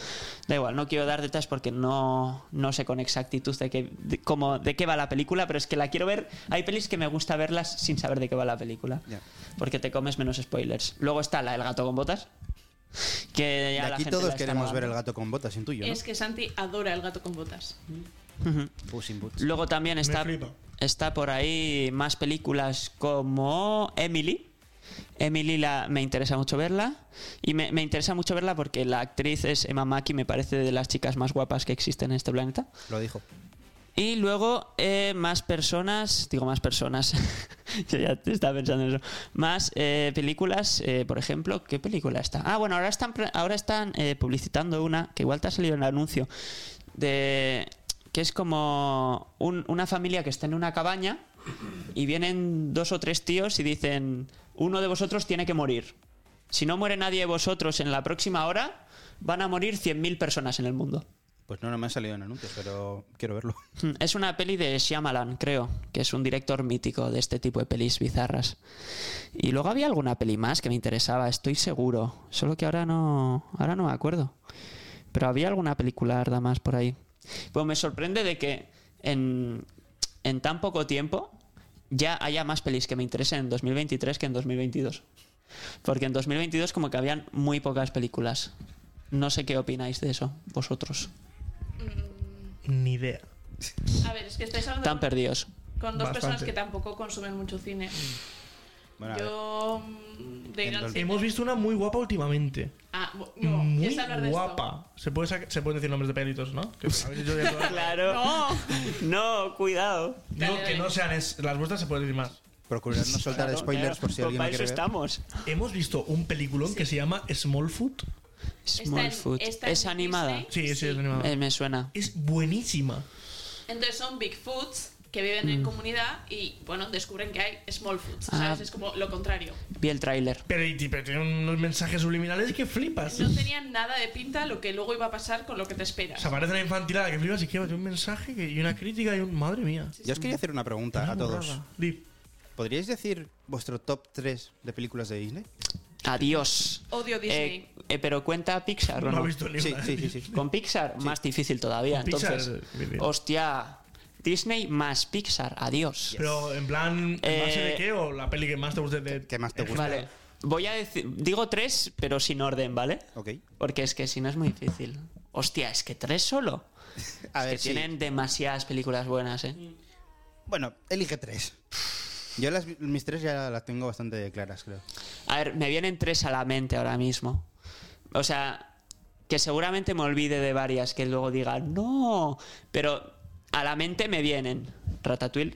Speaker 3: Da igual, no quiero dar detalles porque no, no sé con exactitud de qué, de, cómo- de qué va la película, pero es que la quiero ver... Hay pelis que me gusta verlas sin saber de qué va la película,
Speaker 1: Ya.
Speaker 3: porque te comes menos spoilers. Luego está la El gato con botas, que ya
Speaker 1: de
Speaker 3: la
Speaker 1: aquí
Speaker 3: gente la
Speaker 1: todos
Speaker 3: está
Speaker 1: queremos ver el
Speaker 3: lavando.
Speaker 1: gato con botas, intuyo, ¿no?
Speaker 6: Es que Santi adora el gato con botas.
Speaker 3: Ujú.
Speaker 1: Puss in Boots.
Speaker 3: Luego también está,
Speaker 4: flipa.
Speaker 3: está por ahí más películas como Emily. Emily la, me interesa mucho verla. Y me, me interesa mucho verla porque la actriz es Emma Mackey, me parece de las chicas más guapas que existen en este planeta.
Speaker 1: Lo dijo.
Speaker 3: Y luego eh, más personas, digo más personas, yo ya te estaba pensando en eso, más eh, películas, eh, por ejemplo, ¿qué película está? Ah, bueno, ahora están, pre- ahora están eh, publicitando una, que igual te ha salido en el anuncio, de que es como un- una familia que está en una cabaña y vienen dos o tres tíos y dicen, uno de vosotros tiene que morir. Si no muere nadie de vosotros en la próxima hora, van a morir 100.000 personas en el mundo.
Speaker 1: Pues no, no me han salido en anuncios, pero quiero verlo.
Speaker 3: Hmm, Es una peli de Shyamalan, creo, que es un director mítico de este tipo de pelis bizarras. Y luego había alguna peli más que me interesaba, estoy seguro. Solo que ahora no, ahora no me acuerdo. Pero había alguna película arda más por ahí. Pues me sorprende de que en, en tan poco tiempo ya haya más pelis que me interesen en 2023 que en 2022. Porque en 2022 como que habían muy pocas películas. No sé qué opináis de eso, vosotros.
Speaker 4: Ni idea.
Speaker 6: A ver, es que estáis hablando
Speaker 3: Tan perdidos.
Speaker 6: con dos
Speaker 4: Bastante.
Speaker 6: personas que tampoco consumen mucho cine.
Speaker 1: Bueno, a ver.
Speaker 6: Yo. mm, De ir al
Speaker 1: Entonces-
Speaker 6: cine-
Speaker 4: Hemos visto una muy guapa últimamente.
Speaker 6: Ah, bu- no,
Speaker 4: muy
Speaker 6: ¿quieres hablar de
Speaker 4: guapa. Se, puede saca- se pueden decir nombres de pelitos, ¿no? Que habéis hecho ya todas.
Speaker 3: Claro.
Speaker 6: esto? No.
Speaker 3: No, cuidado.
Speaker 6: Dale,
Speaker 4: No,
Speaker 6: dale.
Speaker 4: que no sean es- las vuestras se pueden decir más.
Speaker 1: Procurar no soltar
Speaker 3: Claro,
Speaker 1: spoilers
Speaker 3: claro.
Speaker 1: por si
Speaker 3: Pues
Speaker 1: alguien
Speaker 3: para
Speaker 1: lo quiere
Speaker 3: eso
Speaker 1: ver.
Speaker 3: estamos.
Speaker 4: Hemos visto un peliculón que se llama Smallfoot.
Speaker 6: Está en-
Speaker 3: Smallfoot.
Speaker 6: está en
Speaker 3: ¿Es animada?
Speaker 6: Disney.
Speaker 4: Sí, sí, es animado.
Speaker 3: Eh, me suena.
Speaker 4: Es buenísima.
Speaker 6: Entonces son Bigfoots que viven
Speaker 3: Mm.
Speaker 6: en comunidad y, bueno, descubren que hay small foods, ¿sabes?
Speaker 3: Ah.
Speaker 6: Es como lo contrario.
Speaker 3: Vi el tráiler.
Speaker 4: Pero, y- pero tiene unos mensajes subliminales que flipas.
Speaker 6: No tenían nada de pinta lo que luego iba a pasar con lo que te
Speaker 4: O
Speaker 6: esperas.
Speaker 4: sea, parece una infantilada que flipas y que tiene un mensaje que- y una crítica y un. Madre mía.
Speaker 1: Yo os quería hacer una pregunta
Speaker 4: Una
Speaker 1: a todos.
Speaker 4: burrada. Di.
Speaker 1: ¿Podríais decir vuestro top 3 de películas de Disney?
Speaker 3: Adiós.
Speaker 6: Odio Disney.
Speaker 3: Eh, eh, pero cuenta Pixar, ¿o
Speaker 4: No
Speaker 3: no?
Speaker 4: ha visto ni
Speaker 1: Sí,
Speaker 4: una.
Speaker 1: sí, sí, sí.
Speaker 3: Con Pixar, más difícil todavía.
Speaker 4: Con Pixar, eh,
Speaker 3: Entonces,
Speaker 4: bien, bien.
Speaker 3: hostia, Disney más Pixar, adiós.
Speaker 4: Pero en plan, ¿en base de
Speaker 3: Eh,
Speaker 4: qué o la peli que más te guste de.
Speaker 1: ¿Qué más te gusta?
Speaker 3: Vale, voy a decir, digo tres, pero sin orden, ¿vale?
Speaker 1: Ok.
Speaker 3: Porque es que si no es muy difícil. Hostia, es que tres solo.
Speaker 1: A
Speaker 3: Es
Speaker 1: ver,
Speaker 3: que
Speaker 1: sí.
Speaker 3: tienen demasiadas películas buenas, ¿eh?
Speaker 1: Bueno, elige 3. Yo las, mis tres ya las tengo bastante claras, creo.
Speaker 3: A ver, me vienen tres a la mente ahora mismo. O sea, que seguramente me olvide de varias que luego diga, no, pero a la mente me vienen. Ratatouille.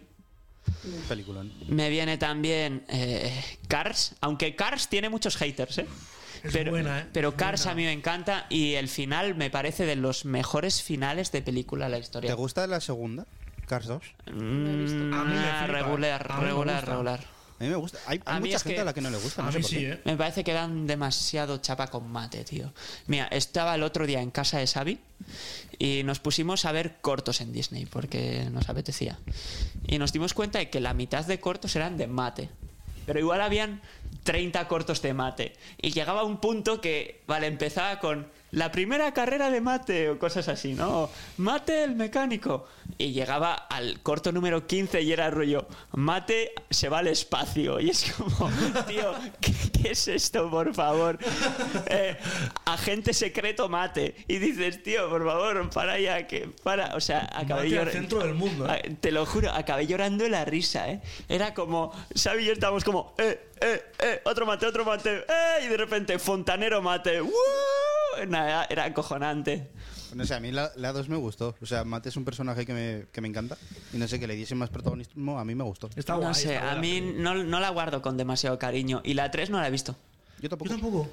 Speaker 1: Peliculón.
Speaker 3: Me viene también eh, Cars, aunque Cars tiene muchos haters, ¿eh?
Speaker 4: Es
Speaker 3: pero,
Speaker 4: buena, ¿eh?
Speaker 3: pero
Speaker 4: Es
Speaker 3: Cars
Speaker 4: buena.
Speaker 3: a mí me encanta y el final me parece de los mejores finales de película de la
Speaker 1: ¿Te
Speaker 3: historia.
Speaker 1: gusta la segunda? Cars 2.
Speaker 3: Mm,
Speaker 4: A mí me
Speaker 3: ah,
Speaker 4: flipa. ¿eh?
Speaker 3: regular,
Speaker 4: A mí me
Speaker 3: regular,
Speaker 4: gusta.
Speaker 3: regular.
Speaker 1: A mí me gusta. Hay, hay
Speaker 3: A mí
Speaker 1: mucha
Speaker 3: es
Speaker 1: gente
Speaker 3: que-
Speaker 1: a la que no le gusta. No
Speaker 4: A
Speaker 1: sé
Speaker 4: mí
Speaker 1: por qué.
Speaker 4: sí, ¿eh?
Speaker 3: Me parece que dan demasiado chapa con mate, tío. Mira, estaba el otro día en casa de Xavi y nos pusimos a ver cortos en Disney porque nos apetecía. Y nos dimos cuenta de que la mitad de cortos eran de mate. Pero igual habían 30 cortos de mate. Y llegaba un punto que, vale, empezaba con la primera carrera de mate o cosas así, ¿no? O, Mate el mecánico. Y llegaba al corto número 15 y era rollo, mate se va al espacio. Y es como, tío, ¿qué, qué es esto, por favor? Eh, agente secreto mate. Y dices, tío, por favor, para ya, que para. O sea, acabé
Speaker 4: Mate al
Speaker 3: llor-
Speaker 4: centro del mundo, ¿eh?
Speaker 3: Ah, Te lo juro, acabé llorando de la risa, ¿eh? Era como, Xavi y yo estábamos como, eh, eh, eh, otro mate, otro mate, eh, y de repente, fontanero mate, ¡Woo! Nada, era acojonante.
Speaker 1: No sé, a mí la, la 2 me gustó. O sea, Mate es un personaje que me, que me encanta. Y no sé, que le diese más protagonismo, a mí me gustó.
Speaker 4: Está guay.
Speaker 3: No sé,
Speaker 4: está
Speaker 3: a
Speaker 4: buena.
Speaker 3: mí no, no la guardo con demasiado cariño. Y la 3 no la he visto.
Speaker 1: Yo tampoco.
Speaker 4: Yo tampoco.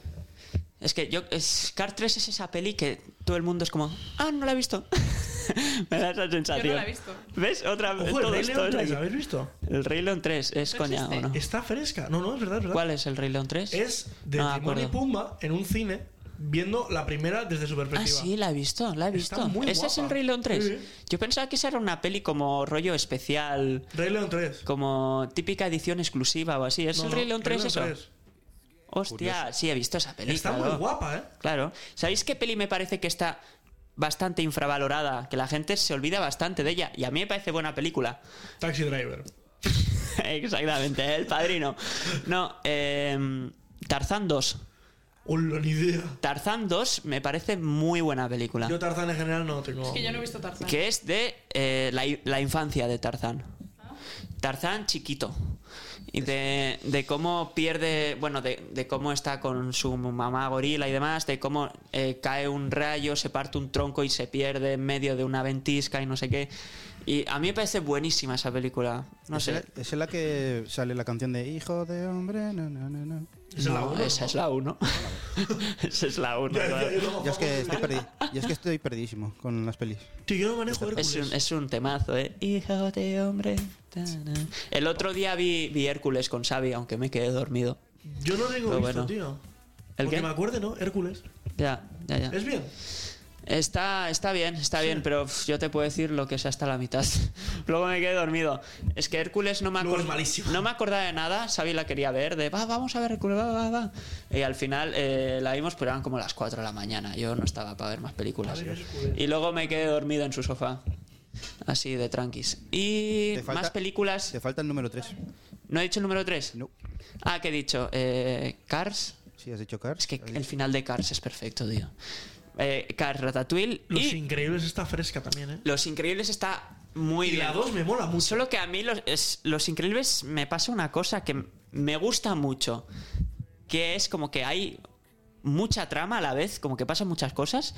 Speaker 3: Es que yo. Es, Car 3 es esa peli que todo el mundo es como. Ah, no la he visto. Me da esa sensación.
Speaker 6: Yo no la he visto.
Speaker 3: ¿Ves? Otra vez.
Speaker 4: Ojo, el
Speaker 3: todo
Speaker 4: Rey
Speaker 3: esto
Speaker 4: León
Speaker 3: es
Speaker 4: tres,
Speaker 3: aquí.
Speaker 4: ¿habéis visto?
Speaker 3: El Rey León 3 es
Speaker 6: ¿No
Speaker 3: coña o
Speaker 6: existe?
Speaker 3: no.
Speaker 4: Está fresca. No, no, es verdad, es verdad.
Speaker 3: ¿Cuál es el Rey León 3?
Speaker 4: Es de
Speaker 3: No me
Speaker 4: Timón y
Speaker 3: acuerdo.
Speaker 4: Pumba en un cine viendo la primera desde su
Speaker 3: Ah,
Speaker 4: perspectiva.
Speaker 3: sí, la he visto, la he
Speaker 4: Está
Speaker 3: visto.
Speaker 4: muy
Speaker 3: Ese es el
Speaker 4: guapa.
Speaker 3: Rey León 3.
Speaker 4: Sí.
Speaker 3: Yo pensaba que esa era una peli como rollo especial,
Speaker 4: Rey León 3.
Speaker 3: como típica edición exclusiva o así. ¿Es
Speaker 4: No,
Speaker 3: el
Speaker 4: no,
Speaker 3: Rey León 3 eso?
Speaker 4: 3.
Speaker 3: Hostia, sí, he visto esa peli.
Speaker 4: Está muy
Speaker 3: claro.
Speaker 4: guapa, ¿eh?
Speaker 3: Claro. ¿Sabéis qué peli me parece que está bastante infravalorada? Que la gente se olvida bastante de ella. Y a mí me parece buena película.
Speaker 4: Taxi Driver.
Speaker 3: Exactamente, ¿eh? El Padrino. No, eh, Tarzán 2.
Speaker 4: Hola, Oh, ni idea.
Speaker 3: Tarzán 2 me parece muy buena película.
Speaker 4: Yo Tarzán en general no tengo.
Speaker 6: Es que yo no he visto Tarzán.
Speaker 3: que es de eh, la, la infancia de Tarzán. Tarzán chiquito. Y de, de cómo pierde, bueno, de, de cómo está con su mamá gorila y demás, de cómo eh, cae un rayo, se parte un tronco y se pierde en medio de una ventisca y no sé qué. Y a mí me parece buenísima esa película. No
Speaker 1: ¿Es
Speaker 3: sé.
Speaker 1: la- ¿Es la que sale la canción de Hijo de Hombre? No, no, no, no.
Speaker 4: Es la
Speaker 3: No,
Speaker 4: uno,
Speaker 3: esa es la 1. esa es la 1.
Speaker 4: Ya, ya, ya, no,
Speaker 1: Yo es que estoy, perdi- yo es que estoy perdidísimo con las pelis.
Speaker 4: Tío, yo no manejo Hércules.
Speaker 3: Es un, es un temazo, ¿eh? Hijo de hombre. ta, na. El otro día vi, vi Hércules con Xavi, aunque me quedé dormido.
Speaker 4: Yo no tengo
Speaker 3: Pero
Speaker 4: visto,
Speaker 3: bueno.
Speaker 4: tío.
Speaker 3: ¿El
Speaker 4: Porque
Speaker 3: qué?
Speaker 4: me acuerde, ¿no? Hércules.
Speaker 3: Ya, ya, ya.
Speaker 4: Es bien.
Speaker 3: Está, está bien, está bien, pero pf, yo te puedo decir lo que es hasta la mitad. Luego me quedé dormido. Es que Hércules no me,
Speaker 4: Luego es
Speaker 3: acor-
Speaker 4: malísimo.
Speaker 3: no me acordaba de nada. Xavi la quería ver, de va, vamos a ver Hércules, va, va, va. Y al final eh, la vimos, pero eran como las 4 de la mañana. Yo no estaba para ver más películas.
Speaker 4: A ver, Hércules.
Speaker 3: Y luego me quedé dormido en su sofá. Así de tranquis. Y
Speaker 1: Te falta-
Speaker 3: más películas.
Speaker 1: Te falta el número 3.
Speaker 3: ¿No he dicho el número 3?
Speaker 1: No.
Speaker 3: Ah, que he dicho? Eh, Cars.
Speaker 1: Sí, has dicho Cars.
Speaker 3: Es que el final de Cars es perfecto, tío. Eh, Cars, Ratatouille
Speaker 4: Los
Speaker 3: y
Speaker 4: Increíbles está fresca también, ¿eh?
Speaker 3: Los Increíbles está muy
Speaker 4: y
Speaker 3: bien.
Speaker 4: la 2 me mola mucho.
Speaker 3: Solo que a mí los, es- los Increíbles me pasa una cosa que m- me gusta mucho. Que es como que hay mucha trama a la vez, como que pasan muchas cosas.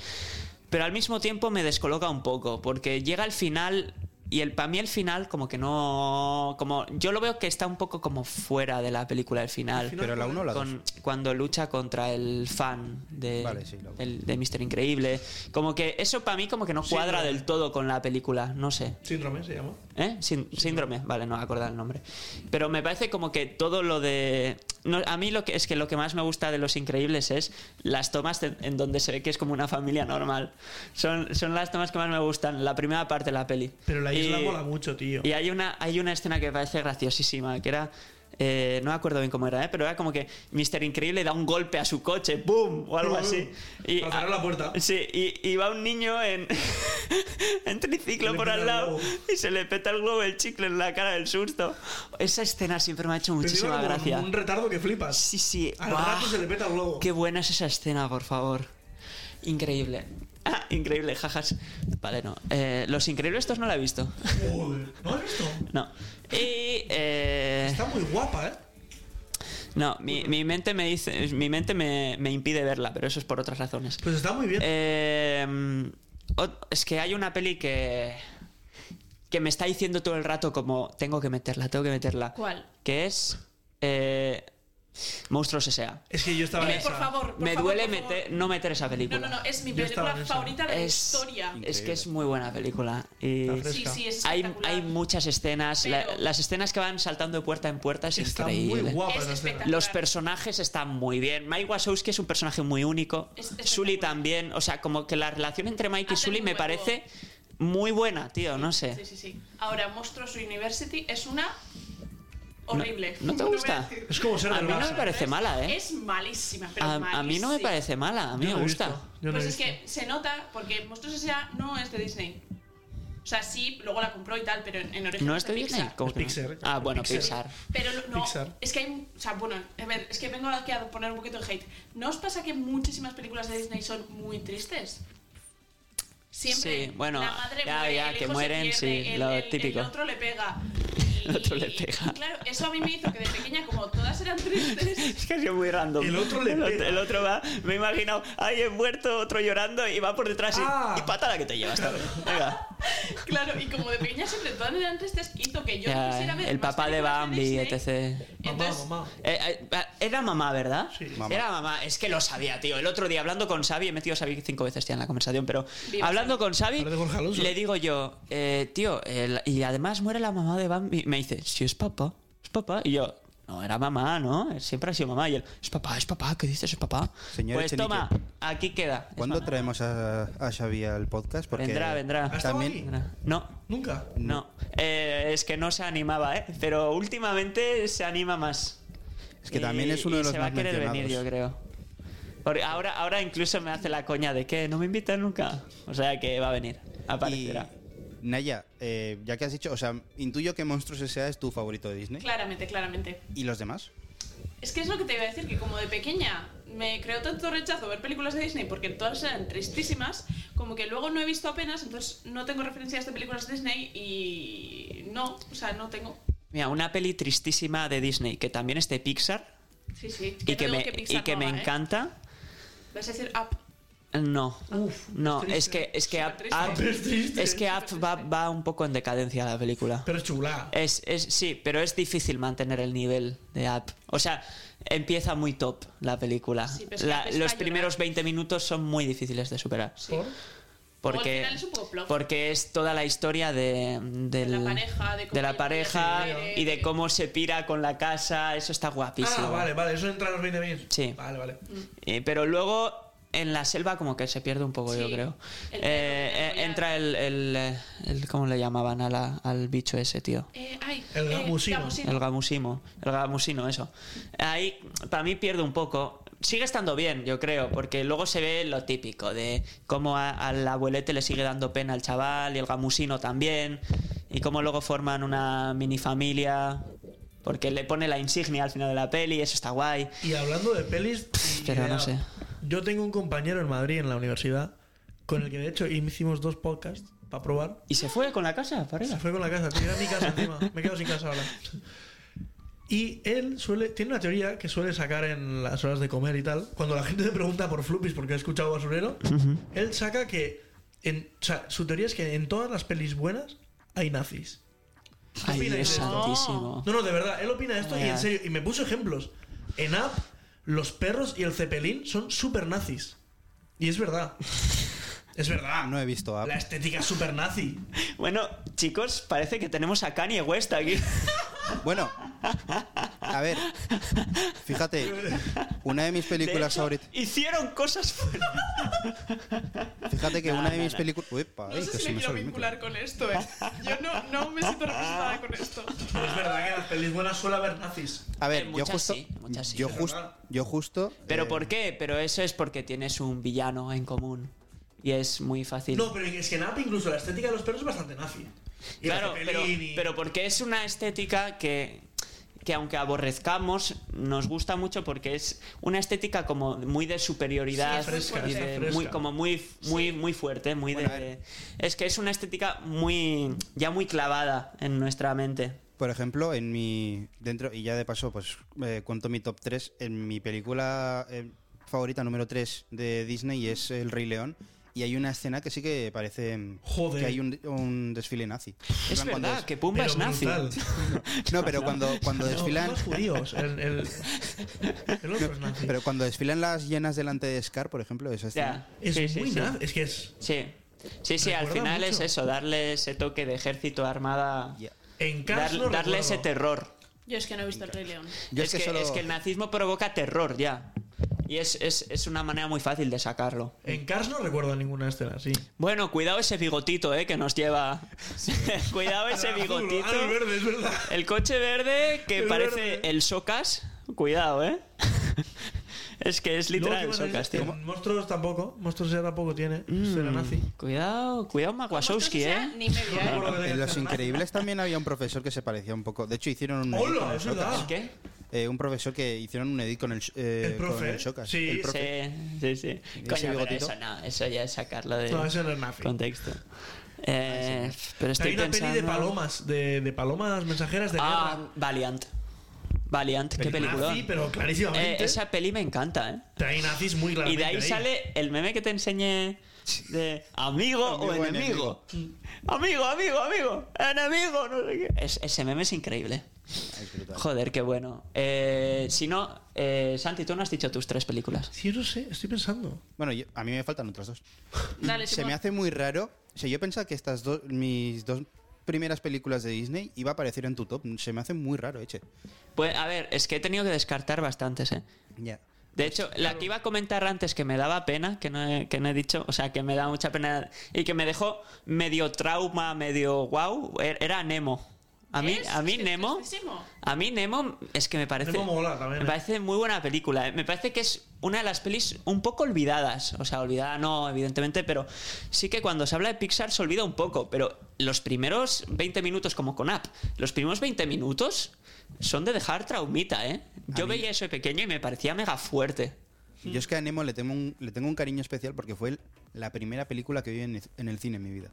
Speaker 3: Pero al mismo tiempo me descoloca un poco. Porque llega el final. Y el, para mí el final como que no... Como, yo lo veo que está un poco como fuera de la película el final.
Speaker 1: Pero la 1 o la 2.
Speaker 3: Con- cuando lucha contra el fan de,
Speaker 1: Vale, sí, lo-
Speaker 3: del- de Mr. Increíble. Como que eso para mí como que no
Speaker 4: Sí,
Speaker 3: cuadra
Speaker 4: lo-
Speaker 3: del todo con la película, no sé.
Speaker 4: Síndrome se llama.
Speaker 3: ¿Eh? Sin- síndrome, vale, no me acuerdo el nombre. Pero me parece como que todo lo de... no, a mí lo que es que lo que más me gusta de Los Increíbles es las tomas en, en donde se ve que es como una familia normal. Son, son las tomas que más me gustan, la primera parte de la peli.
Speaker 4: Pero la isla
Speaker 3: Y-
Speaker 4: mola mucho, tío.
Speaker 3: y hay una, hay una escena que me parece graciosísima, que era... eh, no me acuerdo bien cómo era, ¿eh? pero era como que Mr. Increíble da un golpe a su coche, ¡boom! o algo así. Y,
Speaker 4: Para cerrar la puerta.
Speaker 3: Sí, y, y va un niño en, en triciclo
Speaker 4: Le
Speaker 3: por
Speaker 4: peta
Speaker 3: al
Speaker 4: el
Speaker 3: lado
Speaker 4: globo.
Speaker 3: y se le peta el globo el chicle en la cara del susto. Esa escena siempre me ha hecho
Speaker 4: Te digo
Speaker 3: muchísima
Speaker 4: como
Speaker 3: gracia.
Speaker 4: Un retardo que flipas.
Speaker 3: Sí, sí.
Speaker 4: Al
Speaker 3: Buah,
Speaker 4: rato se le peta el globo.
Speaker 3: Qué buena es esa escena, por favor. Increíble. Ah, increíble, jajas. Vale, no. Eh, Los increíbles estos no la he visto.
Speaker 4: Joder, ¿No has visto?
Speaker 3: No. Y. eh,
Speaker 4: Está muy guapa, ¿eh?
Speaker 3: no, mi, mi mente me dice. Mi mente me, me impide verla, pero eso es por otras razones.
Speaker 4: Pues está muy bien.
Speaker 3: Eh, ot- es que hay una peli que. que me está diciendo todo el rato como. Tengo que meterla, tengo que meterla.
Speaker 6: ¿Cuál?
Speaker 3: Que es. eh, Monstruos S.A.
Speaker 4: es que yo estaba
Speaker 6: Dime,
Speaker 4: en esa.
Speaker 6: por favor. por
Speaker 3: Me
Speaker 6: favor,
Speaker 3: duele
Speaker 6: por favor.
Speaker 3: meter, no meter esa
Speaker 6: No,
Speaker 3: película.
Speaker 6: no, no, es mi
Speaker 4: Yo estaba en
Speaker 6: película
Speaker 4: esa.
Speaker 6: favorita de la
Speaker 3: Es-
Speaker 6: historia.
Speaker 3: Es que es muy buena película. Y
Speaker 4: Está fresca.
Speaker 6: Sí, sí, es
Speaker 3: hay,
Speaker 6: espectacular.
Speaker 3: hay muchas escenas. la-
Speaker 6: Pero-
Speaker 3: las escenas que van saltando de puerta en puerta es
Speaker 4: Está
Speaker 3: increíble.
Speaker 4: muy guapa
Speaker 6: Es
Speaker 4: esa escena.
Speaker 6: espectacular.
Speaker 3: Los personajes están muy bien. Mike Wazowski es un personaje muy único.
Speaker 6: Es espectacular.
Speaker 3: Sully también. O sea, como que la relación entre Mike y
Speaker 6: Hacen
Speaker 3: Sully
Speaker 6: un
Speaker 3: me
Speaker 6: hueco.
Speaker 3: parece muy buena, tío. No
Speaker 6: Sí,
Speaker 3: sé.
Speaker 6: sí, sí. Ahora, Monstruos University es una
Speaker 3: No-
Speaker 6: horrible.
Speaker 3: ¿No, te
Speaker 6: voy a
Speaker 3: gusta?
Speaker 6: decir.
Speaker 4: Es como ser
Speaker 3: A
Speaker 4: del
Speaker 3: mí no me
Speaker 4: Barça.
Speaker 3: parece mala, ¿eh?
Speaker 6: Es malísima, pero
Speaker 3: A, a mí no me
Speaker 6: malísima.
Speaker 3: parece mala. A mí
Speaker 4: Yo no
Speaker 3: me
Speaker 4: he
Speaker 3: gusta.
Speaker 4: visto, yo no
Speaker 6: pues
Speaker 4: he
Speaker 6: es
Speaker 4: visto.
Speaker 6: que se nota porque Monstruos S.A. no es de Disney. O sea, sí, luego la compró y tal, pero en, en origen
Speaker 3: ¿No
Speaker 6: es
Speaker 3: es de Disney?
Speaker 6: Pixar.
Speaker 3: ¿Cómo
Speaker 4: Es
Speaker 3: que no?
Speaker 4: Pixar. ¿eh?
Speaker 3: Ah, bueno,
Speaker 4: Pixar.
Speaker 3: Pixar.
Speaker 6: Pero lo- no,
Speaker 4: Pixar.
Speaker 6: es que hay, o sea, bueno, a ver, es que vengo aquí a poner un poquito de hate. ¿No os pasa que muchísimas películas de Disney son muy tristes? Siempre
Speaker 3: Sí, bueno,
Speaker 6: la madre
Speaker 3: ya,
Speaker 6: muere,
Speaker 3: ya,
Speaker 6: el
Speaker 3: que
Speaker 6: hijo se
Speaker 3: mueren,
Speaker 6: pierde,
Speaker 3: sí,
Speaker 6: el,
Speaker 3: lo
Speaker 6: el- el
Speaker 3: típico.
Speaker 6: otro le pega.
Speaker 3: El otro
Speaker 6: Y-
Speaker 3: le pega.
Speaker 6: y claro, eso a mí me hizo que de pequeña, como todas eran tristes,
Speaker 3: Es que ha sido muy random.
Speaker 4: El otro le
Speaker 3: el,
Speaker 4: pega.
Speaker 3: el otro va, me he imaginado, ay, he muerto, otro llorando y va por detrás y,
Speaker 4: Ah.
Speaker 3: y pata la que te llevas también. Venga.
Speaker 6: claro, y como de pequeña siempre todas eran tristes, hizo que yo no
Speaker 3: Ya, eh,
Speaker 6: quisiera ver
Speaker 3: el
Speaker 6: más
Speaker 3: papá de
Speaker 6: películas
Speaker 3: Bambi,
Speaker 6: Disney.
Speaker 3: etc.
Speaker 4: Mamá,
Speaker 6: Entonces,
Speaker 4: mamá.
Speaker 3: Eh, eh, era mamá, ¿verdad?
Speaker 4: Sí.
Speaker 1: Mamá.
Speaker 3: Era mamá. Es que lo sabía, tío. El otro día hablando con Xavi, he metido a Xavi cinco veces tía, en la conversación, pero
Speaker 6: Viva
Speaker 3: hablando con Xavi,
Speaker 4: Habla de Jorge Alonso.
Speaker 3: le digo yo, eh, tío, el- y además muere la mamá de Bambi. Me dice, sí, es papá, es papá. Y yo, no, era mamá, ¿no? Siempre ha sido mamá. Y él, es papá, es papá, ¿qué dices, es papá?
Speaker 1: Señor
Speaker 3: pues
Speaker 1: Echenique.
Speaker 3: toma, aquí queda. Es
Speaker 1: ¿Cuándo
Speaker 3: mamá.
Speaker 1: traemos a, a Xavi al podcast? Porque
Speaker 3: Vendrá, vendrá.
Speaker 4: ¿Ha estado
Speaker 1: También,
Speaker 4: aquí?
Speaker 3: Vendrá. No,
Speaker 4: Nunca.
Speaker 3: no. Eh, es que no se animaba, ¿eh? Pero últimamente se anima más.
Speaker 1: Es que
Speaker 3: Y-
Speaker 1: también es uno de
Speaker 3: y
Speaker 1: los
Speaker 3: se va
Speaker 1: más
Speaker 3: a querer
Speaker 1: mencionados.
Speaker 3: venir, yo creo. Porque ahora, ahora incluso me hace la coña de que no me invitan nunca. O sea que va a venir,
Speaker 1: Y,
Speaker 3: aparecerá.
Speaker 1: Naya, eh, ya que has dicho, o sea, intuyo que Monstruos S.A. es tu favorito de Disney.
Speaker 6: claramente, claramente.
Speaker 1: ¿Y los demás?
Speaker 6: Es que es lo que te iba a decir, que como de pequeña me creó tanto rechazo ver películas de Disney porque todas eran tristísimas, como que luego no he visto apenas, entonces no tengo referencias de películas de Disney y no, o sea, no tengo.
Speaker 3: Mira, una peli tristísima de Disney que también es de Pixar
Speaker 6: Sí, sí.
Speaker 3: y que
Speaker 6: no digo
Speaker 3: me,
Speaker 6: Pixar
Speaker 3: y que
Speaker 6: no
Speaker 3: me
Speaker 6: haga, ¿eh?
Speaker 3: encanta.
Speaker 6: Vas a decir up.
Speaker 3: No, no, es que, es que Up,
Speaker 6: Supertriste.
Speaker 3: Up-
Speaker 4: Supertriste.
Speaker 3: es que Up va, va un poco en decadencia la película.
Speaker 4: Pero es chula.
Speaker 3: Es, es- sí, pero es difícil mantener el nivel de app. O sea, empieza muy top la película.
Speaker 6: Sí, pero es que
Speaker 3: La-
Speaker 6: Up es
Speaker 3: los
Speaker 6: para
Speaker 3: primeros
Speaker 6: llorar.
Speaker 3: 20 minutos son muy difíciles de superar.
Speaker 4: ¿Por?
Speaker 6: Luego al
Speaker 3: Porque,
Speaker 6: final es un poco plof.
Speaker 3: porque es toda la historia de, del-
Speaker 6: la pareja, de cómo
Speaker 3: de la
Speaker 6: ella
Speaker 3: pareja
Speaker 6: se muere.
Speaker 3: y de cómo se pira con la casa. Eso está guapísimo.
Speaker 4: Ah, vale, vale. Eso entra en los 20.000.
Speaker 3: Sí.
Speaker 4: Vale, vale.
Speaker 3: Eh, pero luego en la selva como que se pierde un poco,
Speaker 6: Sí,
Speaker 3: yo creo.
Speaker 6: el
Speaker 3: Eh,
Speaker 6: perro que
Speaker 3: eh,
Speaker 6: tenía
Speaker 3: entra el, el, eh, el- ¿Cómo le llamaban a la- al bicho ese, tío?
Speaker 6: Eh, ay,
Speaker 4: El
Speaker 6: eh,
Speaker 4: gamusino.
Speaker 3: El gamusimo, el gamusino, eso. Ahí, para mí, pierde un poco. Sigue estando bien, yo creo, porque luego se ve lo típico de cómo a- al abuelete le sigue dando pena al chaval y el gamusino también, y cómo luego forman una mini familia, porque le pone la insignia al final de la peli, eso está guay.
Speaker 4: Y hablando de pelis. y
Speaker 3: pero
Speaker 4: de
Speaker 3: no
Speaker 4: app,
Speaker 3: sé.
Speaker 4: Yo tengo un compañero en Madrid, en la universidad, con el que de hecho hicimos dos podcasts para probar.
Speaker 3: Y se fue con la casa,
Speaker 4: Se
Speaker 3: pareja.
Speaker 4: fue con la casa, tío. Era mi casa encima. Me quedo sin casa ahora. Y él suele, tiene una teoría que suele sacar en las horas de comer y tal. Cuando la gente le pregunta por fluppies porque ha escuchado basurero, él saca que. en- o sea, su teoría es que en todas las pelis buenas hay nazis.
Speaker 3: Ay,
Speaker 4: Mira,
Speaker 3: Dios
Speaker 4: dice,
Speaker 3: santísimo.
Speaker 4: No, no, de verdad, él opina esto y
Speaker 3: Ya.
Speaker 4: en serio. Y me puso ejemplos. En App, los perros y el cepelín son super nazis. Y es verdad. Es verdad.
Speaker 1: No he visto Up.
Speaker 4: La estética es super nazi.
Speaker 3: Bueno, chicos, parece que tenemos a Kanye West aquí.
Speaker 1: Bueno, a ver, fíjate, una de mis
Speaker 3: De
Speaker 1: películas
Speaker 3: hecho,
Speaker 1: favoritas.
Speaker 3: Hicieron cosas fuera.
Speaker 1: Fíjate que
Speaker 3: No,
Speaker 1: una de
Speaker 3: no,
Speaker 1: mis
Speaker 3: no.
Speaker 1: películas. Uepa,
Speaker 6: No
Speaker 1: eh, que
Speaker 6: sé
Speaker 1: se
Speaker 6: si
Speaker 1: me
Speaker 6: me quiero
Speaker 1: sale el micro.
Speaker 6: vincular con esto, ¿eh? Yo no, no me siento representada con esto.
Speaker 4: Es verdad que en las pelis buenas suele haber nazis.
Speaker 1: A ver,
Speaker 3: Eh,
Speaker 1: yo
Speaker 3: muchas
Speaker 1: justo.
Speaker 3: sí, muchas sí.
Speaker 1: yo,
Speaker 4: Es
Speaker 1: justo
Speaker 4: verdad.
Speaker 1: yo justo.
Speaker 3: ¿Pero
Speaker 1: eh,
Speaker 3: por qué? Pero eso es porque tienes un villano en común. Y es muy fácil.
Speaker 4: No, pero es que en Up incluso la estética de los perros es bastante nazi. Y la
Speaker 3: claro,
Speaker 4: de
Speaker 3: pero,
Speaker 4: Fellini-
Speaker 3: pero porque es una estética que, que aunque aborrezcamos, nos gusta mucho porque es una estética como muy de superioridad.
Speaker 6: Sí, es muy
Speaker 3: y de
Speaker 4: fuerte.
Speaker 3: muy,
Speaker 4: Fresca.
Speaker 3: como muy, muy, muy fuerte, muy
Speaker 1: Bueno, a
Speaker 3: de.
Speaker 1: ver.
Speaker 3: Es que es una estética muy. ya muy clavada en nuestra mente.
Speaker 1: Por ejemplo, en mi. Dentro, y ya de paso, pues eh, cuento mi top 3. En mi película eh, favorita número 3 de Disney es El Rey León. Y hay una escena que sí que parece mm,
Speaker 4: Joder.
Speaker 1: que hay un, un desfile nazi. En
Speaker 3: Es
Speaker 1: plan, cuando
Speaker 3: verdad
Speaker 1: des-
Speaker 3: que Pumba
Speaker 4: Pero
Speaker 3: es nazi.
Speaker 4: brutal.
Speaker 1: No, pero cuando, cuando
Speaker 4: No,
Speaker 1: desfilan.
Speaker 4: son los judíos. El, el, el otro es nazi.
Speaker 1: Pero cuando desfilan las llenas delante de Scar, por ejemplo, esa escena.
Speaker 3: Ya.
Speaker 4: es
Speaker 3: Sí, sí,
Speaker 4: muy
Speaker 3: sí.
Speaker 4: nazi. Es que es.
Speaker 3: Sí, sí, sí, al
Speaker 4: Recuerda
Speaker 3: final
Speaker 4: mucho.
Speaker 3: es eso, darle ese toque de ejército armada,
Speaker 1: Ya.
Speaker 4: En
Speaker 3: dar-
Speaker 4: Cars lo
Speaker 3: darle
Speaker 4: recuerdo.
Speaker 3: ese terror.
Speaker 6: Yo es que no he visto el Rey León.
Speaker 1: Yo
Speaker 3: es, que,
Speaker 1: solo-
Speaker 3: es que el nazismo provoca terror ya. Y es, es- es una manera muy fácil de sacarlo.
Speaker 4: En Cars no recuerdo ninguna escena así.
Speaker 3: Bueno, cuidado ese bigotito, eh, que nos lleva. cuidado ese
Speaker 4: Ah,
Speaker 3: bigotito.
Speaker 4: ah, el verde, es verdad.
Speaker 3: El coche verde que
Speaker 4: El
Speaker 3: parece
Speaker 4: verde.
Speaker 3: el Socas. Cuidado, eh. es que es
Speaker 4: Luego,
Speaker 3: literal
Speaker 4: ¿qué
Speaker 3: el
Speaker 4: más es?
Speaker 3: Socas, tío.
Speaker 4: En Monstruos tampoco. Monstruos ya tampoco tiene. Escena
Speaker 1: Mm.
Speaker 4: nazi.
Speaker 3: Mm, Cuidado, cuidado Magwasowski,
Speaker 6: Monstruos, o
Speaker 3: eh.
Speaker 6: sea, Ni media, ¿eh?
Speaker 4: Por lo
Speaker 1: En
Speaker 4: que tenga
Speaker 1: Los
Speaker 4: escena nazi.
Speaker 1: Increíbles también había un profesor que se parecía un poco. De hecho, hicieron un. edit con
Speaker 4: ¡Hola!
Speaker 1: el
Speaker 4: Es
Speaker 1: Shokas.
Speaker 4: verdad.
Speaker 3: ¿Qué?
Speaker 1: Eh, un profesor que hicieron un edit con el, sh- eh,
Speaker 4: El profe,
Speaker 1: con el Shokas.
Speaker 4: sí,
Speaker 1: El profe.
Speaker 3: Sí, sí, sí.
Speaker 1: ese
Speaker 3: Coño, pero
Speaker 1: bigotito?
Speaker 3: eso no, eso ya es sacarlo de
Speaker 4: No, eso no es nazi.
Speaker 3: contexto. Eh, pero estoy
Speaker 4: Hay una
Speaker 3: pensando...
Speaker 4: peli de palomas, de, de palomas mensajeras de
Speaker 3: Ah, Valiant. Valiant,
Speaker 4: guerra.
Speaker 3: qué película.
Speaker 4: Nazi, pero clarísimamente.
Speaker 3: esa peli me encanta, ¿eh?
Speaker 4: Pero hay nazis muy
Speaker 3: Y
Speaker 4: claramente.
Speaker 3: de ahí sale el meme que te enseñé de amigo o
Speaker 1: Amigo,
Speaker 3: enemigo. Amigo, amigo, amigo. Enemigo, no sé qué. Es- ese meme es increíble.
Speaker 1: Es brutal.
Speaker 3: Joder, qué bueno. Eh, si no, eh, Santi, tú no has dicho tus tres películas.
Speaker 4: Sí, yo no sé, estoy pensando.
Speaker 1: Bueno, yo- a mí me faltan otras dos.
Speaker 6: Dale,
Speaker 1: se
Speaker 6: Simón.
Speaker 1: me hace muy raro. O sea, yo pensaba que estas dos, mis dos primeras películas de Disney iba a aparecer en tu top. Se me hace muy raro, eche.
Speaker 3: Pues, a ver, es que he tenido que descartar bastantes, ¿eh?
Speaker 1: Ya.
Speaker 3: De hecho, la que iba a comentar antes que me daba pena, que no, he, que no he dicho, o sea, que me da mucha pena y que me dejó medio trauma, medio wow, era Nemo. A mí,
Speaker 6: ¿Ves?
Speaker 3: a mí
Speaker 6: Es que es
Speaker 3: Nemo,
Speaker 6: tristísimo.
Speaker 3: a mí Nemo es que me parece,
Speaker 4: Nemo mola también,
Speaker 3: me
Speaker 4: eh.
Speaker 3: parece muy buena película. eh. Me parece que es una de las pelis un poco olvidadas, o sea, olvidada no, evidentemente, pero sí que cuando se habla de Pixar se olvida un poco. Pero los primeros 20 minutos, como con App, los primeros 20 minutos son de dejar traumita, ¿eh? Yo veía eso de pequeño y me parecía mega fuerte.
Speaker 6: Mm.
Speaker 1: Yo es que a Nemo le tengo un, le tengo un cariño especial porque fue el- la primera película que vi en, en el cine en mi vida.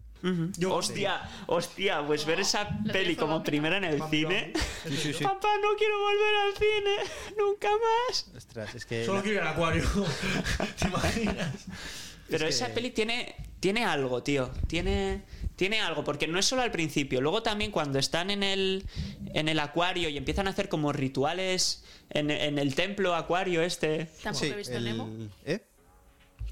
Speaker 4: Yo-
Speaker 3: hostia, hostia, pues ver esa peli
Speaker 6: lo tienes por
Speaker 3: como
Speaker 6: la
Speaker 3: primera en el
Speaker 4: Papá,
Speaker 3: cine.
Speaker 1: Sí, sí, sí.
Speaker 3: Papá, no quiero volver al cine, nunca más.
Speaker 1: Ostras, es que.
Speaker 4: Solo
Speaker 1: la-
Speaker 4: quiero ir al acuario. ¿Te imaginas?
Speaker 3: Pero
Speaker 1: Es que-
Speaker 3: esa peli tiene, tiene algo, tío. Tiene, tiene algo, porque no es solo al principio. Luego también cuando están en el, en el acuario y empiezan a hacer como rituales en, en el templo acuario este.
Speaker 6: Tampoco
Speaker 1: sí,
Speaker 6: he visto
Speaker 1: el-
Speaker 6: Nemo.
Speaker 1: ¿eh?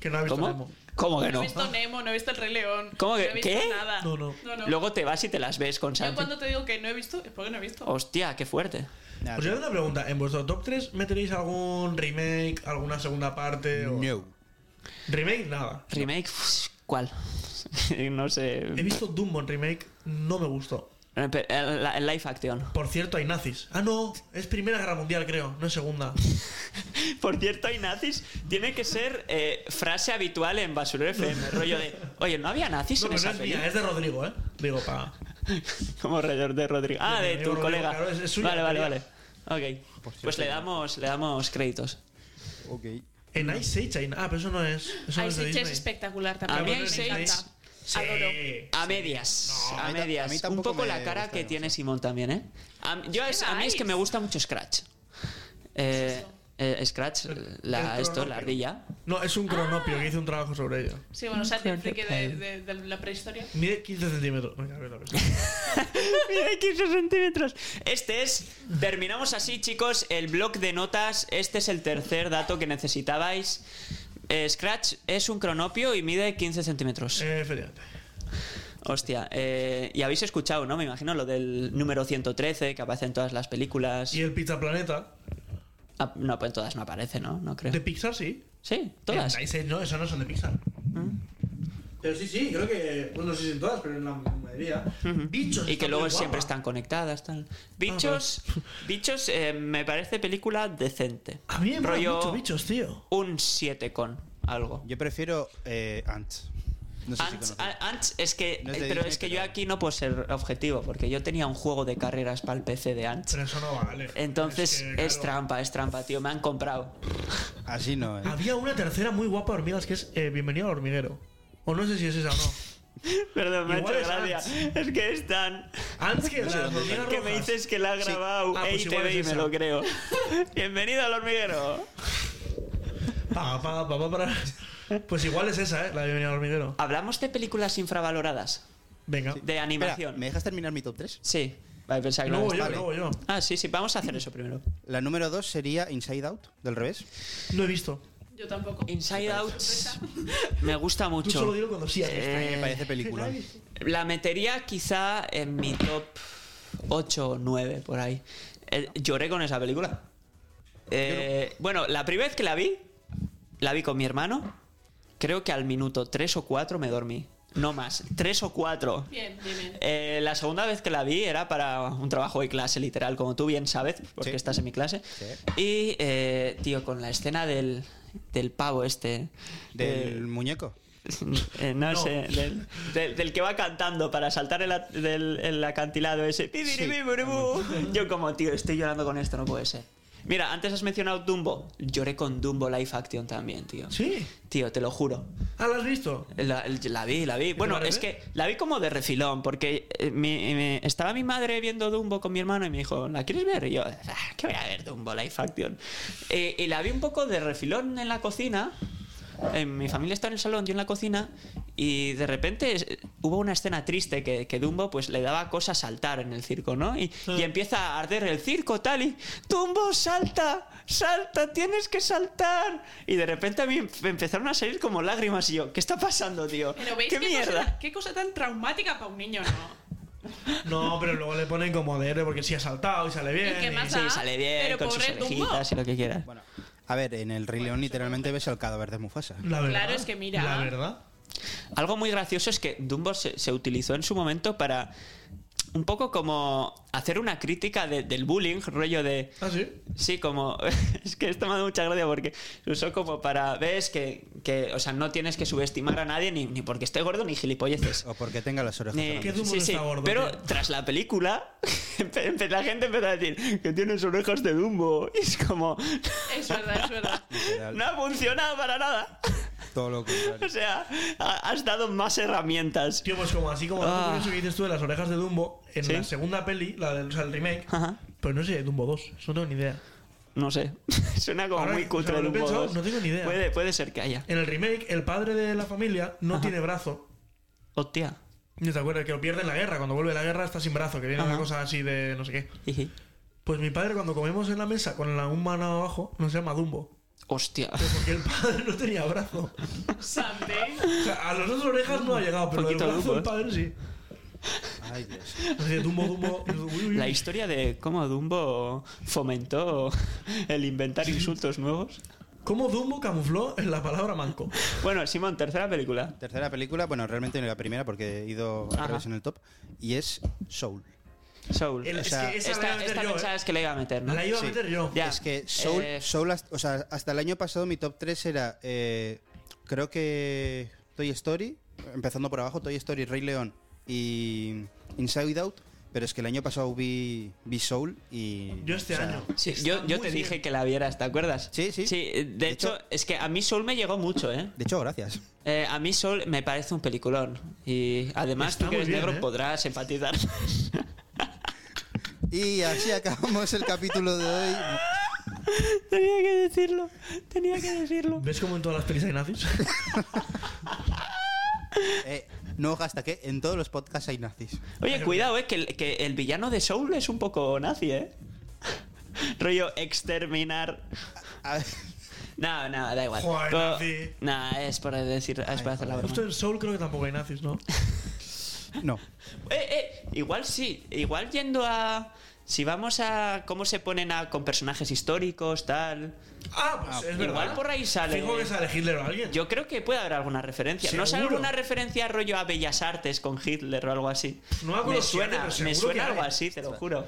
Speaker 4: Que no ha visto
Speaker 3: ¿Cómo?
Speaker 4: Nemo.
Speaker 3: ¿Cómo que
Speaker 6: No
Speaker 3: no?
Speaker 6: he visto Nemo, no he visto el Rey León.
Speaker 3: ¿Cómo que-
Speaker 6: No he visto
Speaker 3: qué?
Speaker 6: nada.
Speaker 4: No, no.
Speaker 3: Luego te vas y te las ves con
Speaker 6: Yo
Speaker 3: Santi. Oh.
Speaker 6: cuando te digo que no he visto, es porque no he visto.
Speaker 3: Hostia, qué fuerte.
Speaker 1: Nada,
Speaker 4: Os
Speaker 1: tío.
Speaker 4: hago Pues una pregunta. ¿En vuestro top 3 meteréis algún remake, alguna segunda parte? O...
Speaker 1: No.
Speaker 4: Remake, nada.
Speaker 3: Remake, ¿cuál? no sé.
Speaker 4: He visto Dumbo en remake, no me gustó.
Speaker 3: Eh, pe- El, la- el live action.
Speaker 4: Por cierto, hay nazis. Ah, no, es Primera Guerra Mundial, creo, no es Segunda.
Speaker 3: Por cierto, hay nazis. Tiene que ser eh, frase habitual en Basurero FM. rollo de, oye, ¿no había nazis
Speaker 4: No,
Speaker 3: en
Speaker 4: pero no
Speaker 3: esa
Speaker 4: es
Speaker 3: peli?
Speaker 4: mía, es de Rodrigo, ¿eh? Digo, pa.
Speaker 3: Como alrededor de Rodrigo. Ah,
Speaker 4: De
Speaker 3: de
Speaker 4: mi
Speaker 3: tu
Speaker 4: amigo
Speaker 3: colega.
Speaker 4: Rodrigo, claro, es- es suya,
Speaker 3: vale, vale,
Speaker 4: quería.
Speaker 3: vale. Ok. Pues le damos, le damos créditos.
Speaker 1: Ok.
Speaker 4: En Ice Age hay na- Ah, pero eso no es. Eso no
Speaker 6: Ice
Speaker 4: es de
Speaker 6: Age es
Speaker 4: Disney.
Speaker 6: espectacular
Speaker 3: A
Speaker 6: también.
Speaker 3: mí
Speaker 6: me
Speaker 3: Ice Age-
Speaker 6: encanta.
Speaker 4: Sí.
Speaker 6: Adoro.
Speaker 3: A medias,
Speaker 1: a
Speaker 3: a
Speaker 1: mí ta-
Speaker 3: medias.
Speaker 1: a mí
Speaker 3: un
Speaker 1: tampoco
Speaker 3: poco
Speaker 1: me
Speaker 3: la cara
Speaker 1: gusta
Speaker 3: que
Speaker 1: mucho.
Speaker 3: tiene Simón también, ¿eh? A, mí- yo es, a mí es que me gusta mucho Scratch. Eh, eh, Scratch, la,
Speaker 4: el
Speaker 3: esto, la
Speaker 4: cronopio.
Speaker 3: ardilla.
Speaker 4: No, es un cronopio que hice un trabajo sobre ello.
Speaker 6: Sí, bueno, o sea, el friki de, de- de la prehistoria.
Speaker 4: Mide 15 centímetros. Venga, a ver, a ver.
Speaker 3: Mira, 15 centímetros. Este es. Terminamos así, chicos, el blog de notas. Este es el tercer dato que necesitabais. Eh, Scratch es un cronopio y mide 15 centímetros.
Speaker 4: Eh, efectivamente.
Speaker 3: Hostia, eh, y habéis escuchado, ¿no? Me imagino lo del número 113 que aparece en todas las películas.
Speaker 4: Y el Pizza Planeta
Speaker 3: Ah, no, pues en todas no aparece, ¿no? No creo.
Speaker 4: de Pixar, sí.
Speaker 3: Sí, Eh. todas.
Speaker 4: Eh, dice, no, esas no son de Pixar. Ah. Pero sí, sí, creo que. Bueno, no sé si en todas, pero en la mayoría. Bichos.
Speaker 3: Y
Speaker 4: está
Speaker 3: que luego
Speaker 4: muy guapa. Ah, pues.
Speaker 3: siempre están conectadas, tal. Bichos, bichos eh, me parece película decente.
Speaker 4: A mí me molan
Speaker 3: Rollo
Speaker 4: mucho bichos, tío.
Speaker 3: un 7 con algo.
Speaker 1: Yo prefiero eh, Ants. No sé
Speaker 3: Ants,
Speaker 1: si
Speaker 6: ah.
Speaker 1: conoces.
Speaker 3: a- Ants es que,
Speaker 1: No es
Speaker 3: eh,
Speaker 1: de
Speaker 3: pero
Speaker 1: Disney,
Speaker 3: es que yo
Speaker 1: pero-
Speaker 3: aquí no puedo ser objetivo porque yo tenía un juego de carreras para el PC de Ants.
Speaker 4: Pero eso no vale.
Speaker 3: Entonces
Speaker 4: que,
Speaker 3: es,
Speaker 4: claro,
Speaker 3: trampa, es trampa, tío. Me han comprado.
Speaker 1: Así no, eh.
Speaker 4: Había una tercera muy guapa de hormigas que es eh, Bienvenido al hormiguero. O no sé si es esa o no.
Speaker 3: Perdón, me ha
Speaker 4: Igual
Speaker 3: hecho
Speaker 4: es
Speaker 3: gracia.
Speaker 4: Ants.
Speaker 3: Es que es tan.
Speaker 4: Antes que las hormigas
Speaker 3: Que me
Speaker 4: rojas.
Speaker 3: dices que la ha grabado e
Speaker 4: Ah, pues
Speaker 3: EITV
Speaker 4: igual es
Speaker 3: y me
Speaker 4: esa.
Speaker 3: lo creo. Bienvenido al hormiguero.
Speaker 4: Pa, pa, pa, pa, para. Pues igual es esa, ¿eh? La de Bienvenido al hormiguero.
Speaker 3: Hablamos de películas infravaloradas.
Speaker 4: Venga.
Speaker 3: De
Speaker 1: Espera,
Speaker 3: animación.
Speaker 1: ¿me dejas terminar mi top 3?
Speaker 3: Sí. Vale, pensaba que lo
Speaker 4: Luego
Speaker 3: habías-
Speaker 4: yo,
Speaker 1: vale.
Speaker 4: luego yo.
Speaker 3: Ah, sí, sí. Vamos a hacer eso primero.
Speaker 1: La número 2 sería Inside Out, del revés.
Speaker 4: No he visto.
Speaker 6: Yo tampoco.
Speaker 3: Inside Out me gusta
Speaker 4: Tú
Speaker 3: mucho.
Speaker 4: solo dilo cuando sí.
Speaker 3: Eh,
Speaker 1: Me parece película.
Speaker 3: La metería quizá en mi top 8 o 9 por ahí. Eh, lloré con esa película. Eh, Bueno, la primera vez que la vi, la vi con mi hermano. Creo que al minuto 3 o 4 me dormí. No más, 3 o 4.
Speaker 6: Bien, bien, bien.
Speaker 3: Eh, la segunda vez que la vi era para un trabajo de clase, literal, como tú bien sabes, porque
Speaker 1: Sí.
Speaker 3: estás en mi clase.
Speaker 1: Sí.
Speaker 3: Y, eh, tío, con la escena del, del pavo este.
Speaker 1: Del
Speaker 3: eh,
Speaker 1: muñeco.
Speaker 3: eh, no, sé, del, del- del que va cantando para saltar el, a- del- el acantilado ese. Pibiribibiribú. Yo como, tío, estoy llorando con esto, no puede ser. Mira, antes has mencionado Dumbo. Lloré con Dumbo Life Action también, tío.
Speaker 4: ¿Sí?
Speaker 3: Tío, te lo juro.
Speaker 4: ¿Ah, la has visto?
Speaker 3: La, la vi, la vi. Bueno,
Speaker 4: parece?
Speaker 3: es que la vi como de refilón, porque eh, mi- mi- estaba mi madre viendo Dumbo con mi hermano y me dijo, ¿la quieres ver? Y yo, "Ah, ¿qué voy a ver Dumbo Life Action? Eh, y la vi un poco de refilón en la cocina. Eh, mi familia está en el salón, yo en la cocina, y de repente es- hubo una escena triste que, que Dumbo pues le daba cosa saltar en el circo, ¿no? Y, y empieza a arder el circo, tal, y Dumbo, salta, salta, tienes que saltar. Y de repente a mí em- empezaron a salir como lágrimas y yo, ¿qué está pasando, tío?
Speaker 6: Pero veis
Speaker 3: ¿Qué
Speaker 6: qué,
Speaker 3: mierda?
Speaker 6: Cosa, qué cosa tan traumática para un niño, ¿no?
Speaker 4: No, pero luego le ponen como de héroe porque sí ha saltado y sale bien.
Speaker 6: ¿Y qué más
Speaker 3: Sí,
Speaker 6: da?
Speaker 3: sale bien,
Speaker 6: Ah, Pero
Speaker 3: con sus
Speaker 6: pobre Dumbo.
Speaker 3: orejitas y lo que quieras.
Speaker 1: Bueno, a ver, en el Rey León literalmente ves el cadáver de Mufasa.
Speaker 4: La verdad.
Speaker 6: Claro, es que mira.
Speaker 4: La verdad.
Speaker 3: Algo muy gracioso es que Dumbo se, se utilizó en su momento para un poco como hacer una crítica de- del bullying, rollo de...
Speaker 4: Ah, sí.
Speaker 3: Sí, como. Es que esto me da mucha gracia porque se usó como para. ¿Ves? Que, que, o sea, no tienes que subestimar a nadie ni, ni porque esté gordo ni gilipolleces.
Speaker 1: O porque tenga las orejas.
Speaker 3: Ni-
Speaker 1: grandes.
Speaker 4: Dumbo no está gordo,
Speaker 3: pero
Speaker 4: tío?
Speaker 3: tras la película, empe- empe- la gente empezó a decir que tienes orejas de Dumbo. Y es como.
Speaker 6: Es verdad, es verdad.
Speaker 1: Literal,
Speaker 3: No ha funcionado para nada.
Speaker 1: Todo lo
Speaker 3: O
Speaker 1: contrario.
Speaker 3: sea, ha- has dado más herramientas.
Speaker 4: Tío, pues como así como dato
Speaker 3: Ah.
Speaker 4: curioso que dices tú de las orejas de Dumbo, en
Speaker 3: ¿Sí?
Speaker 4: la segunda peli, la del o sea, el remake,
Speaker 3: Ajá.
Speaker 4: pero no sé, Dumbo 2, eso no tengo ni idea.
Speaker 3: No sé. Suena como
Speaker 4: Ahora
Speaker 3: muy
Speaker 4: que-
Speaker 3: cutre
Speaker 4: o sea, lo he
Speaker 3: Dumbo
Speaker 4: pensado,
Speaker 3: 2.
Speaker 4: no tengo ni idea.
Speaker 3: Puede, puede ser que haya.
Speaker 4: En el remake, el padre de la familia no tiene brazo.
Speaker 3: Hostia.
Speaker 4: ¿No te acuerdas? Que lo pierde en la guerra. Cuando vuelve de la guerra está sin brazo, que viene
Speaker 3: Ajá.
Speaker 4: una cosa así de no sé qué. Pues mi padre cuando comemos en la mesa con la un mano abajo, nos llama Dumbo.
Speaker 3: Hostia.
Speaker 4: Porque el padre no tenía brazo.
Speaker 6: ¿Sabéis?
Speaker 4: O sea, a las dos orejas no ha llegado, pero el
Speaker 3: Poquito ¿eh?
Speaker 4: brazo
Speaker 3: Dumbo,
Speaker 4: del padre sí.
Speaker 1: Ay, Dios.
Speaker 4: Así de Dumbo, Dumbo. y uy, uy, uy.
Speaker 3: La historia de cómo Dumbo fomentó el inventar insultos nuevos.
Speaker 4: ¿Cómo Dumbo camufló en la palabra manco?
Speaker 3: Bueno, Simón, tercera película.
Speaker 1: Tercera película, bueno, realmente no la primera porque he ido
Speaker 3: Ajá.
Speaker 1: al revés en el top. Y es Soul.
Speaker 3: Soul.
Speaker 4: El-
Speaker 3: O
Speaker 4: es
Speaker 3: sea,
Speaker 4: que esa la iba a
Speaker 3: esta
Speaker 4: meter
Speaker 3: esta
Speaker 4: yo, ¿eh?
Speaker 3: pensabas que la iba a meter, ¿no?
Speaker 4: La iba a
Speaker 1: Sí.
Speaker 4: meter yo.
Speaker 3: Ya.
Speaker 1: Es que Soul,
Speaker 3: Eh,
Speaker 1: Soul hasta, o sea, hasta el año pasado mi top 3 era, eh, creo que Toy Story, empezando por abajo, Toy Story, Rey León y Inside Out, pero es que el año pasado vi, vi Soul y...
Speaker 4: Yo este
Speaker 1: o sea,
Speaker 4: año.
Speaker 3: sí,
Speaker 4: Está
Speaker 3: yo, yo
Speaker 4: muy
Speaker 3: te
Speaker 4: bien.
Speaker 3: dije que la vieras, ¿te acuerdas?
Speaker 1: Sí, sí.
Speaker 3: Sí, eh, de,
Speaker 1: De
Speaker 3: hecho,
Speaker 1: hecho-
Speaker 3: es que a mí Soul me llegó mucho, ¿eh?
Speaker 1: De hecho, gracias.
Speaker 3: Eh, A mí Soul me parece un peliculón. Y además,
Speaker 4: Está
Speaker 3: tú que
Speaker 4: muy
Speaker 3: eres
Speaker 4: bien,
Speaker 3: negro
Speaker 4: ¿eh?
Speaker 3: podrás empatizar.
Speaker 1: Y así acabamos el capítulo de hoy.
Speaker 3: tenía que decirlo, tenía que decirlo.
Speaker 4: ¿Ves cómo en todas las pelis hay nazis?
Speaker 1: Eh, no hasta que en todos los podcasts hay nazis.
Speaker 3: Oye, cuidado, eh, que el, que el villano de Soul es un poco nazi, ¿eh? Rollo exterminar.
Speaker 1: A-
Speaker 3: No, no, da igual.
Speaker 4: Joder,
Speaker 3: Pero-
Speaker 4: nazi.
Speaker 3: Nah, es para decir, es para hacer la broma.
Speaker 4: Justo en Soul creo que tampoco hay nazis, ¿no?
Speaker 1: No.
Speaker 3: Eh, eh, igual sí, igual yendo a. Si vamos a cómo se ponen a, con personajes históricos, tal.
Speaker 4: Ah, pues es
Speaker 3: igual
Speaker 4: verdad.
Speaker 3: por ahí sale.
Speaker 4: Fijo que sale Hitler o alguien.
Speaker 3: Yo creo que puede haber alguna referencia. ¿No sale
Speaker 4: Seguro.
Speaker 3: alguna referencia rollo a Bellas Artes con Hitler o algo así?
Speaker 4: No me acuerdo
Speaker 3: me
Speaker 4: si
Speaker 3: suena,
Speaker 4: hay, pero
Speaker 3: me
Speaker 4: seguro
Speaker 3: suena
Speaker 4: que
Speaker 3: algo
Speaker 4: hay.
Speaker 3: así, te lo juro.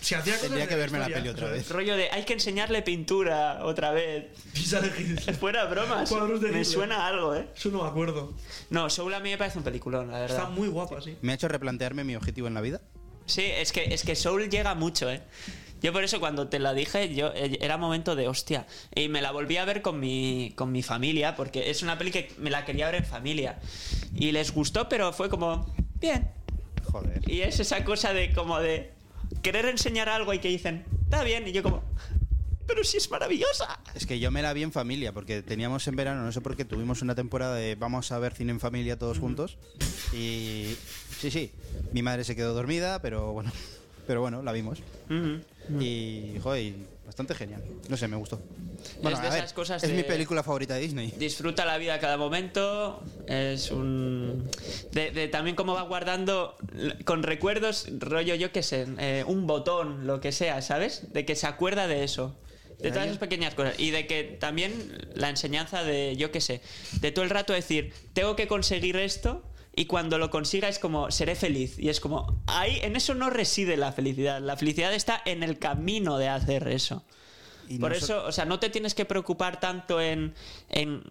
Speaker 4: Si hacía cosas
Speaker 1: Tendría
Speaker 4: de
Speaker 1: que verme la
Speaker 4: historia,
Speaker 1: peli otra
Speaker 4: ¿sabes?
Speaker 1: vez.
Speaker 3: Rollo de hay que enseñarle pintura otra vez.
Speaker 4: Y sale Hitler.
Speaker 3: Fuera bromas.
Speaker 4: Cuadros de
Speaker 3: Me
Speaker 4: Hitler.
Speaker 3: suena algo, ¿eh?
Speaker 4: Eso no me acuerdo.
Speaker 3: No, Soul a mí me parece un peliculón, la verdad.
Speaker 4: Está muy guapa, sí.
Speaker 1: Me ha hecho replantearme mi objetivo en la vida.
Speaker 3: Sí, es que, es que Soul llega mucho, ¿eh? Yo por eso cuando te la dije, yo eh, era momento de hostia. Y me la volví a ver con mi, con mi familia, porque es una peli que me la quería ver en familia. Y les gustó, pero fue como, bien.
Speaker 1: Joder.
Speaker 3: Y es esa cosa de como de querer enseñar algo y que dicen, está bien. Y yo como, pero si es maravillosa.
Speaker 1: Es que yo me la vi en familia, porque teníamos en verano, no sé por qué, tuvimos una temporada de vamos a ver cine en familia todos juntos. Y sí, sí, mi madre se quedó dormida, pero bueno, pero bueno, la vimos.
Speaker 3: Ujú.
Speaker 1: Y, joder, y bastante genial. No sé, me gustó. Bueno,
Speaker 3: de
Speaker 1: a ver,
Speaker 3: esas cosas
Speaker 1: es
Speaker 3: de-
Speaker 1: mi película favorita de Disney.
Speaker 3: disfruta la vida a cada momento. Es un. De, de también cómo va guardando l- con recuerdos, rollo, yo qué sé, eh, un botón, lo que sea, ¿sabes? De que se acuerda de eso. De todas esas pequeñas cosas. Y de que también la enseñanza de, yo qué sé, de todo el rato decir, tengo que conseguir esto. Y cuando lo consiga es como, seré feliz. Y es como, ahí, en eso no reside la felicidad. La felicidad está en el camino de hacer eso.
Speaker 1: Y
Speaker 3: Por
Speaker 1: noso-
Speaker 3: eso, o sea, no te tienes que preocupar tanto en, en,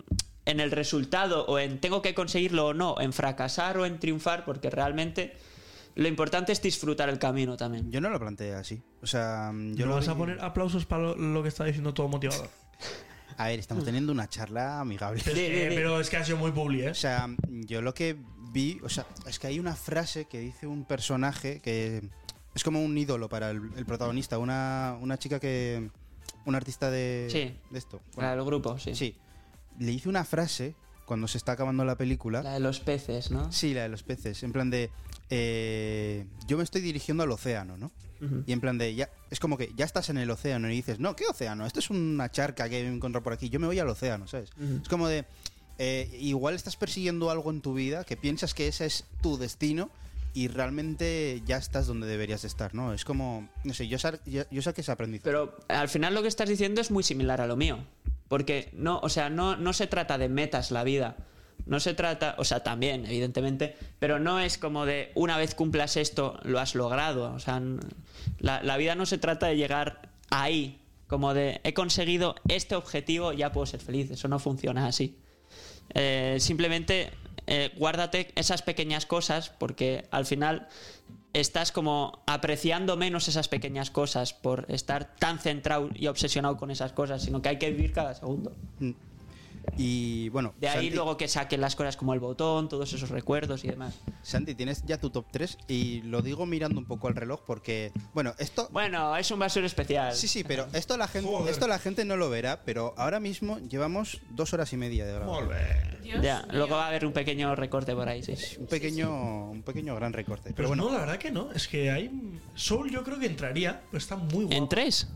Speaker 3: en el resultado o en tengo que conseguirlo o no, en fracasar o en triunfar, porque realmente lo importante es disfrutar el camino también.
Speaker 1: Yo no lo planteé así. O sea, yo
Speaker 4: Yo
Speaker 1: lo
Speaker 4: vas a
Speaker 1: vi-
Speaker 4: poner aplausos para lo, lo que está diciendo todo motivador.
Speaker 1: A ver, estamos teniendo una charla amigable.
Speaker 4: Es que-
Speaker 3: sí, sí.
Speaker 4: Pero es que ha sido muy publi, ¿eh?
Speaker 1: O sea, yo lo que vi, o sea, es que hay una frase que dice un personaje que es como un ídolo para el, el protagonista, una, una chica que... Un artista de,
Speaker 3: Sí.
Speaker 1: de esto.
Speaker 3: La del grupo, sí.
Speaker 1: sí. Le hice una frase cuando se está acabando la película.
Speaker 3: La de los peces, ¿no?
Speaker 1: Sí, la de los peces. En plan de. eh, yo me estoy dirigiendo al océano, ¿no?
Speaker 3: Ujú.
Speaker 1: Y en plan de. ya Es como que ya estás en el océano y dices, no, ¿qué océano? Esto es una charca que he encontrado por aquí. Yo me voy al océano, ¿sabes?
Speaker 3: Ujú.
Speaker 1: Es como de. eh, igual estás persiguiendo algo en tu vida que piensas que ese es tu destino y realmente ya estás donde deberías de estar, ¿no? Es como. No sé, yo, sa- yo, yo saqué ese aprendizaje.
Speaker 3: Pero al final lo que estás diciendo es muy similar a lo mío. Porque no, o sea, no, no se trata de metas la vida. No se trata, o sea, también, evidentemente, pero no es como de una vez cumplas esto, lo has logrado. O sea, n- la, la vida no se trata de llegar ahí, como de he conseguido este objetivo, ya puedo ser feliz. Eso no funciona así. Eh, simplemente eh, guárdate esas pequeñas cosas porque al final estás como apreciando menos esas pequeñas cosas por estar tan centrado y obsesionado con esas cosas, sino que hay que vivir cada segundo.
Speaker 1: Y bueno.
Speaker 3: De ahí
Speaker 1: Santi-
Speaker 3: luego que saquen las cosas como el botón, todos esos recuerdos y demás.
Speaker 1: Santi, tienes ya tu top 3 y lo digo mirando un poco al reloj porque, bueno, esto...
Speaker 3: Bueno, es un basur especial.
Speaker 1: Sí, sí, pero esto la gente, esto la gente no lo verá, pero ahora mismo llevamos dos horas y media de grabación.
Speaker 4: Molt bé.
Speaker 6: Dios
Speaker 3: Ya,
Speaker 6: mío.
Speaker 3: luego va a haber un pequeño recorte por ahí, sí.
Speaker 1: Un pequeño, un pequeño gran recorte.
Speaker 4: Pero
Speaker 1: Pero bueno,
Speaker 4: Pues no, la verdad que no. Es que hay. Soul yo creo que entraría, pero está muy guapa.
Speaker 3: ¿En tres?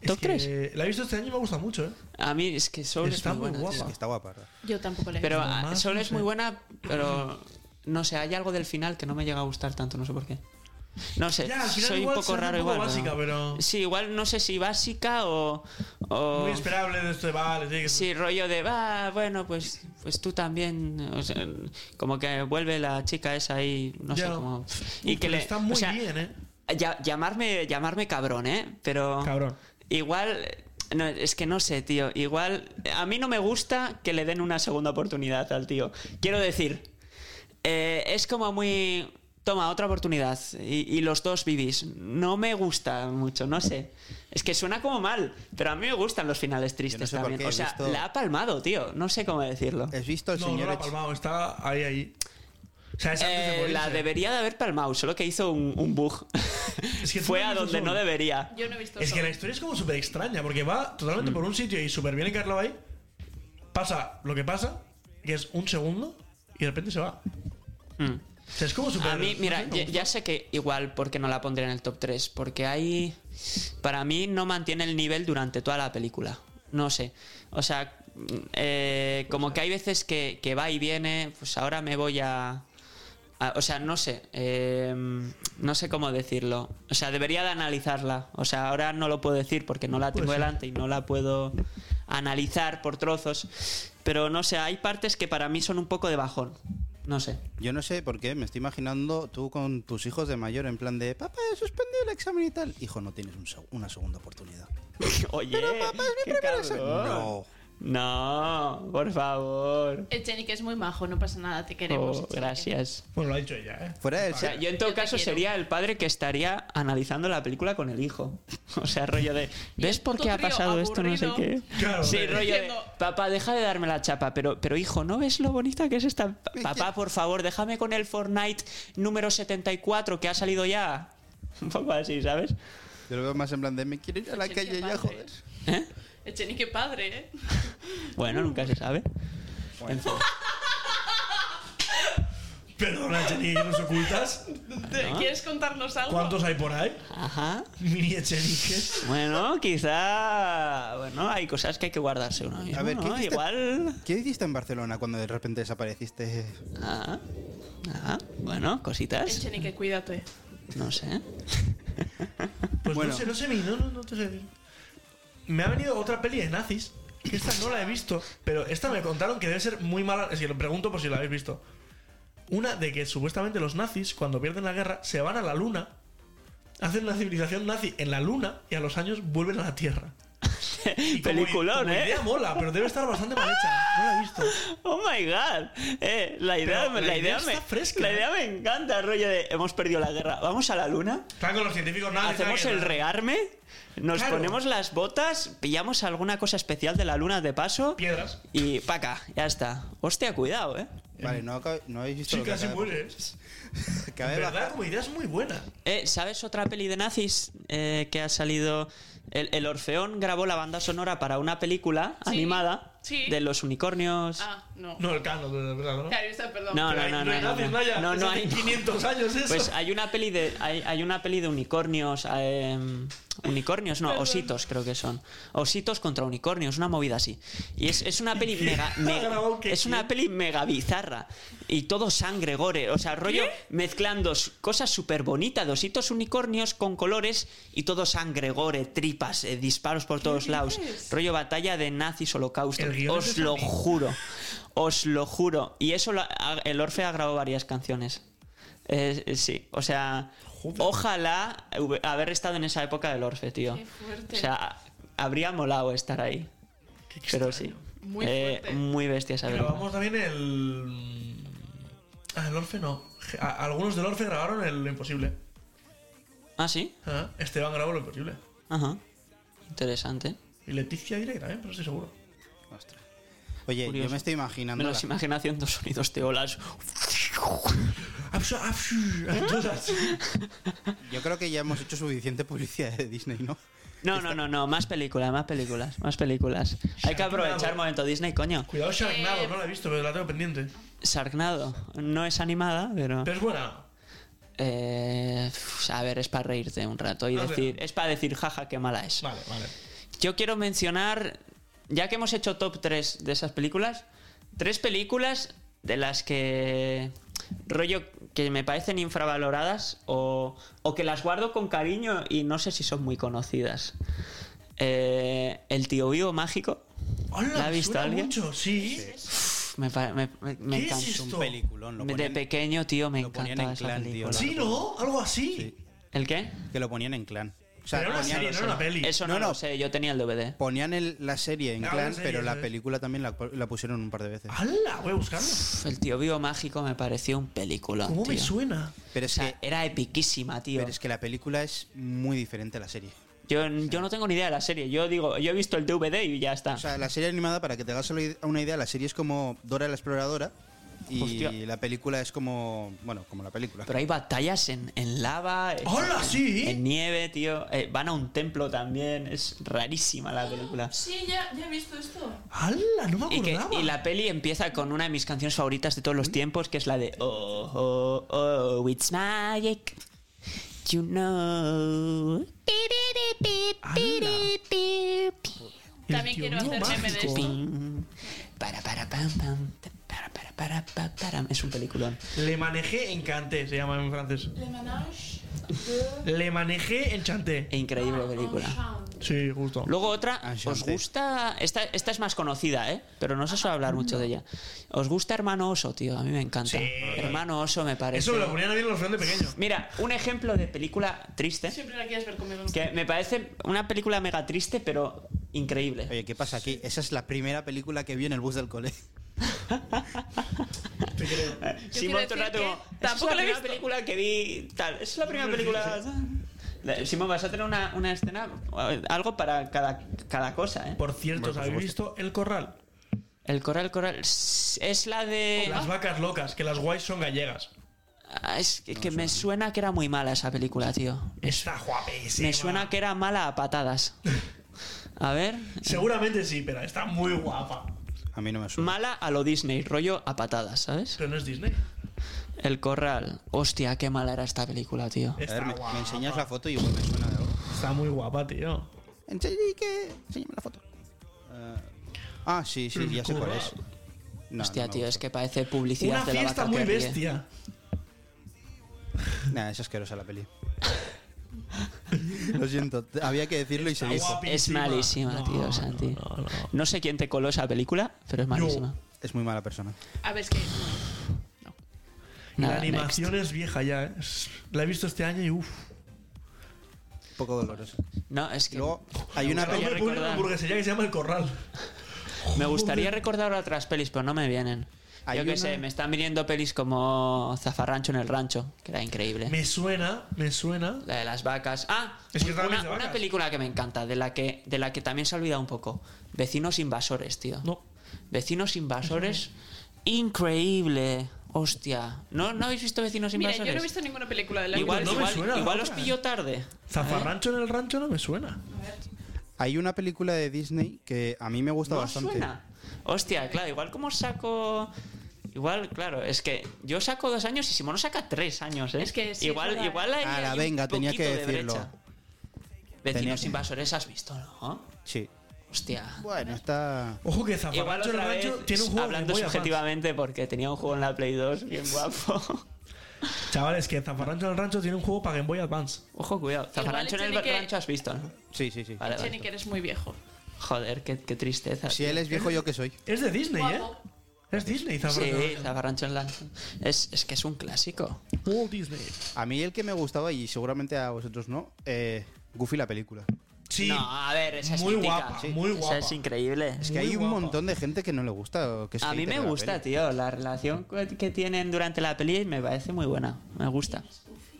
Speaker 4: Es
Speaker 3: ¿Top
Speaker 4: que
Speaker 3: tres?
Speaker 4: La he visto este año y me gusta mucho, ¿eh?
Speaker 3: A mí es que Soul
Speaker 4: Está
Speaker 3: es muy buena.
Speaker 4: muy guapa.
Speaker 3: tío.
Speaker 1: está guapa. ¿verdad?
Speaker 6: Yo tampoco le he
Speaker 3: Pero
Speaker 6: visto.
Speaker 3: ah,
Speaker 4: más,
Speaker 3: Sol
Speaker 4: no
Speaker 3: es
Speaker 4: sé.
Speaker 3: muy buena, pero no sé, hay algo del final que no me llega a gustar tanto, no sé por qué. No sé,
Speaker 4: Ya, al final
Speaker 3: soy un
Speaker 4: igual
Speaker 3: poco
Speaker 4: se hace
Speaker 3: raro
Speaker 4: un poco
Speaker 3: igual.
Speaker 4: básica, pero-
Speaker 3: Sí, igual no sé si básica o. o-
Speaker 4: Muy esperable de este vale. tiene que-
Speaker 3: Sí, rollo de, va, bueno, pues, pues tú también. o sea, como que vuelve la chica esa ahí, no sé
Speaker 4: Ya.
Speaker 3: cómo.
Speaker 4: Uf, pero está muy
Speaker 3: o sea,
Speaker 4: bien, ¿eh?
Speaker 3: ya- llamarme, llamarme cabrón, ¿eh? Pero.
Speaker 4: Cabrón.
Speaker 3: Igual. no, es que no sé, tío. Igual. A mí no me gusta que le den una segunda oportunidad al tío. Quiero decir. eh, es como muy. Toma, otra oportunidad. Y, y los dos vivís. No me gusta mucho, no sé. Es que suena como mal, pero a mí me gustan los finales tristes
Speaker 1: sé por
Speaker 3: también.
Speaker 1: qué,
Speaker 3: o
Speaker 1: he
Speaker 3: sea,
Speaker 1: visto-
Speaker 3: la ha palmado, tío. No sé cómo decirlo.
Speaker 1: ¿Has visto el
Speaker 4: No, no
Speaker 1: señor
Speaker 4: la ha
Speaker 1: Ex-
Speaker 4: palmado, está ahí, ahí. O sea, es antes de
Speaker 3: Eh,
Speaker 4: morirse.
Speaker 3: la debería de haber palmado, solo que hizo un, un bug.
Speaker 4: Es que tú
Speaker 3: Fue
Speaker 4: no
Speaker 3: a
Speaker 4: has visto
Speaker 3: donde
Speaker 4: Soul.
Speaker 3: no debería.
Speaker 6: Yo no he visto
Speaker 4: Es que
Speaker 6: Soul.
Speaker 4: la historia es como súper extraña, porque va totalmente por un sitio y súper bien encarnado ahí. Pasa lo que pasa, que es un segundo, y de repente se va.
Speaker 3: Mm.
Speaker 4: O sea, es como súper.
Speaker 3: A mí,
Speaker 4: no
Speaker 3: mira,
Speaker 4: sé, me
Speaker 3: ya,
Speaker 4: gusta.
Speaker 3: ya sé que igual porque no la pondré en el top 3, porque hay... Para mí no mantiene el nivel durante toda la película. no sé. O sea, eh, como que hay veces que, que va y viene, pues ahora me voy a... a- o sea, no sé, eh, no sé cómo decirlo. O sea, debería de analizarla. O sea, ahora no lo puedo decir porque no la
Speaker 4: Puede
Speaker 3: tengo
Speaker 4: ser.
Speaker 3: delante y no la puedo analizar por trozos. Pero no sé, hay partes que para mí son un poco de bajón. No sé.
Speaker 1: Yo no sé por qué, me estoy imaginando tú con tus hijos de mayor en plan de papá, he suspendido el examen y tal. Hijo, no tienes un seg- una segunda oportunidad.
Speaker 3: Oye, Eh, qué cabrón.
Speaker 1: No.
Speaker 3: No, por favor.
Speaker 13: El Chenique es muy majo, no pasa nada, te queremos.
Speaker 3: Oh,
Speaker 13: Chenique.
Speaker 3: gracias.
Speaker 4: Bueno, lo ha dicho ella, ¿eh?
Speaker 1: Fuera del
Speaker 3: O sea, yo en todo
Speaker 13: Yo te
Speaker 3: caso
Speaker 13: quiero.
Speaker 3: sería el padre que estaría analizando la película con el hijo. O sea, rollo de, ¿ves por
Speaker 13: puto
Speaker 3: qué ha
Speaker 13: crío
Speaker 3: pasado esto? No sé
Speaker 13: aburrido.
Speaker 3: qué.
Speaker 4: Claro,
Speaker 3: sí,
Speaker 4: hombre.
Speaker 3: rollo de,
Speaker 13: Diciendo-
Speaker 3: papá, deja de darme la chapa, pero, pero hijo, ¿no ves lo bonita que es esta? Pa- Papá, por favor, déjame con el Fortnite número 74 que ha salido ya. Un poco así, ¿sabes?
Speaker 1: Yo lo veo más en plan de me quiero ir a la
Speaker 13: Sí, qué
Speaker 1: calle ya,
Speaker 13: padre.
Speaker 1: joder.
Speaker 13: El Chenique padre, ¿eh?
Speaker 3: Bueno, nunca se sabe. En fin.
Speaker 4: Perdona, Jenny, ¿nos ocultas?
Speaker 3: Ah,
Speaker 13: ¿Te- ¿Quieres contarnos algo?
Speaker 4: ¿Cuántos hay por ahí?
Speaker 3: Ajá.
Speaker 4: Mini Echeniques.
Speaker 3: Bueno, quizá. Bueno, hay cosas que hay que guardarse uno mismo.
Speaker 1: A ver, ¿qué
Speaker 3: ¿no?
Speaker 1: hiciste?
Speaker 3: Igual.
Speaker 1: ¿Qué hiciste en Barcelona cuando de repente desapareciste?
Speaker 3: Ajá. Ajá. ah, Bueno,
Speaker 13: El
Speaker 3: cositas.
Speaker 13: Chenique, cuídate.
Speaker 3: No sé.
Speaker 4: Pues
Speaker 1: Bueno.
Speaker 4: no sé, no sé, no, no, no te sé. Me ha venido otra peli de nazis, que esta no la he visto, pero esta me contaron que debe ser muy mala. Es que lo pregunto por si la habéis visto. Una de que supuestamente los nazis, cuando pierden la guerra, se van a la luna, hacen una civilización nazi en la luna y a los años vuelven a la Tierra. Y como i-
Speaker 3: Peliculón,
Speaker 4: como
Speaker 3: ¿eh?
Speaker 4: idea mola, pero debe estar bastante mal hecha. No la he visto.
Speaker 3: Oh my god. Eh, la idea, la,
Speaker 4: Pero la
Speaker 3: idea
Speaker 4: idea
Speaker 3: me,
Speaker 4: está fresca,
Speaker 3: la
Speaker 4: ¿eh?
Speaker 3: idea me encanta, rollo de hemos perdido la guerra. Vamos a la luna,
Speaker 4: Están con los científicos nazis.
Speaker 3: hacemos
Speaker 4: ahí,
Speaker 3: el
Speaker 4: ¿no?
Speaker 3: rearme, nos
Speaker 4: Claro.
Speaker 3: ponemos las botas, pillamos alguna cosa especial de la luna de paso
Speaker 4: Piedras.
Speaker 3: y paca, ya está. Hostia, cuidado, eh.
Speaker 1: Vale, no, acab- no habéis visto
Speaker 4: Sí,
Speaker 1: lo que
Speaker 4: casi
Speaker 1: acaba-
Speaker 4: mueres.
Speaker 1: acaba
Speaker 4: En
Speaker 1: de
Speaker 4: verdad,
Speaker 1: bajar.
Speaker 4: como idea es muy buena.
Speaker 3: Eh, ¿Sabes otra peli de nazis eh, que ha salido? El, el Orfeón grabó la banda sonora para una película
Speaker 13: Sí,
Speaker 3: animada
Speaker 13: sí.
Speaker 3: de los unicornios.
Speaker 13: Ah, no.
Speaker 4: No, el cano, de verdad, ¿no?
Speaker 13: Claro, está, perdón.
Speaker 3: No,
Speaker 4: Pero
Speaker 3: no,
Speaker 4: ahí
Speaker 3: no,
Speaker 4: hay
Speaker 3: no,
Speaker 4: nazis,
Speaker 3: no.
Speaker 4: Naya.
Speaker 3: No,
Speaker 4: Eso
Speaker 3: no
Speaker 4: hace
Speaker 3: hay.
Speaker 4: 500 años eso.
Speaker 3: Pues hay una peli de hay, hay una peli de unicornios, eh, unicornios, no, ositos creo que son, ositos contra unicornios, una movida así. Y es, es una peli mega,
Speaker 4: ¿Quién ha
Speaker 3: mega-
Speaker 4: grabado qué
Speaker 3: es una
Speaker 4: quién?
Speaker 3: peli mega bizarra y todo sangre gore, o sea rollo mezclando s- cosas súper bonitas de ositos unicornios con colores y todo sangre gore, tripas, eh, disparos por todos lados, rollo batalla de nazis holocausto,
Speaker 4: El guion es
Speaker 3: os
Speaker 4: de
Speaker 3: lo
Speaker 4: Fellini.
Speaker 3: juro, os lo juro. Y eso lo ha- el Orfe ha grabado varias canciones. Eh, eh, sí, o sea, ojalá hube- haber estado en esa época del Orfe, tío.
Speaker 13: Qué fuerte.
Speaker 3: O sea, habría molado estar ahí. Pero sí.
Speaker 13: Muy
Speaker 3: Eh,
Speaker 13: fuerte.
Speaker 3: muy bestia esa verdad.
Speaker 4: Grabamos también el. Ah, el Orfe no. A- algunos del Orfe grabaron el Lo Imposible.
Speaker 3: Ah, sí.
Speaker 4: Ah, Esteban grabó Lo Imposible.
Speaker 3: Ajá. Interesante.
Speaker 4: Y Leticia Aguirre también, pero estoy seguro.
Speaker 1: Ostras. Oye, yo
Speaker 3: Curioso.
Speaker 1: me estoy imaginando.
Speaker 3: Me los
Speaker 1: la-
Speaker 3: imagino haciendo sonidos de olas.
Speaker 4: Absu- absu-
Speaker 3: ¿Eh?
Speaker 4: a todas.
Speaker 1: Yo creo que ya hemos hecho suficiente publicidad de Disney, ¿no?
Speaker 3: No, no, no, no. Más películas, más películas, más películas. Hay que aprovechar el momento Disney, coño.
Speaker 4: Cuidado, Sharknado, no la he visto, pero la tengo pendiente.
Speaker 3: Sargnado. No es animada, pero.
Speaker 4: Pero es buena.
Speaker 3: Eh, pf, a ver, es para reírte un rato y
Speaker 4: Ah,
Speaker 3: decir.
Speaker 4: bueno.
Speaker 3: Es para decir, jaja, qué mala es.
Speaker 4: Vale, vale.
Speaker 3: Yo quiero mencionar, ya que hemos hecho top 3 de esas películas, tres películas de las que rollo que me parecen infravaloradas o, o que las guardo con cariño y no sé si son muy conocidas. Eh, el tío vivo mágico.
Speaker 4: Hola,
Speaker 3: ¿La ha visto
Speaker 4: suena
Speaker 3: alguien?
Speaker 4: mucho, sí.
Speaker 3: Pf, Me, pa- me, me- me
Speaker 4: ¿Qué es
Speaker 3: encanta.
Speaker 1: Es un
Speaker 4: Esto.
Speaker 1: peliculón. Lo
Speaker 3: de
Speaker 1: ponían,
Speaker 3: pequeño, tío, me
Speaker 1: lo ponían
Speaker 3: encantaba
Speaker 1: en
Speaker 3: esa
Speaker 1: Clan, tío,
Speaker 3: película.
Speaker 1: la-
Speaker 4: Sí, ¿no? Algo así.
Speaker 1: Sí.
Speaker 3: ¿El qué?
Speaker 1: que lo ponían en clan. O sea,
Speaker 4: Pero era una
Speaker 1: ponían,
Speaker 4: serie, no era una peli.
Speaker 3: Eso no,
Speaker 1: No, no.
Speaker 3: lo sé, yo tenía el DVD.
Speaker 1: ponían el- la serie en
Speaker 4: Ah,
Speaker 1: clan,
Speaker 4: una serie,
Speaker 1: pero la
Speaker 4: sí.
Speaker 1: película también la, la pusieron un par de veces.
Speaker 3: Ah,
Speaker 4: ¡Hala! Voy a buscarlo.
Speaker 3: Pf, El tío vivo mágico me pareció un película.
Speaker 4: ¿Cómo me suena?
Speaker 1: Pero es, que,
Speaker 3: era epiquísima, tío.
Speaker 1: pero es que la película es muy diferente a la serie.
Speaker 3: Yo, yo no tengo ni idea de la serie. Yo digo, yo he visto el DVD y ya está.
Speaker 1: O sea, la serie animada, para que te hagas solo una idea, la serie es como Dora la Exploradora y
Speaker 3: Hostia.
Speaker 1: la película es como, bueno, como la película.
Speaker 3: Pero hay batallas en, en lava, en,
Speaker 4: ¡Hola, sí!
Speaker 3: en nieve, tío. Eh, van a un templo también. Es rarísima la película.
Speaker 13: Sí, ya, ya he visto esto.
Speaker 4: ¡Hala! No me
Speaker 3: Y, que- y
Speaker 4: acordaba.
Speaker 3: la peli empieza con una de mis canciones favoritas de todos los tiempos, que es la de Oh, oh, oh, it's magic. You know.
Speaker 4: ¡Hala!
Speaker 13: También quiero hacer meme de esto.
Speaker 3: Pim, Para, para, pam, pam. ta, Para, para, para, pa, para. Es un peliculón.
Speaker 4: Le manejé en canté, se llama en francés.
Speaker 13: Le Manage
Speaker 4: Le manejé en chanté.
Speaker 3: Eh, Increíble película.
Speaker 4: Sí, justo.
Speaker 3: Luego
Speaker 4: Ah,
Speaker 3: otra, ¿os gusta? Esta, esta es más conocida, ¿eh? Pero no se suele
Speaker 4: Ah.
Speaker 3: hablar mucho de ella. ¿Os gusta Hermano Oso, tío? A mí me encanta. Hermano Oso me parece.
Speaker 4: Eso me lo ponían a mí los fans de pequeño.
Speaker 3: Mira, un ejemplo de película triste.
Speaker 13: Siempre la quieres ver conmigo.
Speaker 3: Que me parece una película mega triste, pero increíble.
Speaker 1: Oye, ¿qué pasa aquí? Esa es la primera película que vi en el bus del cole.
Speaker 3: Simón
Speaker 13: quiero decir
Speaker 3: todo el rato
Speaker 13: que
Speaker 3: como,
Speaker 13: tampoco la
Speaker 3: es la
Speaker 13: he
Speaker 3: primera
Speaker 13: visto".
Speaker 3: película que vi tal es la primera película La- Simón vas a tener una, una escena algo para cada, cada cosa ¿eh?
Speaker 4: Por cierto,
Speaker 3: Bueno, por
Speaker 4: ¿habéis visto El Corral?
Speaker 3: el coral coral s- es la
Speaker 13: Eh,
Speaker 3: de
Speaker 4: Las vacas locas, que las guays son gallegas.
Speaker 3: Ah, es que, que me suena que era muy mala esa película tío
Speaker 4: Está guapísima.
Speaker 3: me suena que era mala a patadas a ver
Speaker 4: Seguramente sí, pero está muy guapa.
Speaker 1: A mí no me suena.
Speaker 3: mala a lo Disney rollo a patadas ¿sabes?
Speaker 4: Pero no es Disney.
Speaker 3: el corral hostia qué mala era esta película tío
Speaker 1: A ver,
Speaker 4: Está
Speaker 1: me,
Speaker 4: guapa.
Speaker 1: me enseñas la foto y igual me suena de algo.
Speaker 4: Está muy guapa, tío.
Speaker 1: Enrique, enséñame la foto. Eh, ah, sí, sí, ya sé cuál es. No,
Speaker 3: hostia
Speaker 1: no me
Speaker 3: tío es
Speaker 1: gusta.
Speaker 3: que parece publicidad de
Speaker 4: Una
Speaker 3: la
Speaker 4: fiesta
Speaker 3: vaca
Speaker 4: muy
Speaker 3: que ríe.
Speaker 4: bestia.
Speaker 1: Nah, es asquerosa la peli. Lo siento, t- había que decirlo y se
Speaker 4: Está
Speaker 1: dijo.
Speaker 4: guapa.
Speaker 3: Es
Speaker 4: Guapísima.
Speaker 3: malísima,
Speaker 4: No,
Speaker 3: tío, Santi. No, sé quién te coló esa película, pero es malísima.
Speaker 1: Es muy mala persona.
Speaker 13: A ver, es que.
Speaker 4: Y la
Speaker 3: Nada,
Speaker 4: animación es vieja ya, ¿eh? La he visto este año y uff.
Speaker 1: Un poco dolorosa.
Speaker 3: next. No, es
Speaker 1: Y
Speaker 3: que
Speaker 1: luego hay una
Speaker 3: Voy a
Speaker 4: Hombre,
Speaker 1: peli.
Speaker 4: pone una
Speaker 3: recordar.
Speaker 4: hamburguesería que se llama El Corral.
Speaker 3: me gustaría recordar otras pelis, pero no me vienen.
Speaker 1: Hay
Speaker 3: Yo qué
Speaker 1: una-
Speaker 3: sé, me están viniendo pelis como Zafarrancho en el Rancho, que era increíble.
Speaker 4: Me suena, me suena.
Speaker 3: La de las vacas. Ah,
Speaker 4: Es que
Speaker 3: una,
Speaker 4: también es de
Speaker 3: una
Speaker 4: vacas.
Speaker 3: película que me encanta, de la que, de la que también se ha olvidado un poco. Vecinos invasores, tío.
Speaker 4: No.
Speaker 3: Vecinos invasores. Increíble. Hostia. ¿No, ¿No habéis visto Vecinos
Speaker 13: Mira,
Speaker 3: invasores?
Speaker 13: yo no he visto ninguna película de la
Speaker 3: Igual,
Speaker 4: No me
Speaker 3: igual,
Speaker 4: suena la
Speaker 3: igual os
Speaker 4: otra,
Speaker 3: pillo tarde.
Speaker 4: Zafarrancho en el rancho no me suena.
Speaker 1: Hay una película de Disney que a mí me gusta
Speaker 3: ¿No
Speaker 1: bastante.
Speaker 3: suena? Hostia, claro, igual como saco. Igual, claro, es que yo saco dos años y Simón saca tres años, ¿eh?
Speaker 13: Es que sí, es
Speaker 3: igual,
Speaker 13: verdad.
Speaker 3: igual hay,
Speaker 1: Ala,
Speaker 3: hay un
Speaker 1: venga, tenía
Speaker 3: poquito
Speaker 1: que
Speaker 3: de
Speaker 1: decirlo.
Speaker 3: brecha. Vecinos
Speaker 1: que-
Speaker 3: invasores has visto, ¿no?
Speaker 1: Sí.
Speaker 3: Hostia.
Speaker 1: Bueno, está.
Speaker 4: Ojo que
Speaker 3: Igual
Speaker 4: Zafarrancho en el
Speaker 3: otra vez,
Speaker 4: rancho tiene un juego de
Speaker 3: hablando
Speaker 4: Game Boy
Speaker 3: subjetivamente, porque tenía un juego en la Play 2 bien guapo.
Speaker 4: Advance. Chavales, que Zafarrancho en el rancho tiene un juego para Game Boy Advance.
Speaker 3: Ojo, cuidado. Zafarrancho en el
Speaker 13: Echenique-
Speaker 3: rancho has visto, ¿no?
Speaker 1: Sí, sí, sí.
Speaker 3: Vale,
Speaker 13: Jenny,
Speaker 3: vale.
Speaker 13: que eres muy viejo.
Speaker 3: Joder, qué, qué tristeza.
Speaker 1: Si
Speaker 3: tío.
Speaker 1: él es viejo, yo que soy.
Speaker 4: Es de Disney, ¿eh?
Speaker 13: Guapo.
Speaker 4: Es Disney, Zafarrancho. en
Speaker 3: Sí,
Speaker 4: el
Speaker 3: Zafarrancho en la... Es, es que es un clásico.
Speaker 4: Rancho. Walt Disney.
Speaker 1: A mí el que me gustaba, y seguramente a vosotros no, eh, Goofy la película.
Speaker 4: Sí.
Speaker 3: No, a ver, esa es
Speaker 4: muy
Speaker 3: mítica.
Speaker 4: guapa, muy
Speaker 3: Esa
Speaker 4: guapa.
Speaker 3: es increíble.
Speaker 1: Es que
Speaker 4: Muy
Speaker 1: hay un
Speaker 4: guapa.
Speaker 1: montón de gente que no le gusta. o Que es
Speaker 3: A mí
Speaker 1: hater
Speaker 3: me
Speaker 1: de la
Speaker 3: gusta,
Speaker 1: peli.
Speaker 3: tío. La relación cu- que tienen durante la peli me parece muy buena. Me gusta.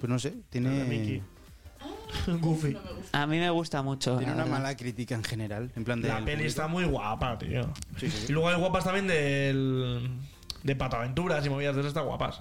Speaker 1: Pues no sé,
Speaker 4: La Mickey.
Speaker 1: tiene,
Speaker 4: Goofy.
Speaker 3: A mí me gusta mucho.
Speaker 1: tiene
Speaker 3: la
Speaker 1: una
Speaker 3: verdad.
Speaker 1: mala crítica en general. En plan de.
Speaker 4: La peli está muy guapa, tío.
Speaker 1: Sí, sí.
Speaker 4: Y luego hay guapas también del. De Pataventuras y movidas de esas, están guapas.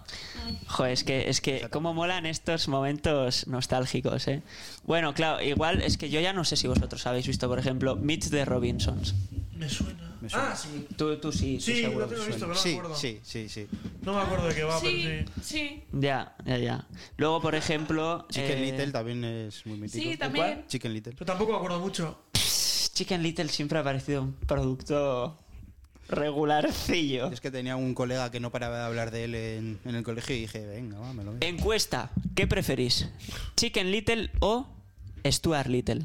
Speaker 3: Joder, es que, es que cómo molan estos momentos nostálgicos, ¿eh? Bueno, claro, igual es que yo ya no sé si vosotros habéis visto, por ejemplo, Mitch de Robinsons.
Speaker 4: Me suena.
Speaker 1: Me suena.
Speaker 4: Ah, sí.
Speaker 3: Tú, tú sí, tú
Speaker 4: Sí,
Speaker 3: seguro
Speaker 4: lo
Speaker 3: que
Speaker 4: tengo
Speaker 3: suena.
Speaker 4: visto, pero no me
Speaker 1: Sí,
Speaker 4: acuerdo.
Speaker 1: sí, sí, sí.
Speaker 4: No me acuerdo de qué va,
Speaker 13: Sí,
Speaker 4: Ah, pero sí.
Speaker 13: sí.
Speaker 3: Ya, ya, ya. Luego, por ejemplo...
Speaker 1: Chicken
Speaker 3: eh,
Speaker 1: Little también es muy mítico.
Speaker 13: Sí, también.
Speaker 1: Chicken Little.
Speaker 4: Pero tampoco me acuerdo mucho.
Speaker 3: Chicken Little siempre ha parecido un producto regularcillo.
Speaker 1: Es que tenía un colega que no paraba de hablar de él en, en el colegio y dije, venga, va, me lo
Speaker 3: Eh,
Speaker 1: veo.
Speaker 3: Encuesta, ¿qué preferís? ¿Chicken Little o Stuart Little?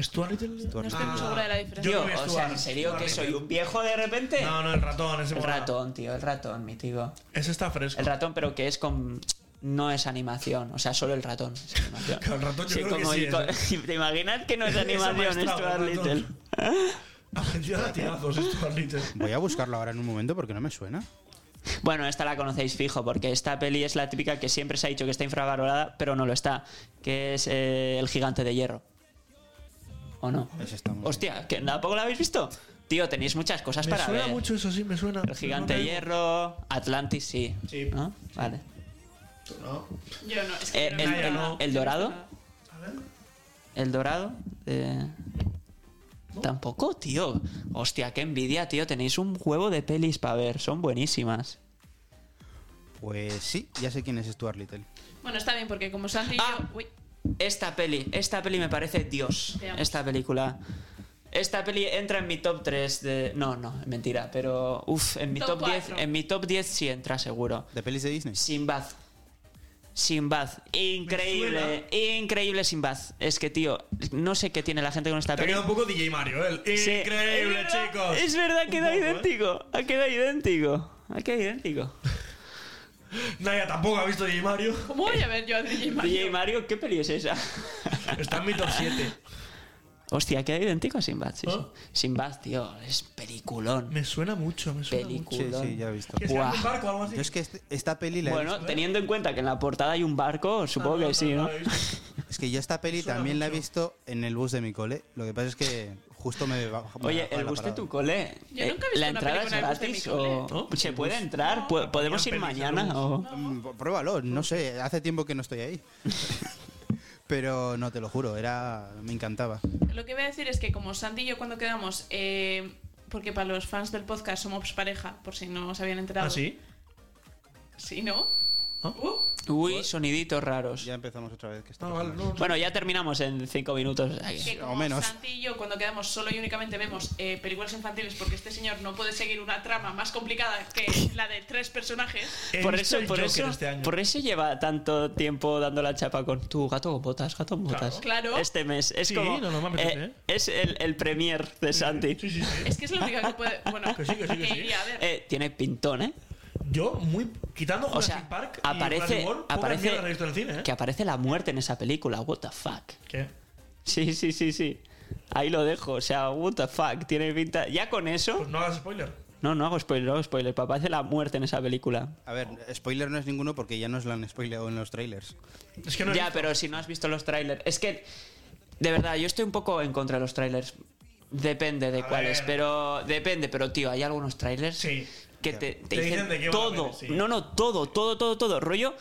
Speaker 4: ¿Stuart
Speaker 1: Stuart
Speaker 4: Little?
Speaker 13: No
Speaker 1: Little.
Speaker 13: estoy
Speaker 3: Ah.
Speaker 13: muy segura de la diferencia.
Speaker 4: Yo
Speaker 3: Tío,
Speaker 4: no voy a
Speaker 3: o sea, ¿en
Speaker 4: Stuart,
Speaker 3: serio
Speaker 4: Stuart
Speaker 3: que
Speaker 4: Little.
Speaker 3: soy un viejo de repente?
Speaker 4: No, no, el ratón, ese
Speaker 3: el
Speaker 4: mola.
Speaker 3: ratón, tío, el ratón, mi tío.
Speaker 4: Ese está fresco.
Speaker 3: El ratón, pero que es con... No es animación, o sea, solo el ratón es animación.
Speaker 4: Con el ratón yo creo que
Speaker 3: como
Speaker 4: sí ¿eh?
Speaker 3: y co-
Speaker 4: es,
Speaker 3: ¿Te imaginas que no es
Speaker 4: Ese
Speaker 3: animación
Speaker 4: maestrado,
Speaker 3: Stuart
Speaker 4: el ratón.
Speaker 3: Little?
Speaker 4: Aprendió a latigazos, Stuart Little.
Speaker 1: Voy a buscarlo ahora en un momento porque no me suena.
Speaker 3: Bueno, esta la conocéis fijo, porque esta peli es la típica que siempre se ha dicho que está infravalorada, pero no lo está, que es eh, El Gigante de Hierro. ¿O no?
Speaker 1: Ese está muy
Speaker 3: Hostia, ¿que ¿tampoco la habéis visto? Tío, tenéis muchas cosas
Speaker 4: Me
Speaker 3: para
Speaker 4: suena
Speaker 3: ver.
Speaker 4: mucho eso, sí, me suena.
Speaker 3: El Gigante de Hierro, Atlantis, sí.
Speaker 4: Sí.
Speaker 3: ¿No? Vale.
Speaker 4: No.
Speaker 13: Yo no, es que
Speaker 3: Eh,
Speaker 13: no
Speaker 3: el,
Speaker 13: me
Speaker 4: yo
Speaker 3: el-
Speaker 4: no.
Speaker 3: el Dorado? ¿El Dorado? eh, Tampoco, tío. Hostia, qué envidia, tío. Tenéis un huevo de pelis para ver. Son buenísimas.
Speaker 1: Pues sí, ya sé quién es Stuart Little.
Speaker 13: Bueno, está bien, porque como Santi y
Speaker 3: Ah.
Speaker 13: yo. Uy,
Speaker 3: Esta peli, esta peli me parece Dios.
Speaker 13: Veamos.
Speaker 3: Esta película. Esta peli entra en mi top 3 de... No, no, mentira, pero... Uf, en mi
Speaker 14: Top
Speaker 3: top, 10
Speaker 14: cuatro.
Speaker 3: en mi top 10 sí entra seguro.
Speaker 1: ¿De pelis de Disney?
Speaker 3: Sinbad. Sinbad. Increíble. Increíble Sinbad. Es que, tío, no sé qué tiene la gente con esta
Speaker 4: Te ha
Speaker 3: peli.
Speaker 4: quedado un poco DJ Mario, ¿eh? el
Speaker 3: Sí.
Speaker 4: increíble,
Speaker 3: Es verdad,
Speaker 4: chicos. ¿eh?
Speaker 3: Es verdad, queda idéntico. Ha quedado idéntico. Ha quedado idéntico.
Speaker 4: Naya tampoco ha visto DJ Mario.
Speaker 13: ¿Cómo voy a ver yo a DJ Mario?
Speaker 3: DJ Mario, ¿qué peli es esa?
Speaker 4: Está en mi top 7.
Speaker 3: Hostia, queda idéntico a Sinbad. Sí, sí. Sinbad, tío, es peliculón.
Speaker 4: ¿Oh? Me suena mucho, me suena
Speaker 3: Peliculón.
Speaker 1: Sí, sí, ya he visto.
Speaker 4: Que se hace
Speaker 3: Buah.
Speaker 4: un barco o algo así.
Speaker 1: Yo es que este- esta peli la he
Speaker 3: Bueno,
Speaker 4: ¿eh?
Speaker 1: visto-
Speaker 3: teniendo en cuenta que en la portada hay un barco, supongo
Speaker 4: Ah,
Speaker 3: que sí, ¿no?
Speaker 1: Es que yo esta peli
Speaker 4: Suena
Speaker 1: también la he
Speaker 4: mucho.
Speaker 1: visto en el bus de mi cole. Lo que pasa es que justo me bajó. me
Speaker 3: Oye,
Speaker 1: bajó a
Speaker 3: el
Speaker 1: la
Speaker 3: bus de
Speaker 1: parada.
Speaker 3: tu cole.
Speaker 13: Yo nunca he
Speaker 3: eh,
Speaker 13: visto
Speaker 3: ¿La
Speaker 13: una
Speaker 3: entrada es
Speaker 13: película en el bus de
Speaker 3: gratis
Speaker 13: mi cole.
Speaker 3: o
Speaker 4: ¿No?
Speaker 3: se
Speaker 4: El
Speaker 3: puede
Speaker 4: bus.
Speaker 3: entrar? ¿Po- ¿Podemos ir
Speaker 4: ponían pelis en el
Speaker 3: mañana?
Speaker 4: bus.
Speaker 3: o-
Speaker 1: Mm, Pruébalo, no sé, hace tiempo que no estoy ahí. Pero no te lo juro, era me encantaba.
Speaker 13: Lo que voy a decir es que como Santi y yo cuando quedamos, eh, porque para los fans del podcast somos pareja, por si no se habían enterado.
Speaker 4: ¿Ah, sí?
Speaker 13: Sí, ¿no?
Speaker 4: ¿Ah?
Speaker 13: Uh,
Speaker 3: Uy, soniditos raros.
Speaker 1: Ya empezamos otra vez. Que
Speaker 4: Ah,
Speaker 1: estamos
Speaker 4: vale,
Speaker 1: mal.
Speaker 4: no, no.
Speaker 3: Bueno, ya terminamos en cinco minutos. Ay,
Speaker 13: que
Speaker 1: o
Speaker 13: como
Speaker 1: menos.
Speaker 13: Santi y yo cuando quedamos solo y únicamente vemos eh, películas infantiles porque este señor no puede seguir una trama más complicada que la de tres personajes.
Speaker 4: He
Speaker 3: Por
Speaker 4: visto
Speaker 3: eso,
Speaker 4: el
Speaker 3: por
Speaker 4: Joker
Speaker 3: eso,
Speaker 4: este año.
Speaker 3: por eso lleva tanto tiempo dando la chapa con tu gato con botas, gato con botas.
Speaker 13: Claro.
Speaker 3: Este mes es
Speaker 4: Sí,
Speaker 3: como
Speaker 4: no, no me apetece, ¿eh?
Speaker 3: es el, el premier de Santi.
Speaker 4: Sí, sí, sí.
Speaker 13: Es que es la única que puede... Bueno,
Speaker 4: Que sí, que sí, que sí.
Speaker 13: iría a ver.
Speaker 3: Eh, tiene pintón, ¿eh?
Speaker 4: Yo, muy. Quitando
Speaker 3: O
Speaker 4: Jurassic
Speaker 3: sea,
Speaker 4: Park. y
Speaker 3: aparece,
Speaker 4: Jurassic World, pocas
Speaker 3: aparece
Speaker 4: mierdas he visto en el cine, ¿eh?
Speaker 3: que aparece la muerte en esa película. What the fuck.
Speaker 4: ¿Qué?
Speaker 3: Sí, sí, sí, sí. Ahí lo dejo. O sea, what the fuck. Tiene pinta. Ya con eso.
Speaker 4: Pues no hagas spoiler.
Speaker 3: No, no hago spoiler, no hago spoiler. Papá hace la muerte en esa película.
Speaker 1: A ver, spoiler no es ninguno porque ya nos lo han spoileado en los trailers.
Speaker 4: Es que no. he
Speaker 3: ya,
Speaker 4: visto.
Speaker 3: pero si no has visto los trailers. Es que, de verdad, yo estoy un poco en contra de los trailers. Depende de
Speaker 4: A
Speaker 3: cuáles,
Speaker 4: ver.
Speaker 3: pero. Depende, pero tío, hay algunos trailers
Speaker 4: Sí.
Speaker 3: que te, te
Speaker 4: Te dicen
Speaker 3: dicen,
Speaker 4: de qué va la
Speaker 3: todo.
Speaker 4: peli, sí.
Speaker 3: No, no, todo, todo, todo, todo. Rollo.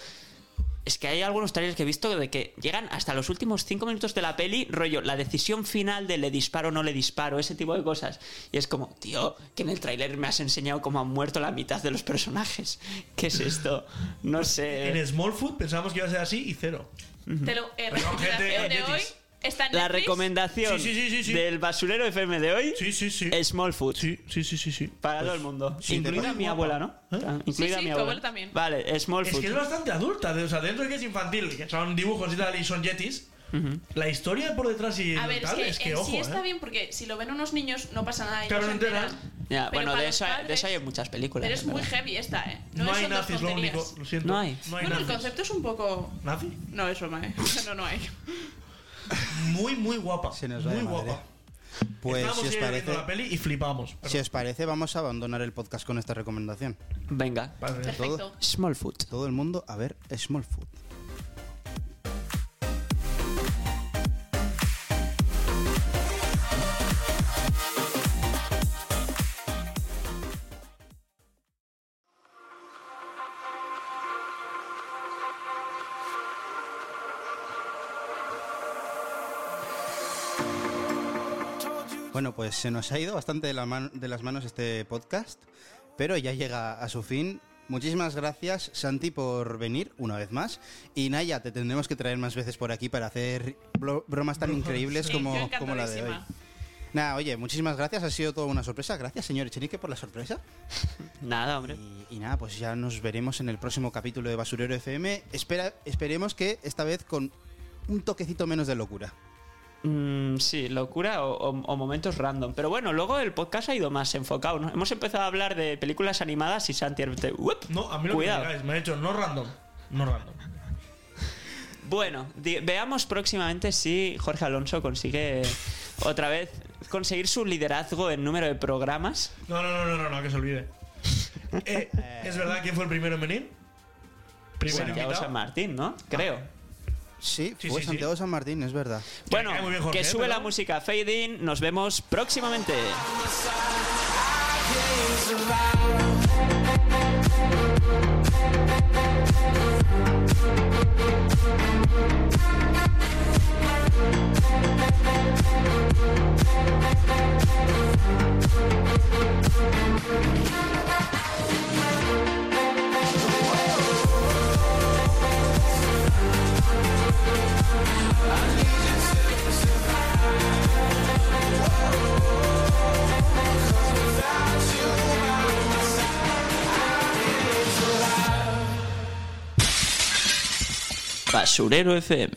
Speaker 3: Es que hay algunos trailers que he visto de que llegan hasta los últimos cinco minutos de la peli, rollo, la decisión final de le disparo o no le disparo, ese tipo de cosas. Y es como, tío, que en el trailer me has enseñado cómo han muerto la mitad de los personajes. ¿Qué es esto? No sé.
Speaker 4: En Smallfoot pensábamos que iba a ser así y cero.
Speaker 13: Te lo, eh,
Speaker 4: Pero, gente,
Speaker 13: recomendación de
Speaker 4: eh,
Speaker 13: hoy
Speaker 4: Yetis.
Speaker 13: está en
Speaker 3: La
Speaker 13: Netflix.
Speaker 3: recomendación
Speaker 4: Sí, sí, sí, sí, sí.
Speaker 3: del basurero FM de hoy
Speaker 4: Sí, sí, sí.
Speaker 3: es Small Food.
Speaker 4: Sí, sí, sí, sí. sí.
Speaker 3: Para todo el mundo.
Speaker 1: sí,
Speaker 3: Incluida
Speaker 1: de-
Speaker 3: mi abuela, ¿no? Ah,
Speaker 4: ¿Eh?
Speaker 3: Incluida
Speaker 13: Sí, sí,
Speaker 3: mi
Speaker 13: tu
Speaker 3: abuela.
Speaker 13: abuela también.
Speaker 3: Vale, Small
Speaker 4: Es
Speaker 3: Food.
Speaker 4: que es bastante adulta, de- o sea, dentro de que es infantil, que son dibujos y tal, y son yetis, la historia por detrás y
Speaker 13: A ver, es
Speaker 4: tal,
Speaker 13: que,
Speaker 4: es que,
Speaker 13: en
Speaker 4: ojo,
Speaker 13: sí está
Speaker 4: ¿eh?
Speaker 13: bien porque si lo ven unos niños no pasa nada. y
Speaker 4: Claro,
Speaker 13: no se
Speaker 4: no enteras.
Speaker 13: enteran. Pero
Speaker 3: Ya, bueno,
Speaker 13: para
Speaker 3: de
Speaker 13: los
Speaker 3: eso, hay- de
Speaker 13: padres-
Speaker 3: eso hay en muchas películas.
Speaker 13: Pero es
Speaker 3: la
Speaker 13: muy
Speaker 3: verdad.
Speaker 13: heavy esta, ¿eh? No,
Speaker 4: No,
Speaker 13: es
Speaker 4: hay
Speaker 13: son dos
Speaker 4: nazis, lo
Speaker 13: tonterías.
Speaker 4: único, lo siento.
Speaker 3: No hay.
Speaker 4: No hay
Speaker 13: bueno, el
Speaker 4: nazis.
Speaker 13: concepto es un poco...
Speaker 4: ¿Nazi?
Speaker 13: No, es broma, ¿eh? No, no hay.
Speaker 4: Muy, muy guapa.
Speaker 1: Se nos va
Speaker 4: muy
Speaker 1: de madre.
Speaker 4: guapa.
Speaker 1: Pues
Speaker 4: Estábamos
Speaker 1: si os
Speaker 4: ahí viendo
Speaker 1: parece,
Speaker 4: la peli y flipamos. pero-
Speaker 1: si os parece vamos a abandonar el podcast con esta recomendación.
Speaker 3: Venga.
Speaker 4: Vale.
Speaker 13: Perfecto.
Speaker 3: Small Food.
Speaker 1: Todo el mundo a ver Smallfoot. Bueno, pues se nos ha ido bastante de, la man- de las manos este podcast, pero ya llega a su fin. Muchísimas gracias, Santi, por venir una vez más. Y Naya, te tendremos que traer más veces por aquí para hacer bro- bromas tan increíbles
Speaker 13: Sí,
Speaker 1: como,
Speaker 13: yo
Speaker 1: como la de hoy.
Speaker 13: encantadísima.
Speaker 1: Nada, oye, muchísimas gracias, ha sido toda una sorpresa. Gracias, señor Echenique, por la sorpresa.
Speaker 3: Nada, hombre.
Speaker 1: Y, y nada, pues ya nos veremos en el próximo capítulo de Basurero FM. Espera, esperemos que esta vez con un toquecito menos de locura.
Speaker 3: Mm, sí, locura o, o- o momentos random. Pero bueno, luego el podcast ha ido más enfocado. ¿no? Hemos empezado a hablar de películas animadas y Santi... ¡Uep!
Speaker 4: No, a mí lo
Speaker 3: Cuidado.
Speaker 4: que me digáis, me ha hecho no random. No random.
Speaker 3: Bueno, di- veamos próximamente si Jorge Alonso consigue otra vez conseguir su liderazgo en número de programas.
Speaker 4: No, no, no, no, no, no, que se olvide. Eh, ¿Es verdad quién fue el primero en venir? Primero
Speaker 3: Santiago
Speaker 4: invitado.
Speaker 3: San Martín, ¿no? Creo.
Speaker 1: Sí,
Speaker 4: Sí,
Speaker 1: fue
Speaker 4: sí, sí.
Speaker 1: Santiago San Martín, es verdad.
Speaker 3: Bueno,
Speaker 4: cae muy bien Jorge,
Speaker 3: que sube
Speaker 4: ¿eh?
Speaker 3: la
Speaker 4: pero-
Speaker 3: música Fade In. Nos vemos próximamente. Basurero FM.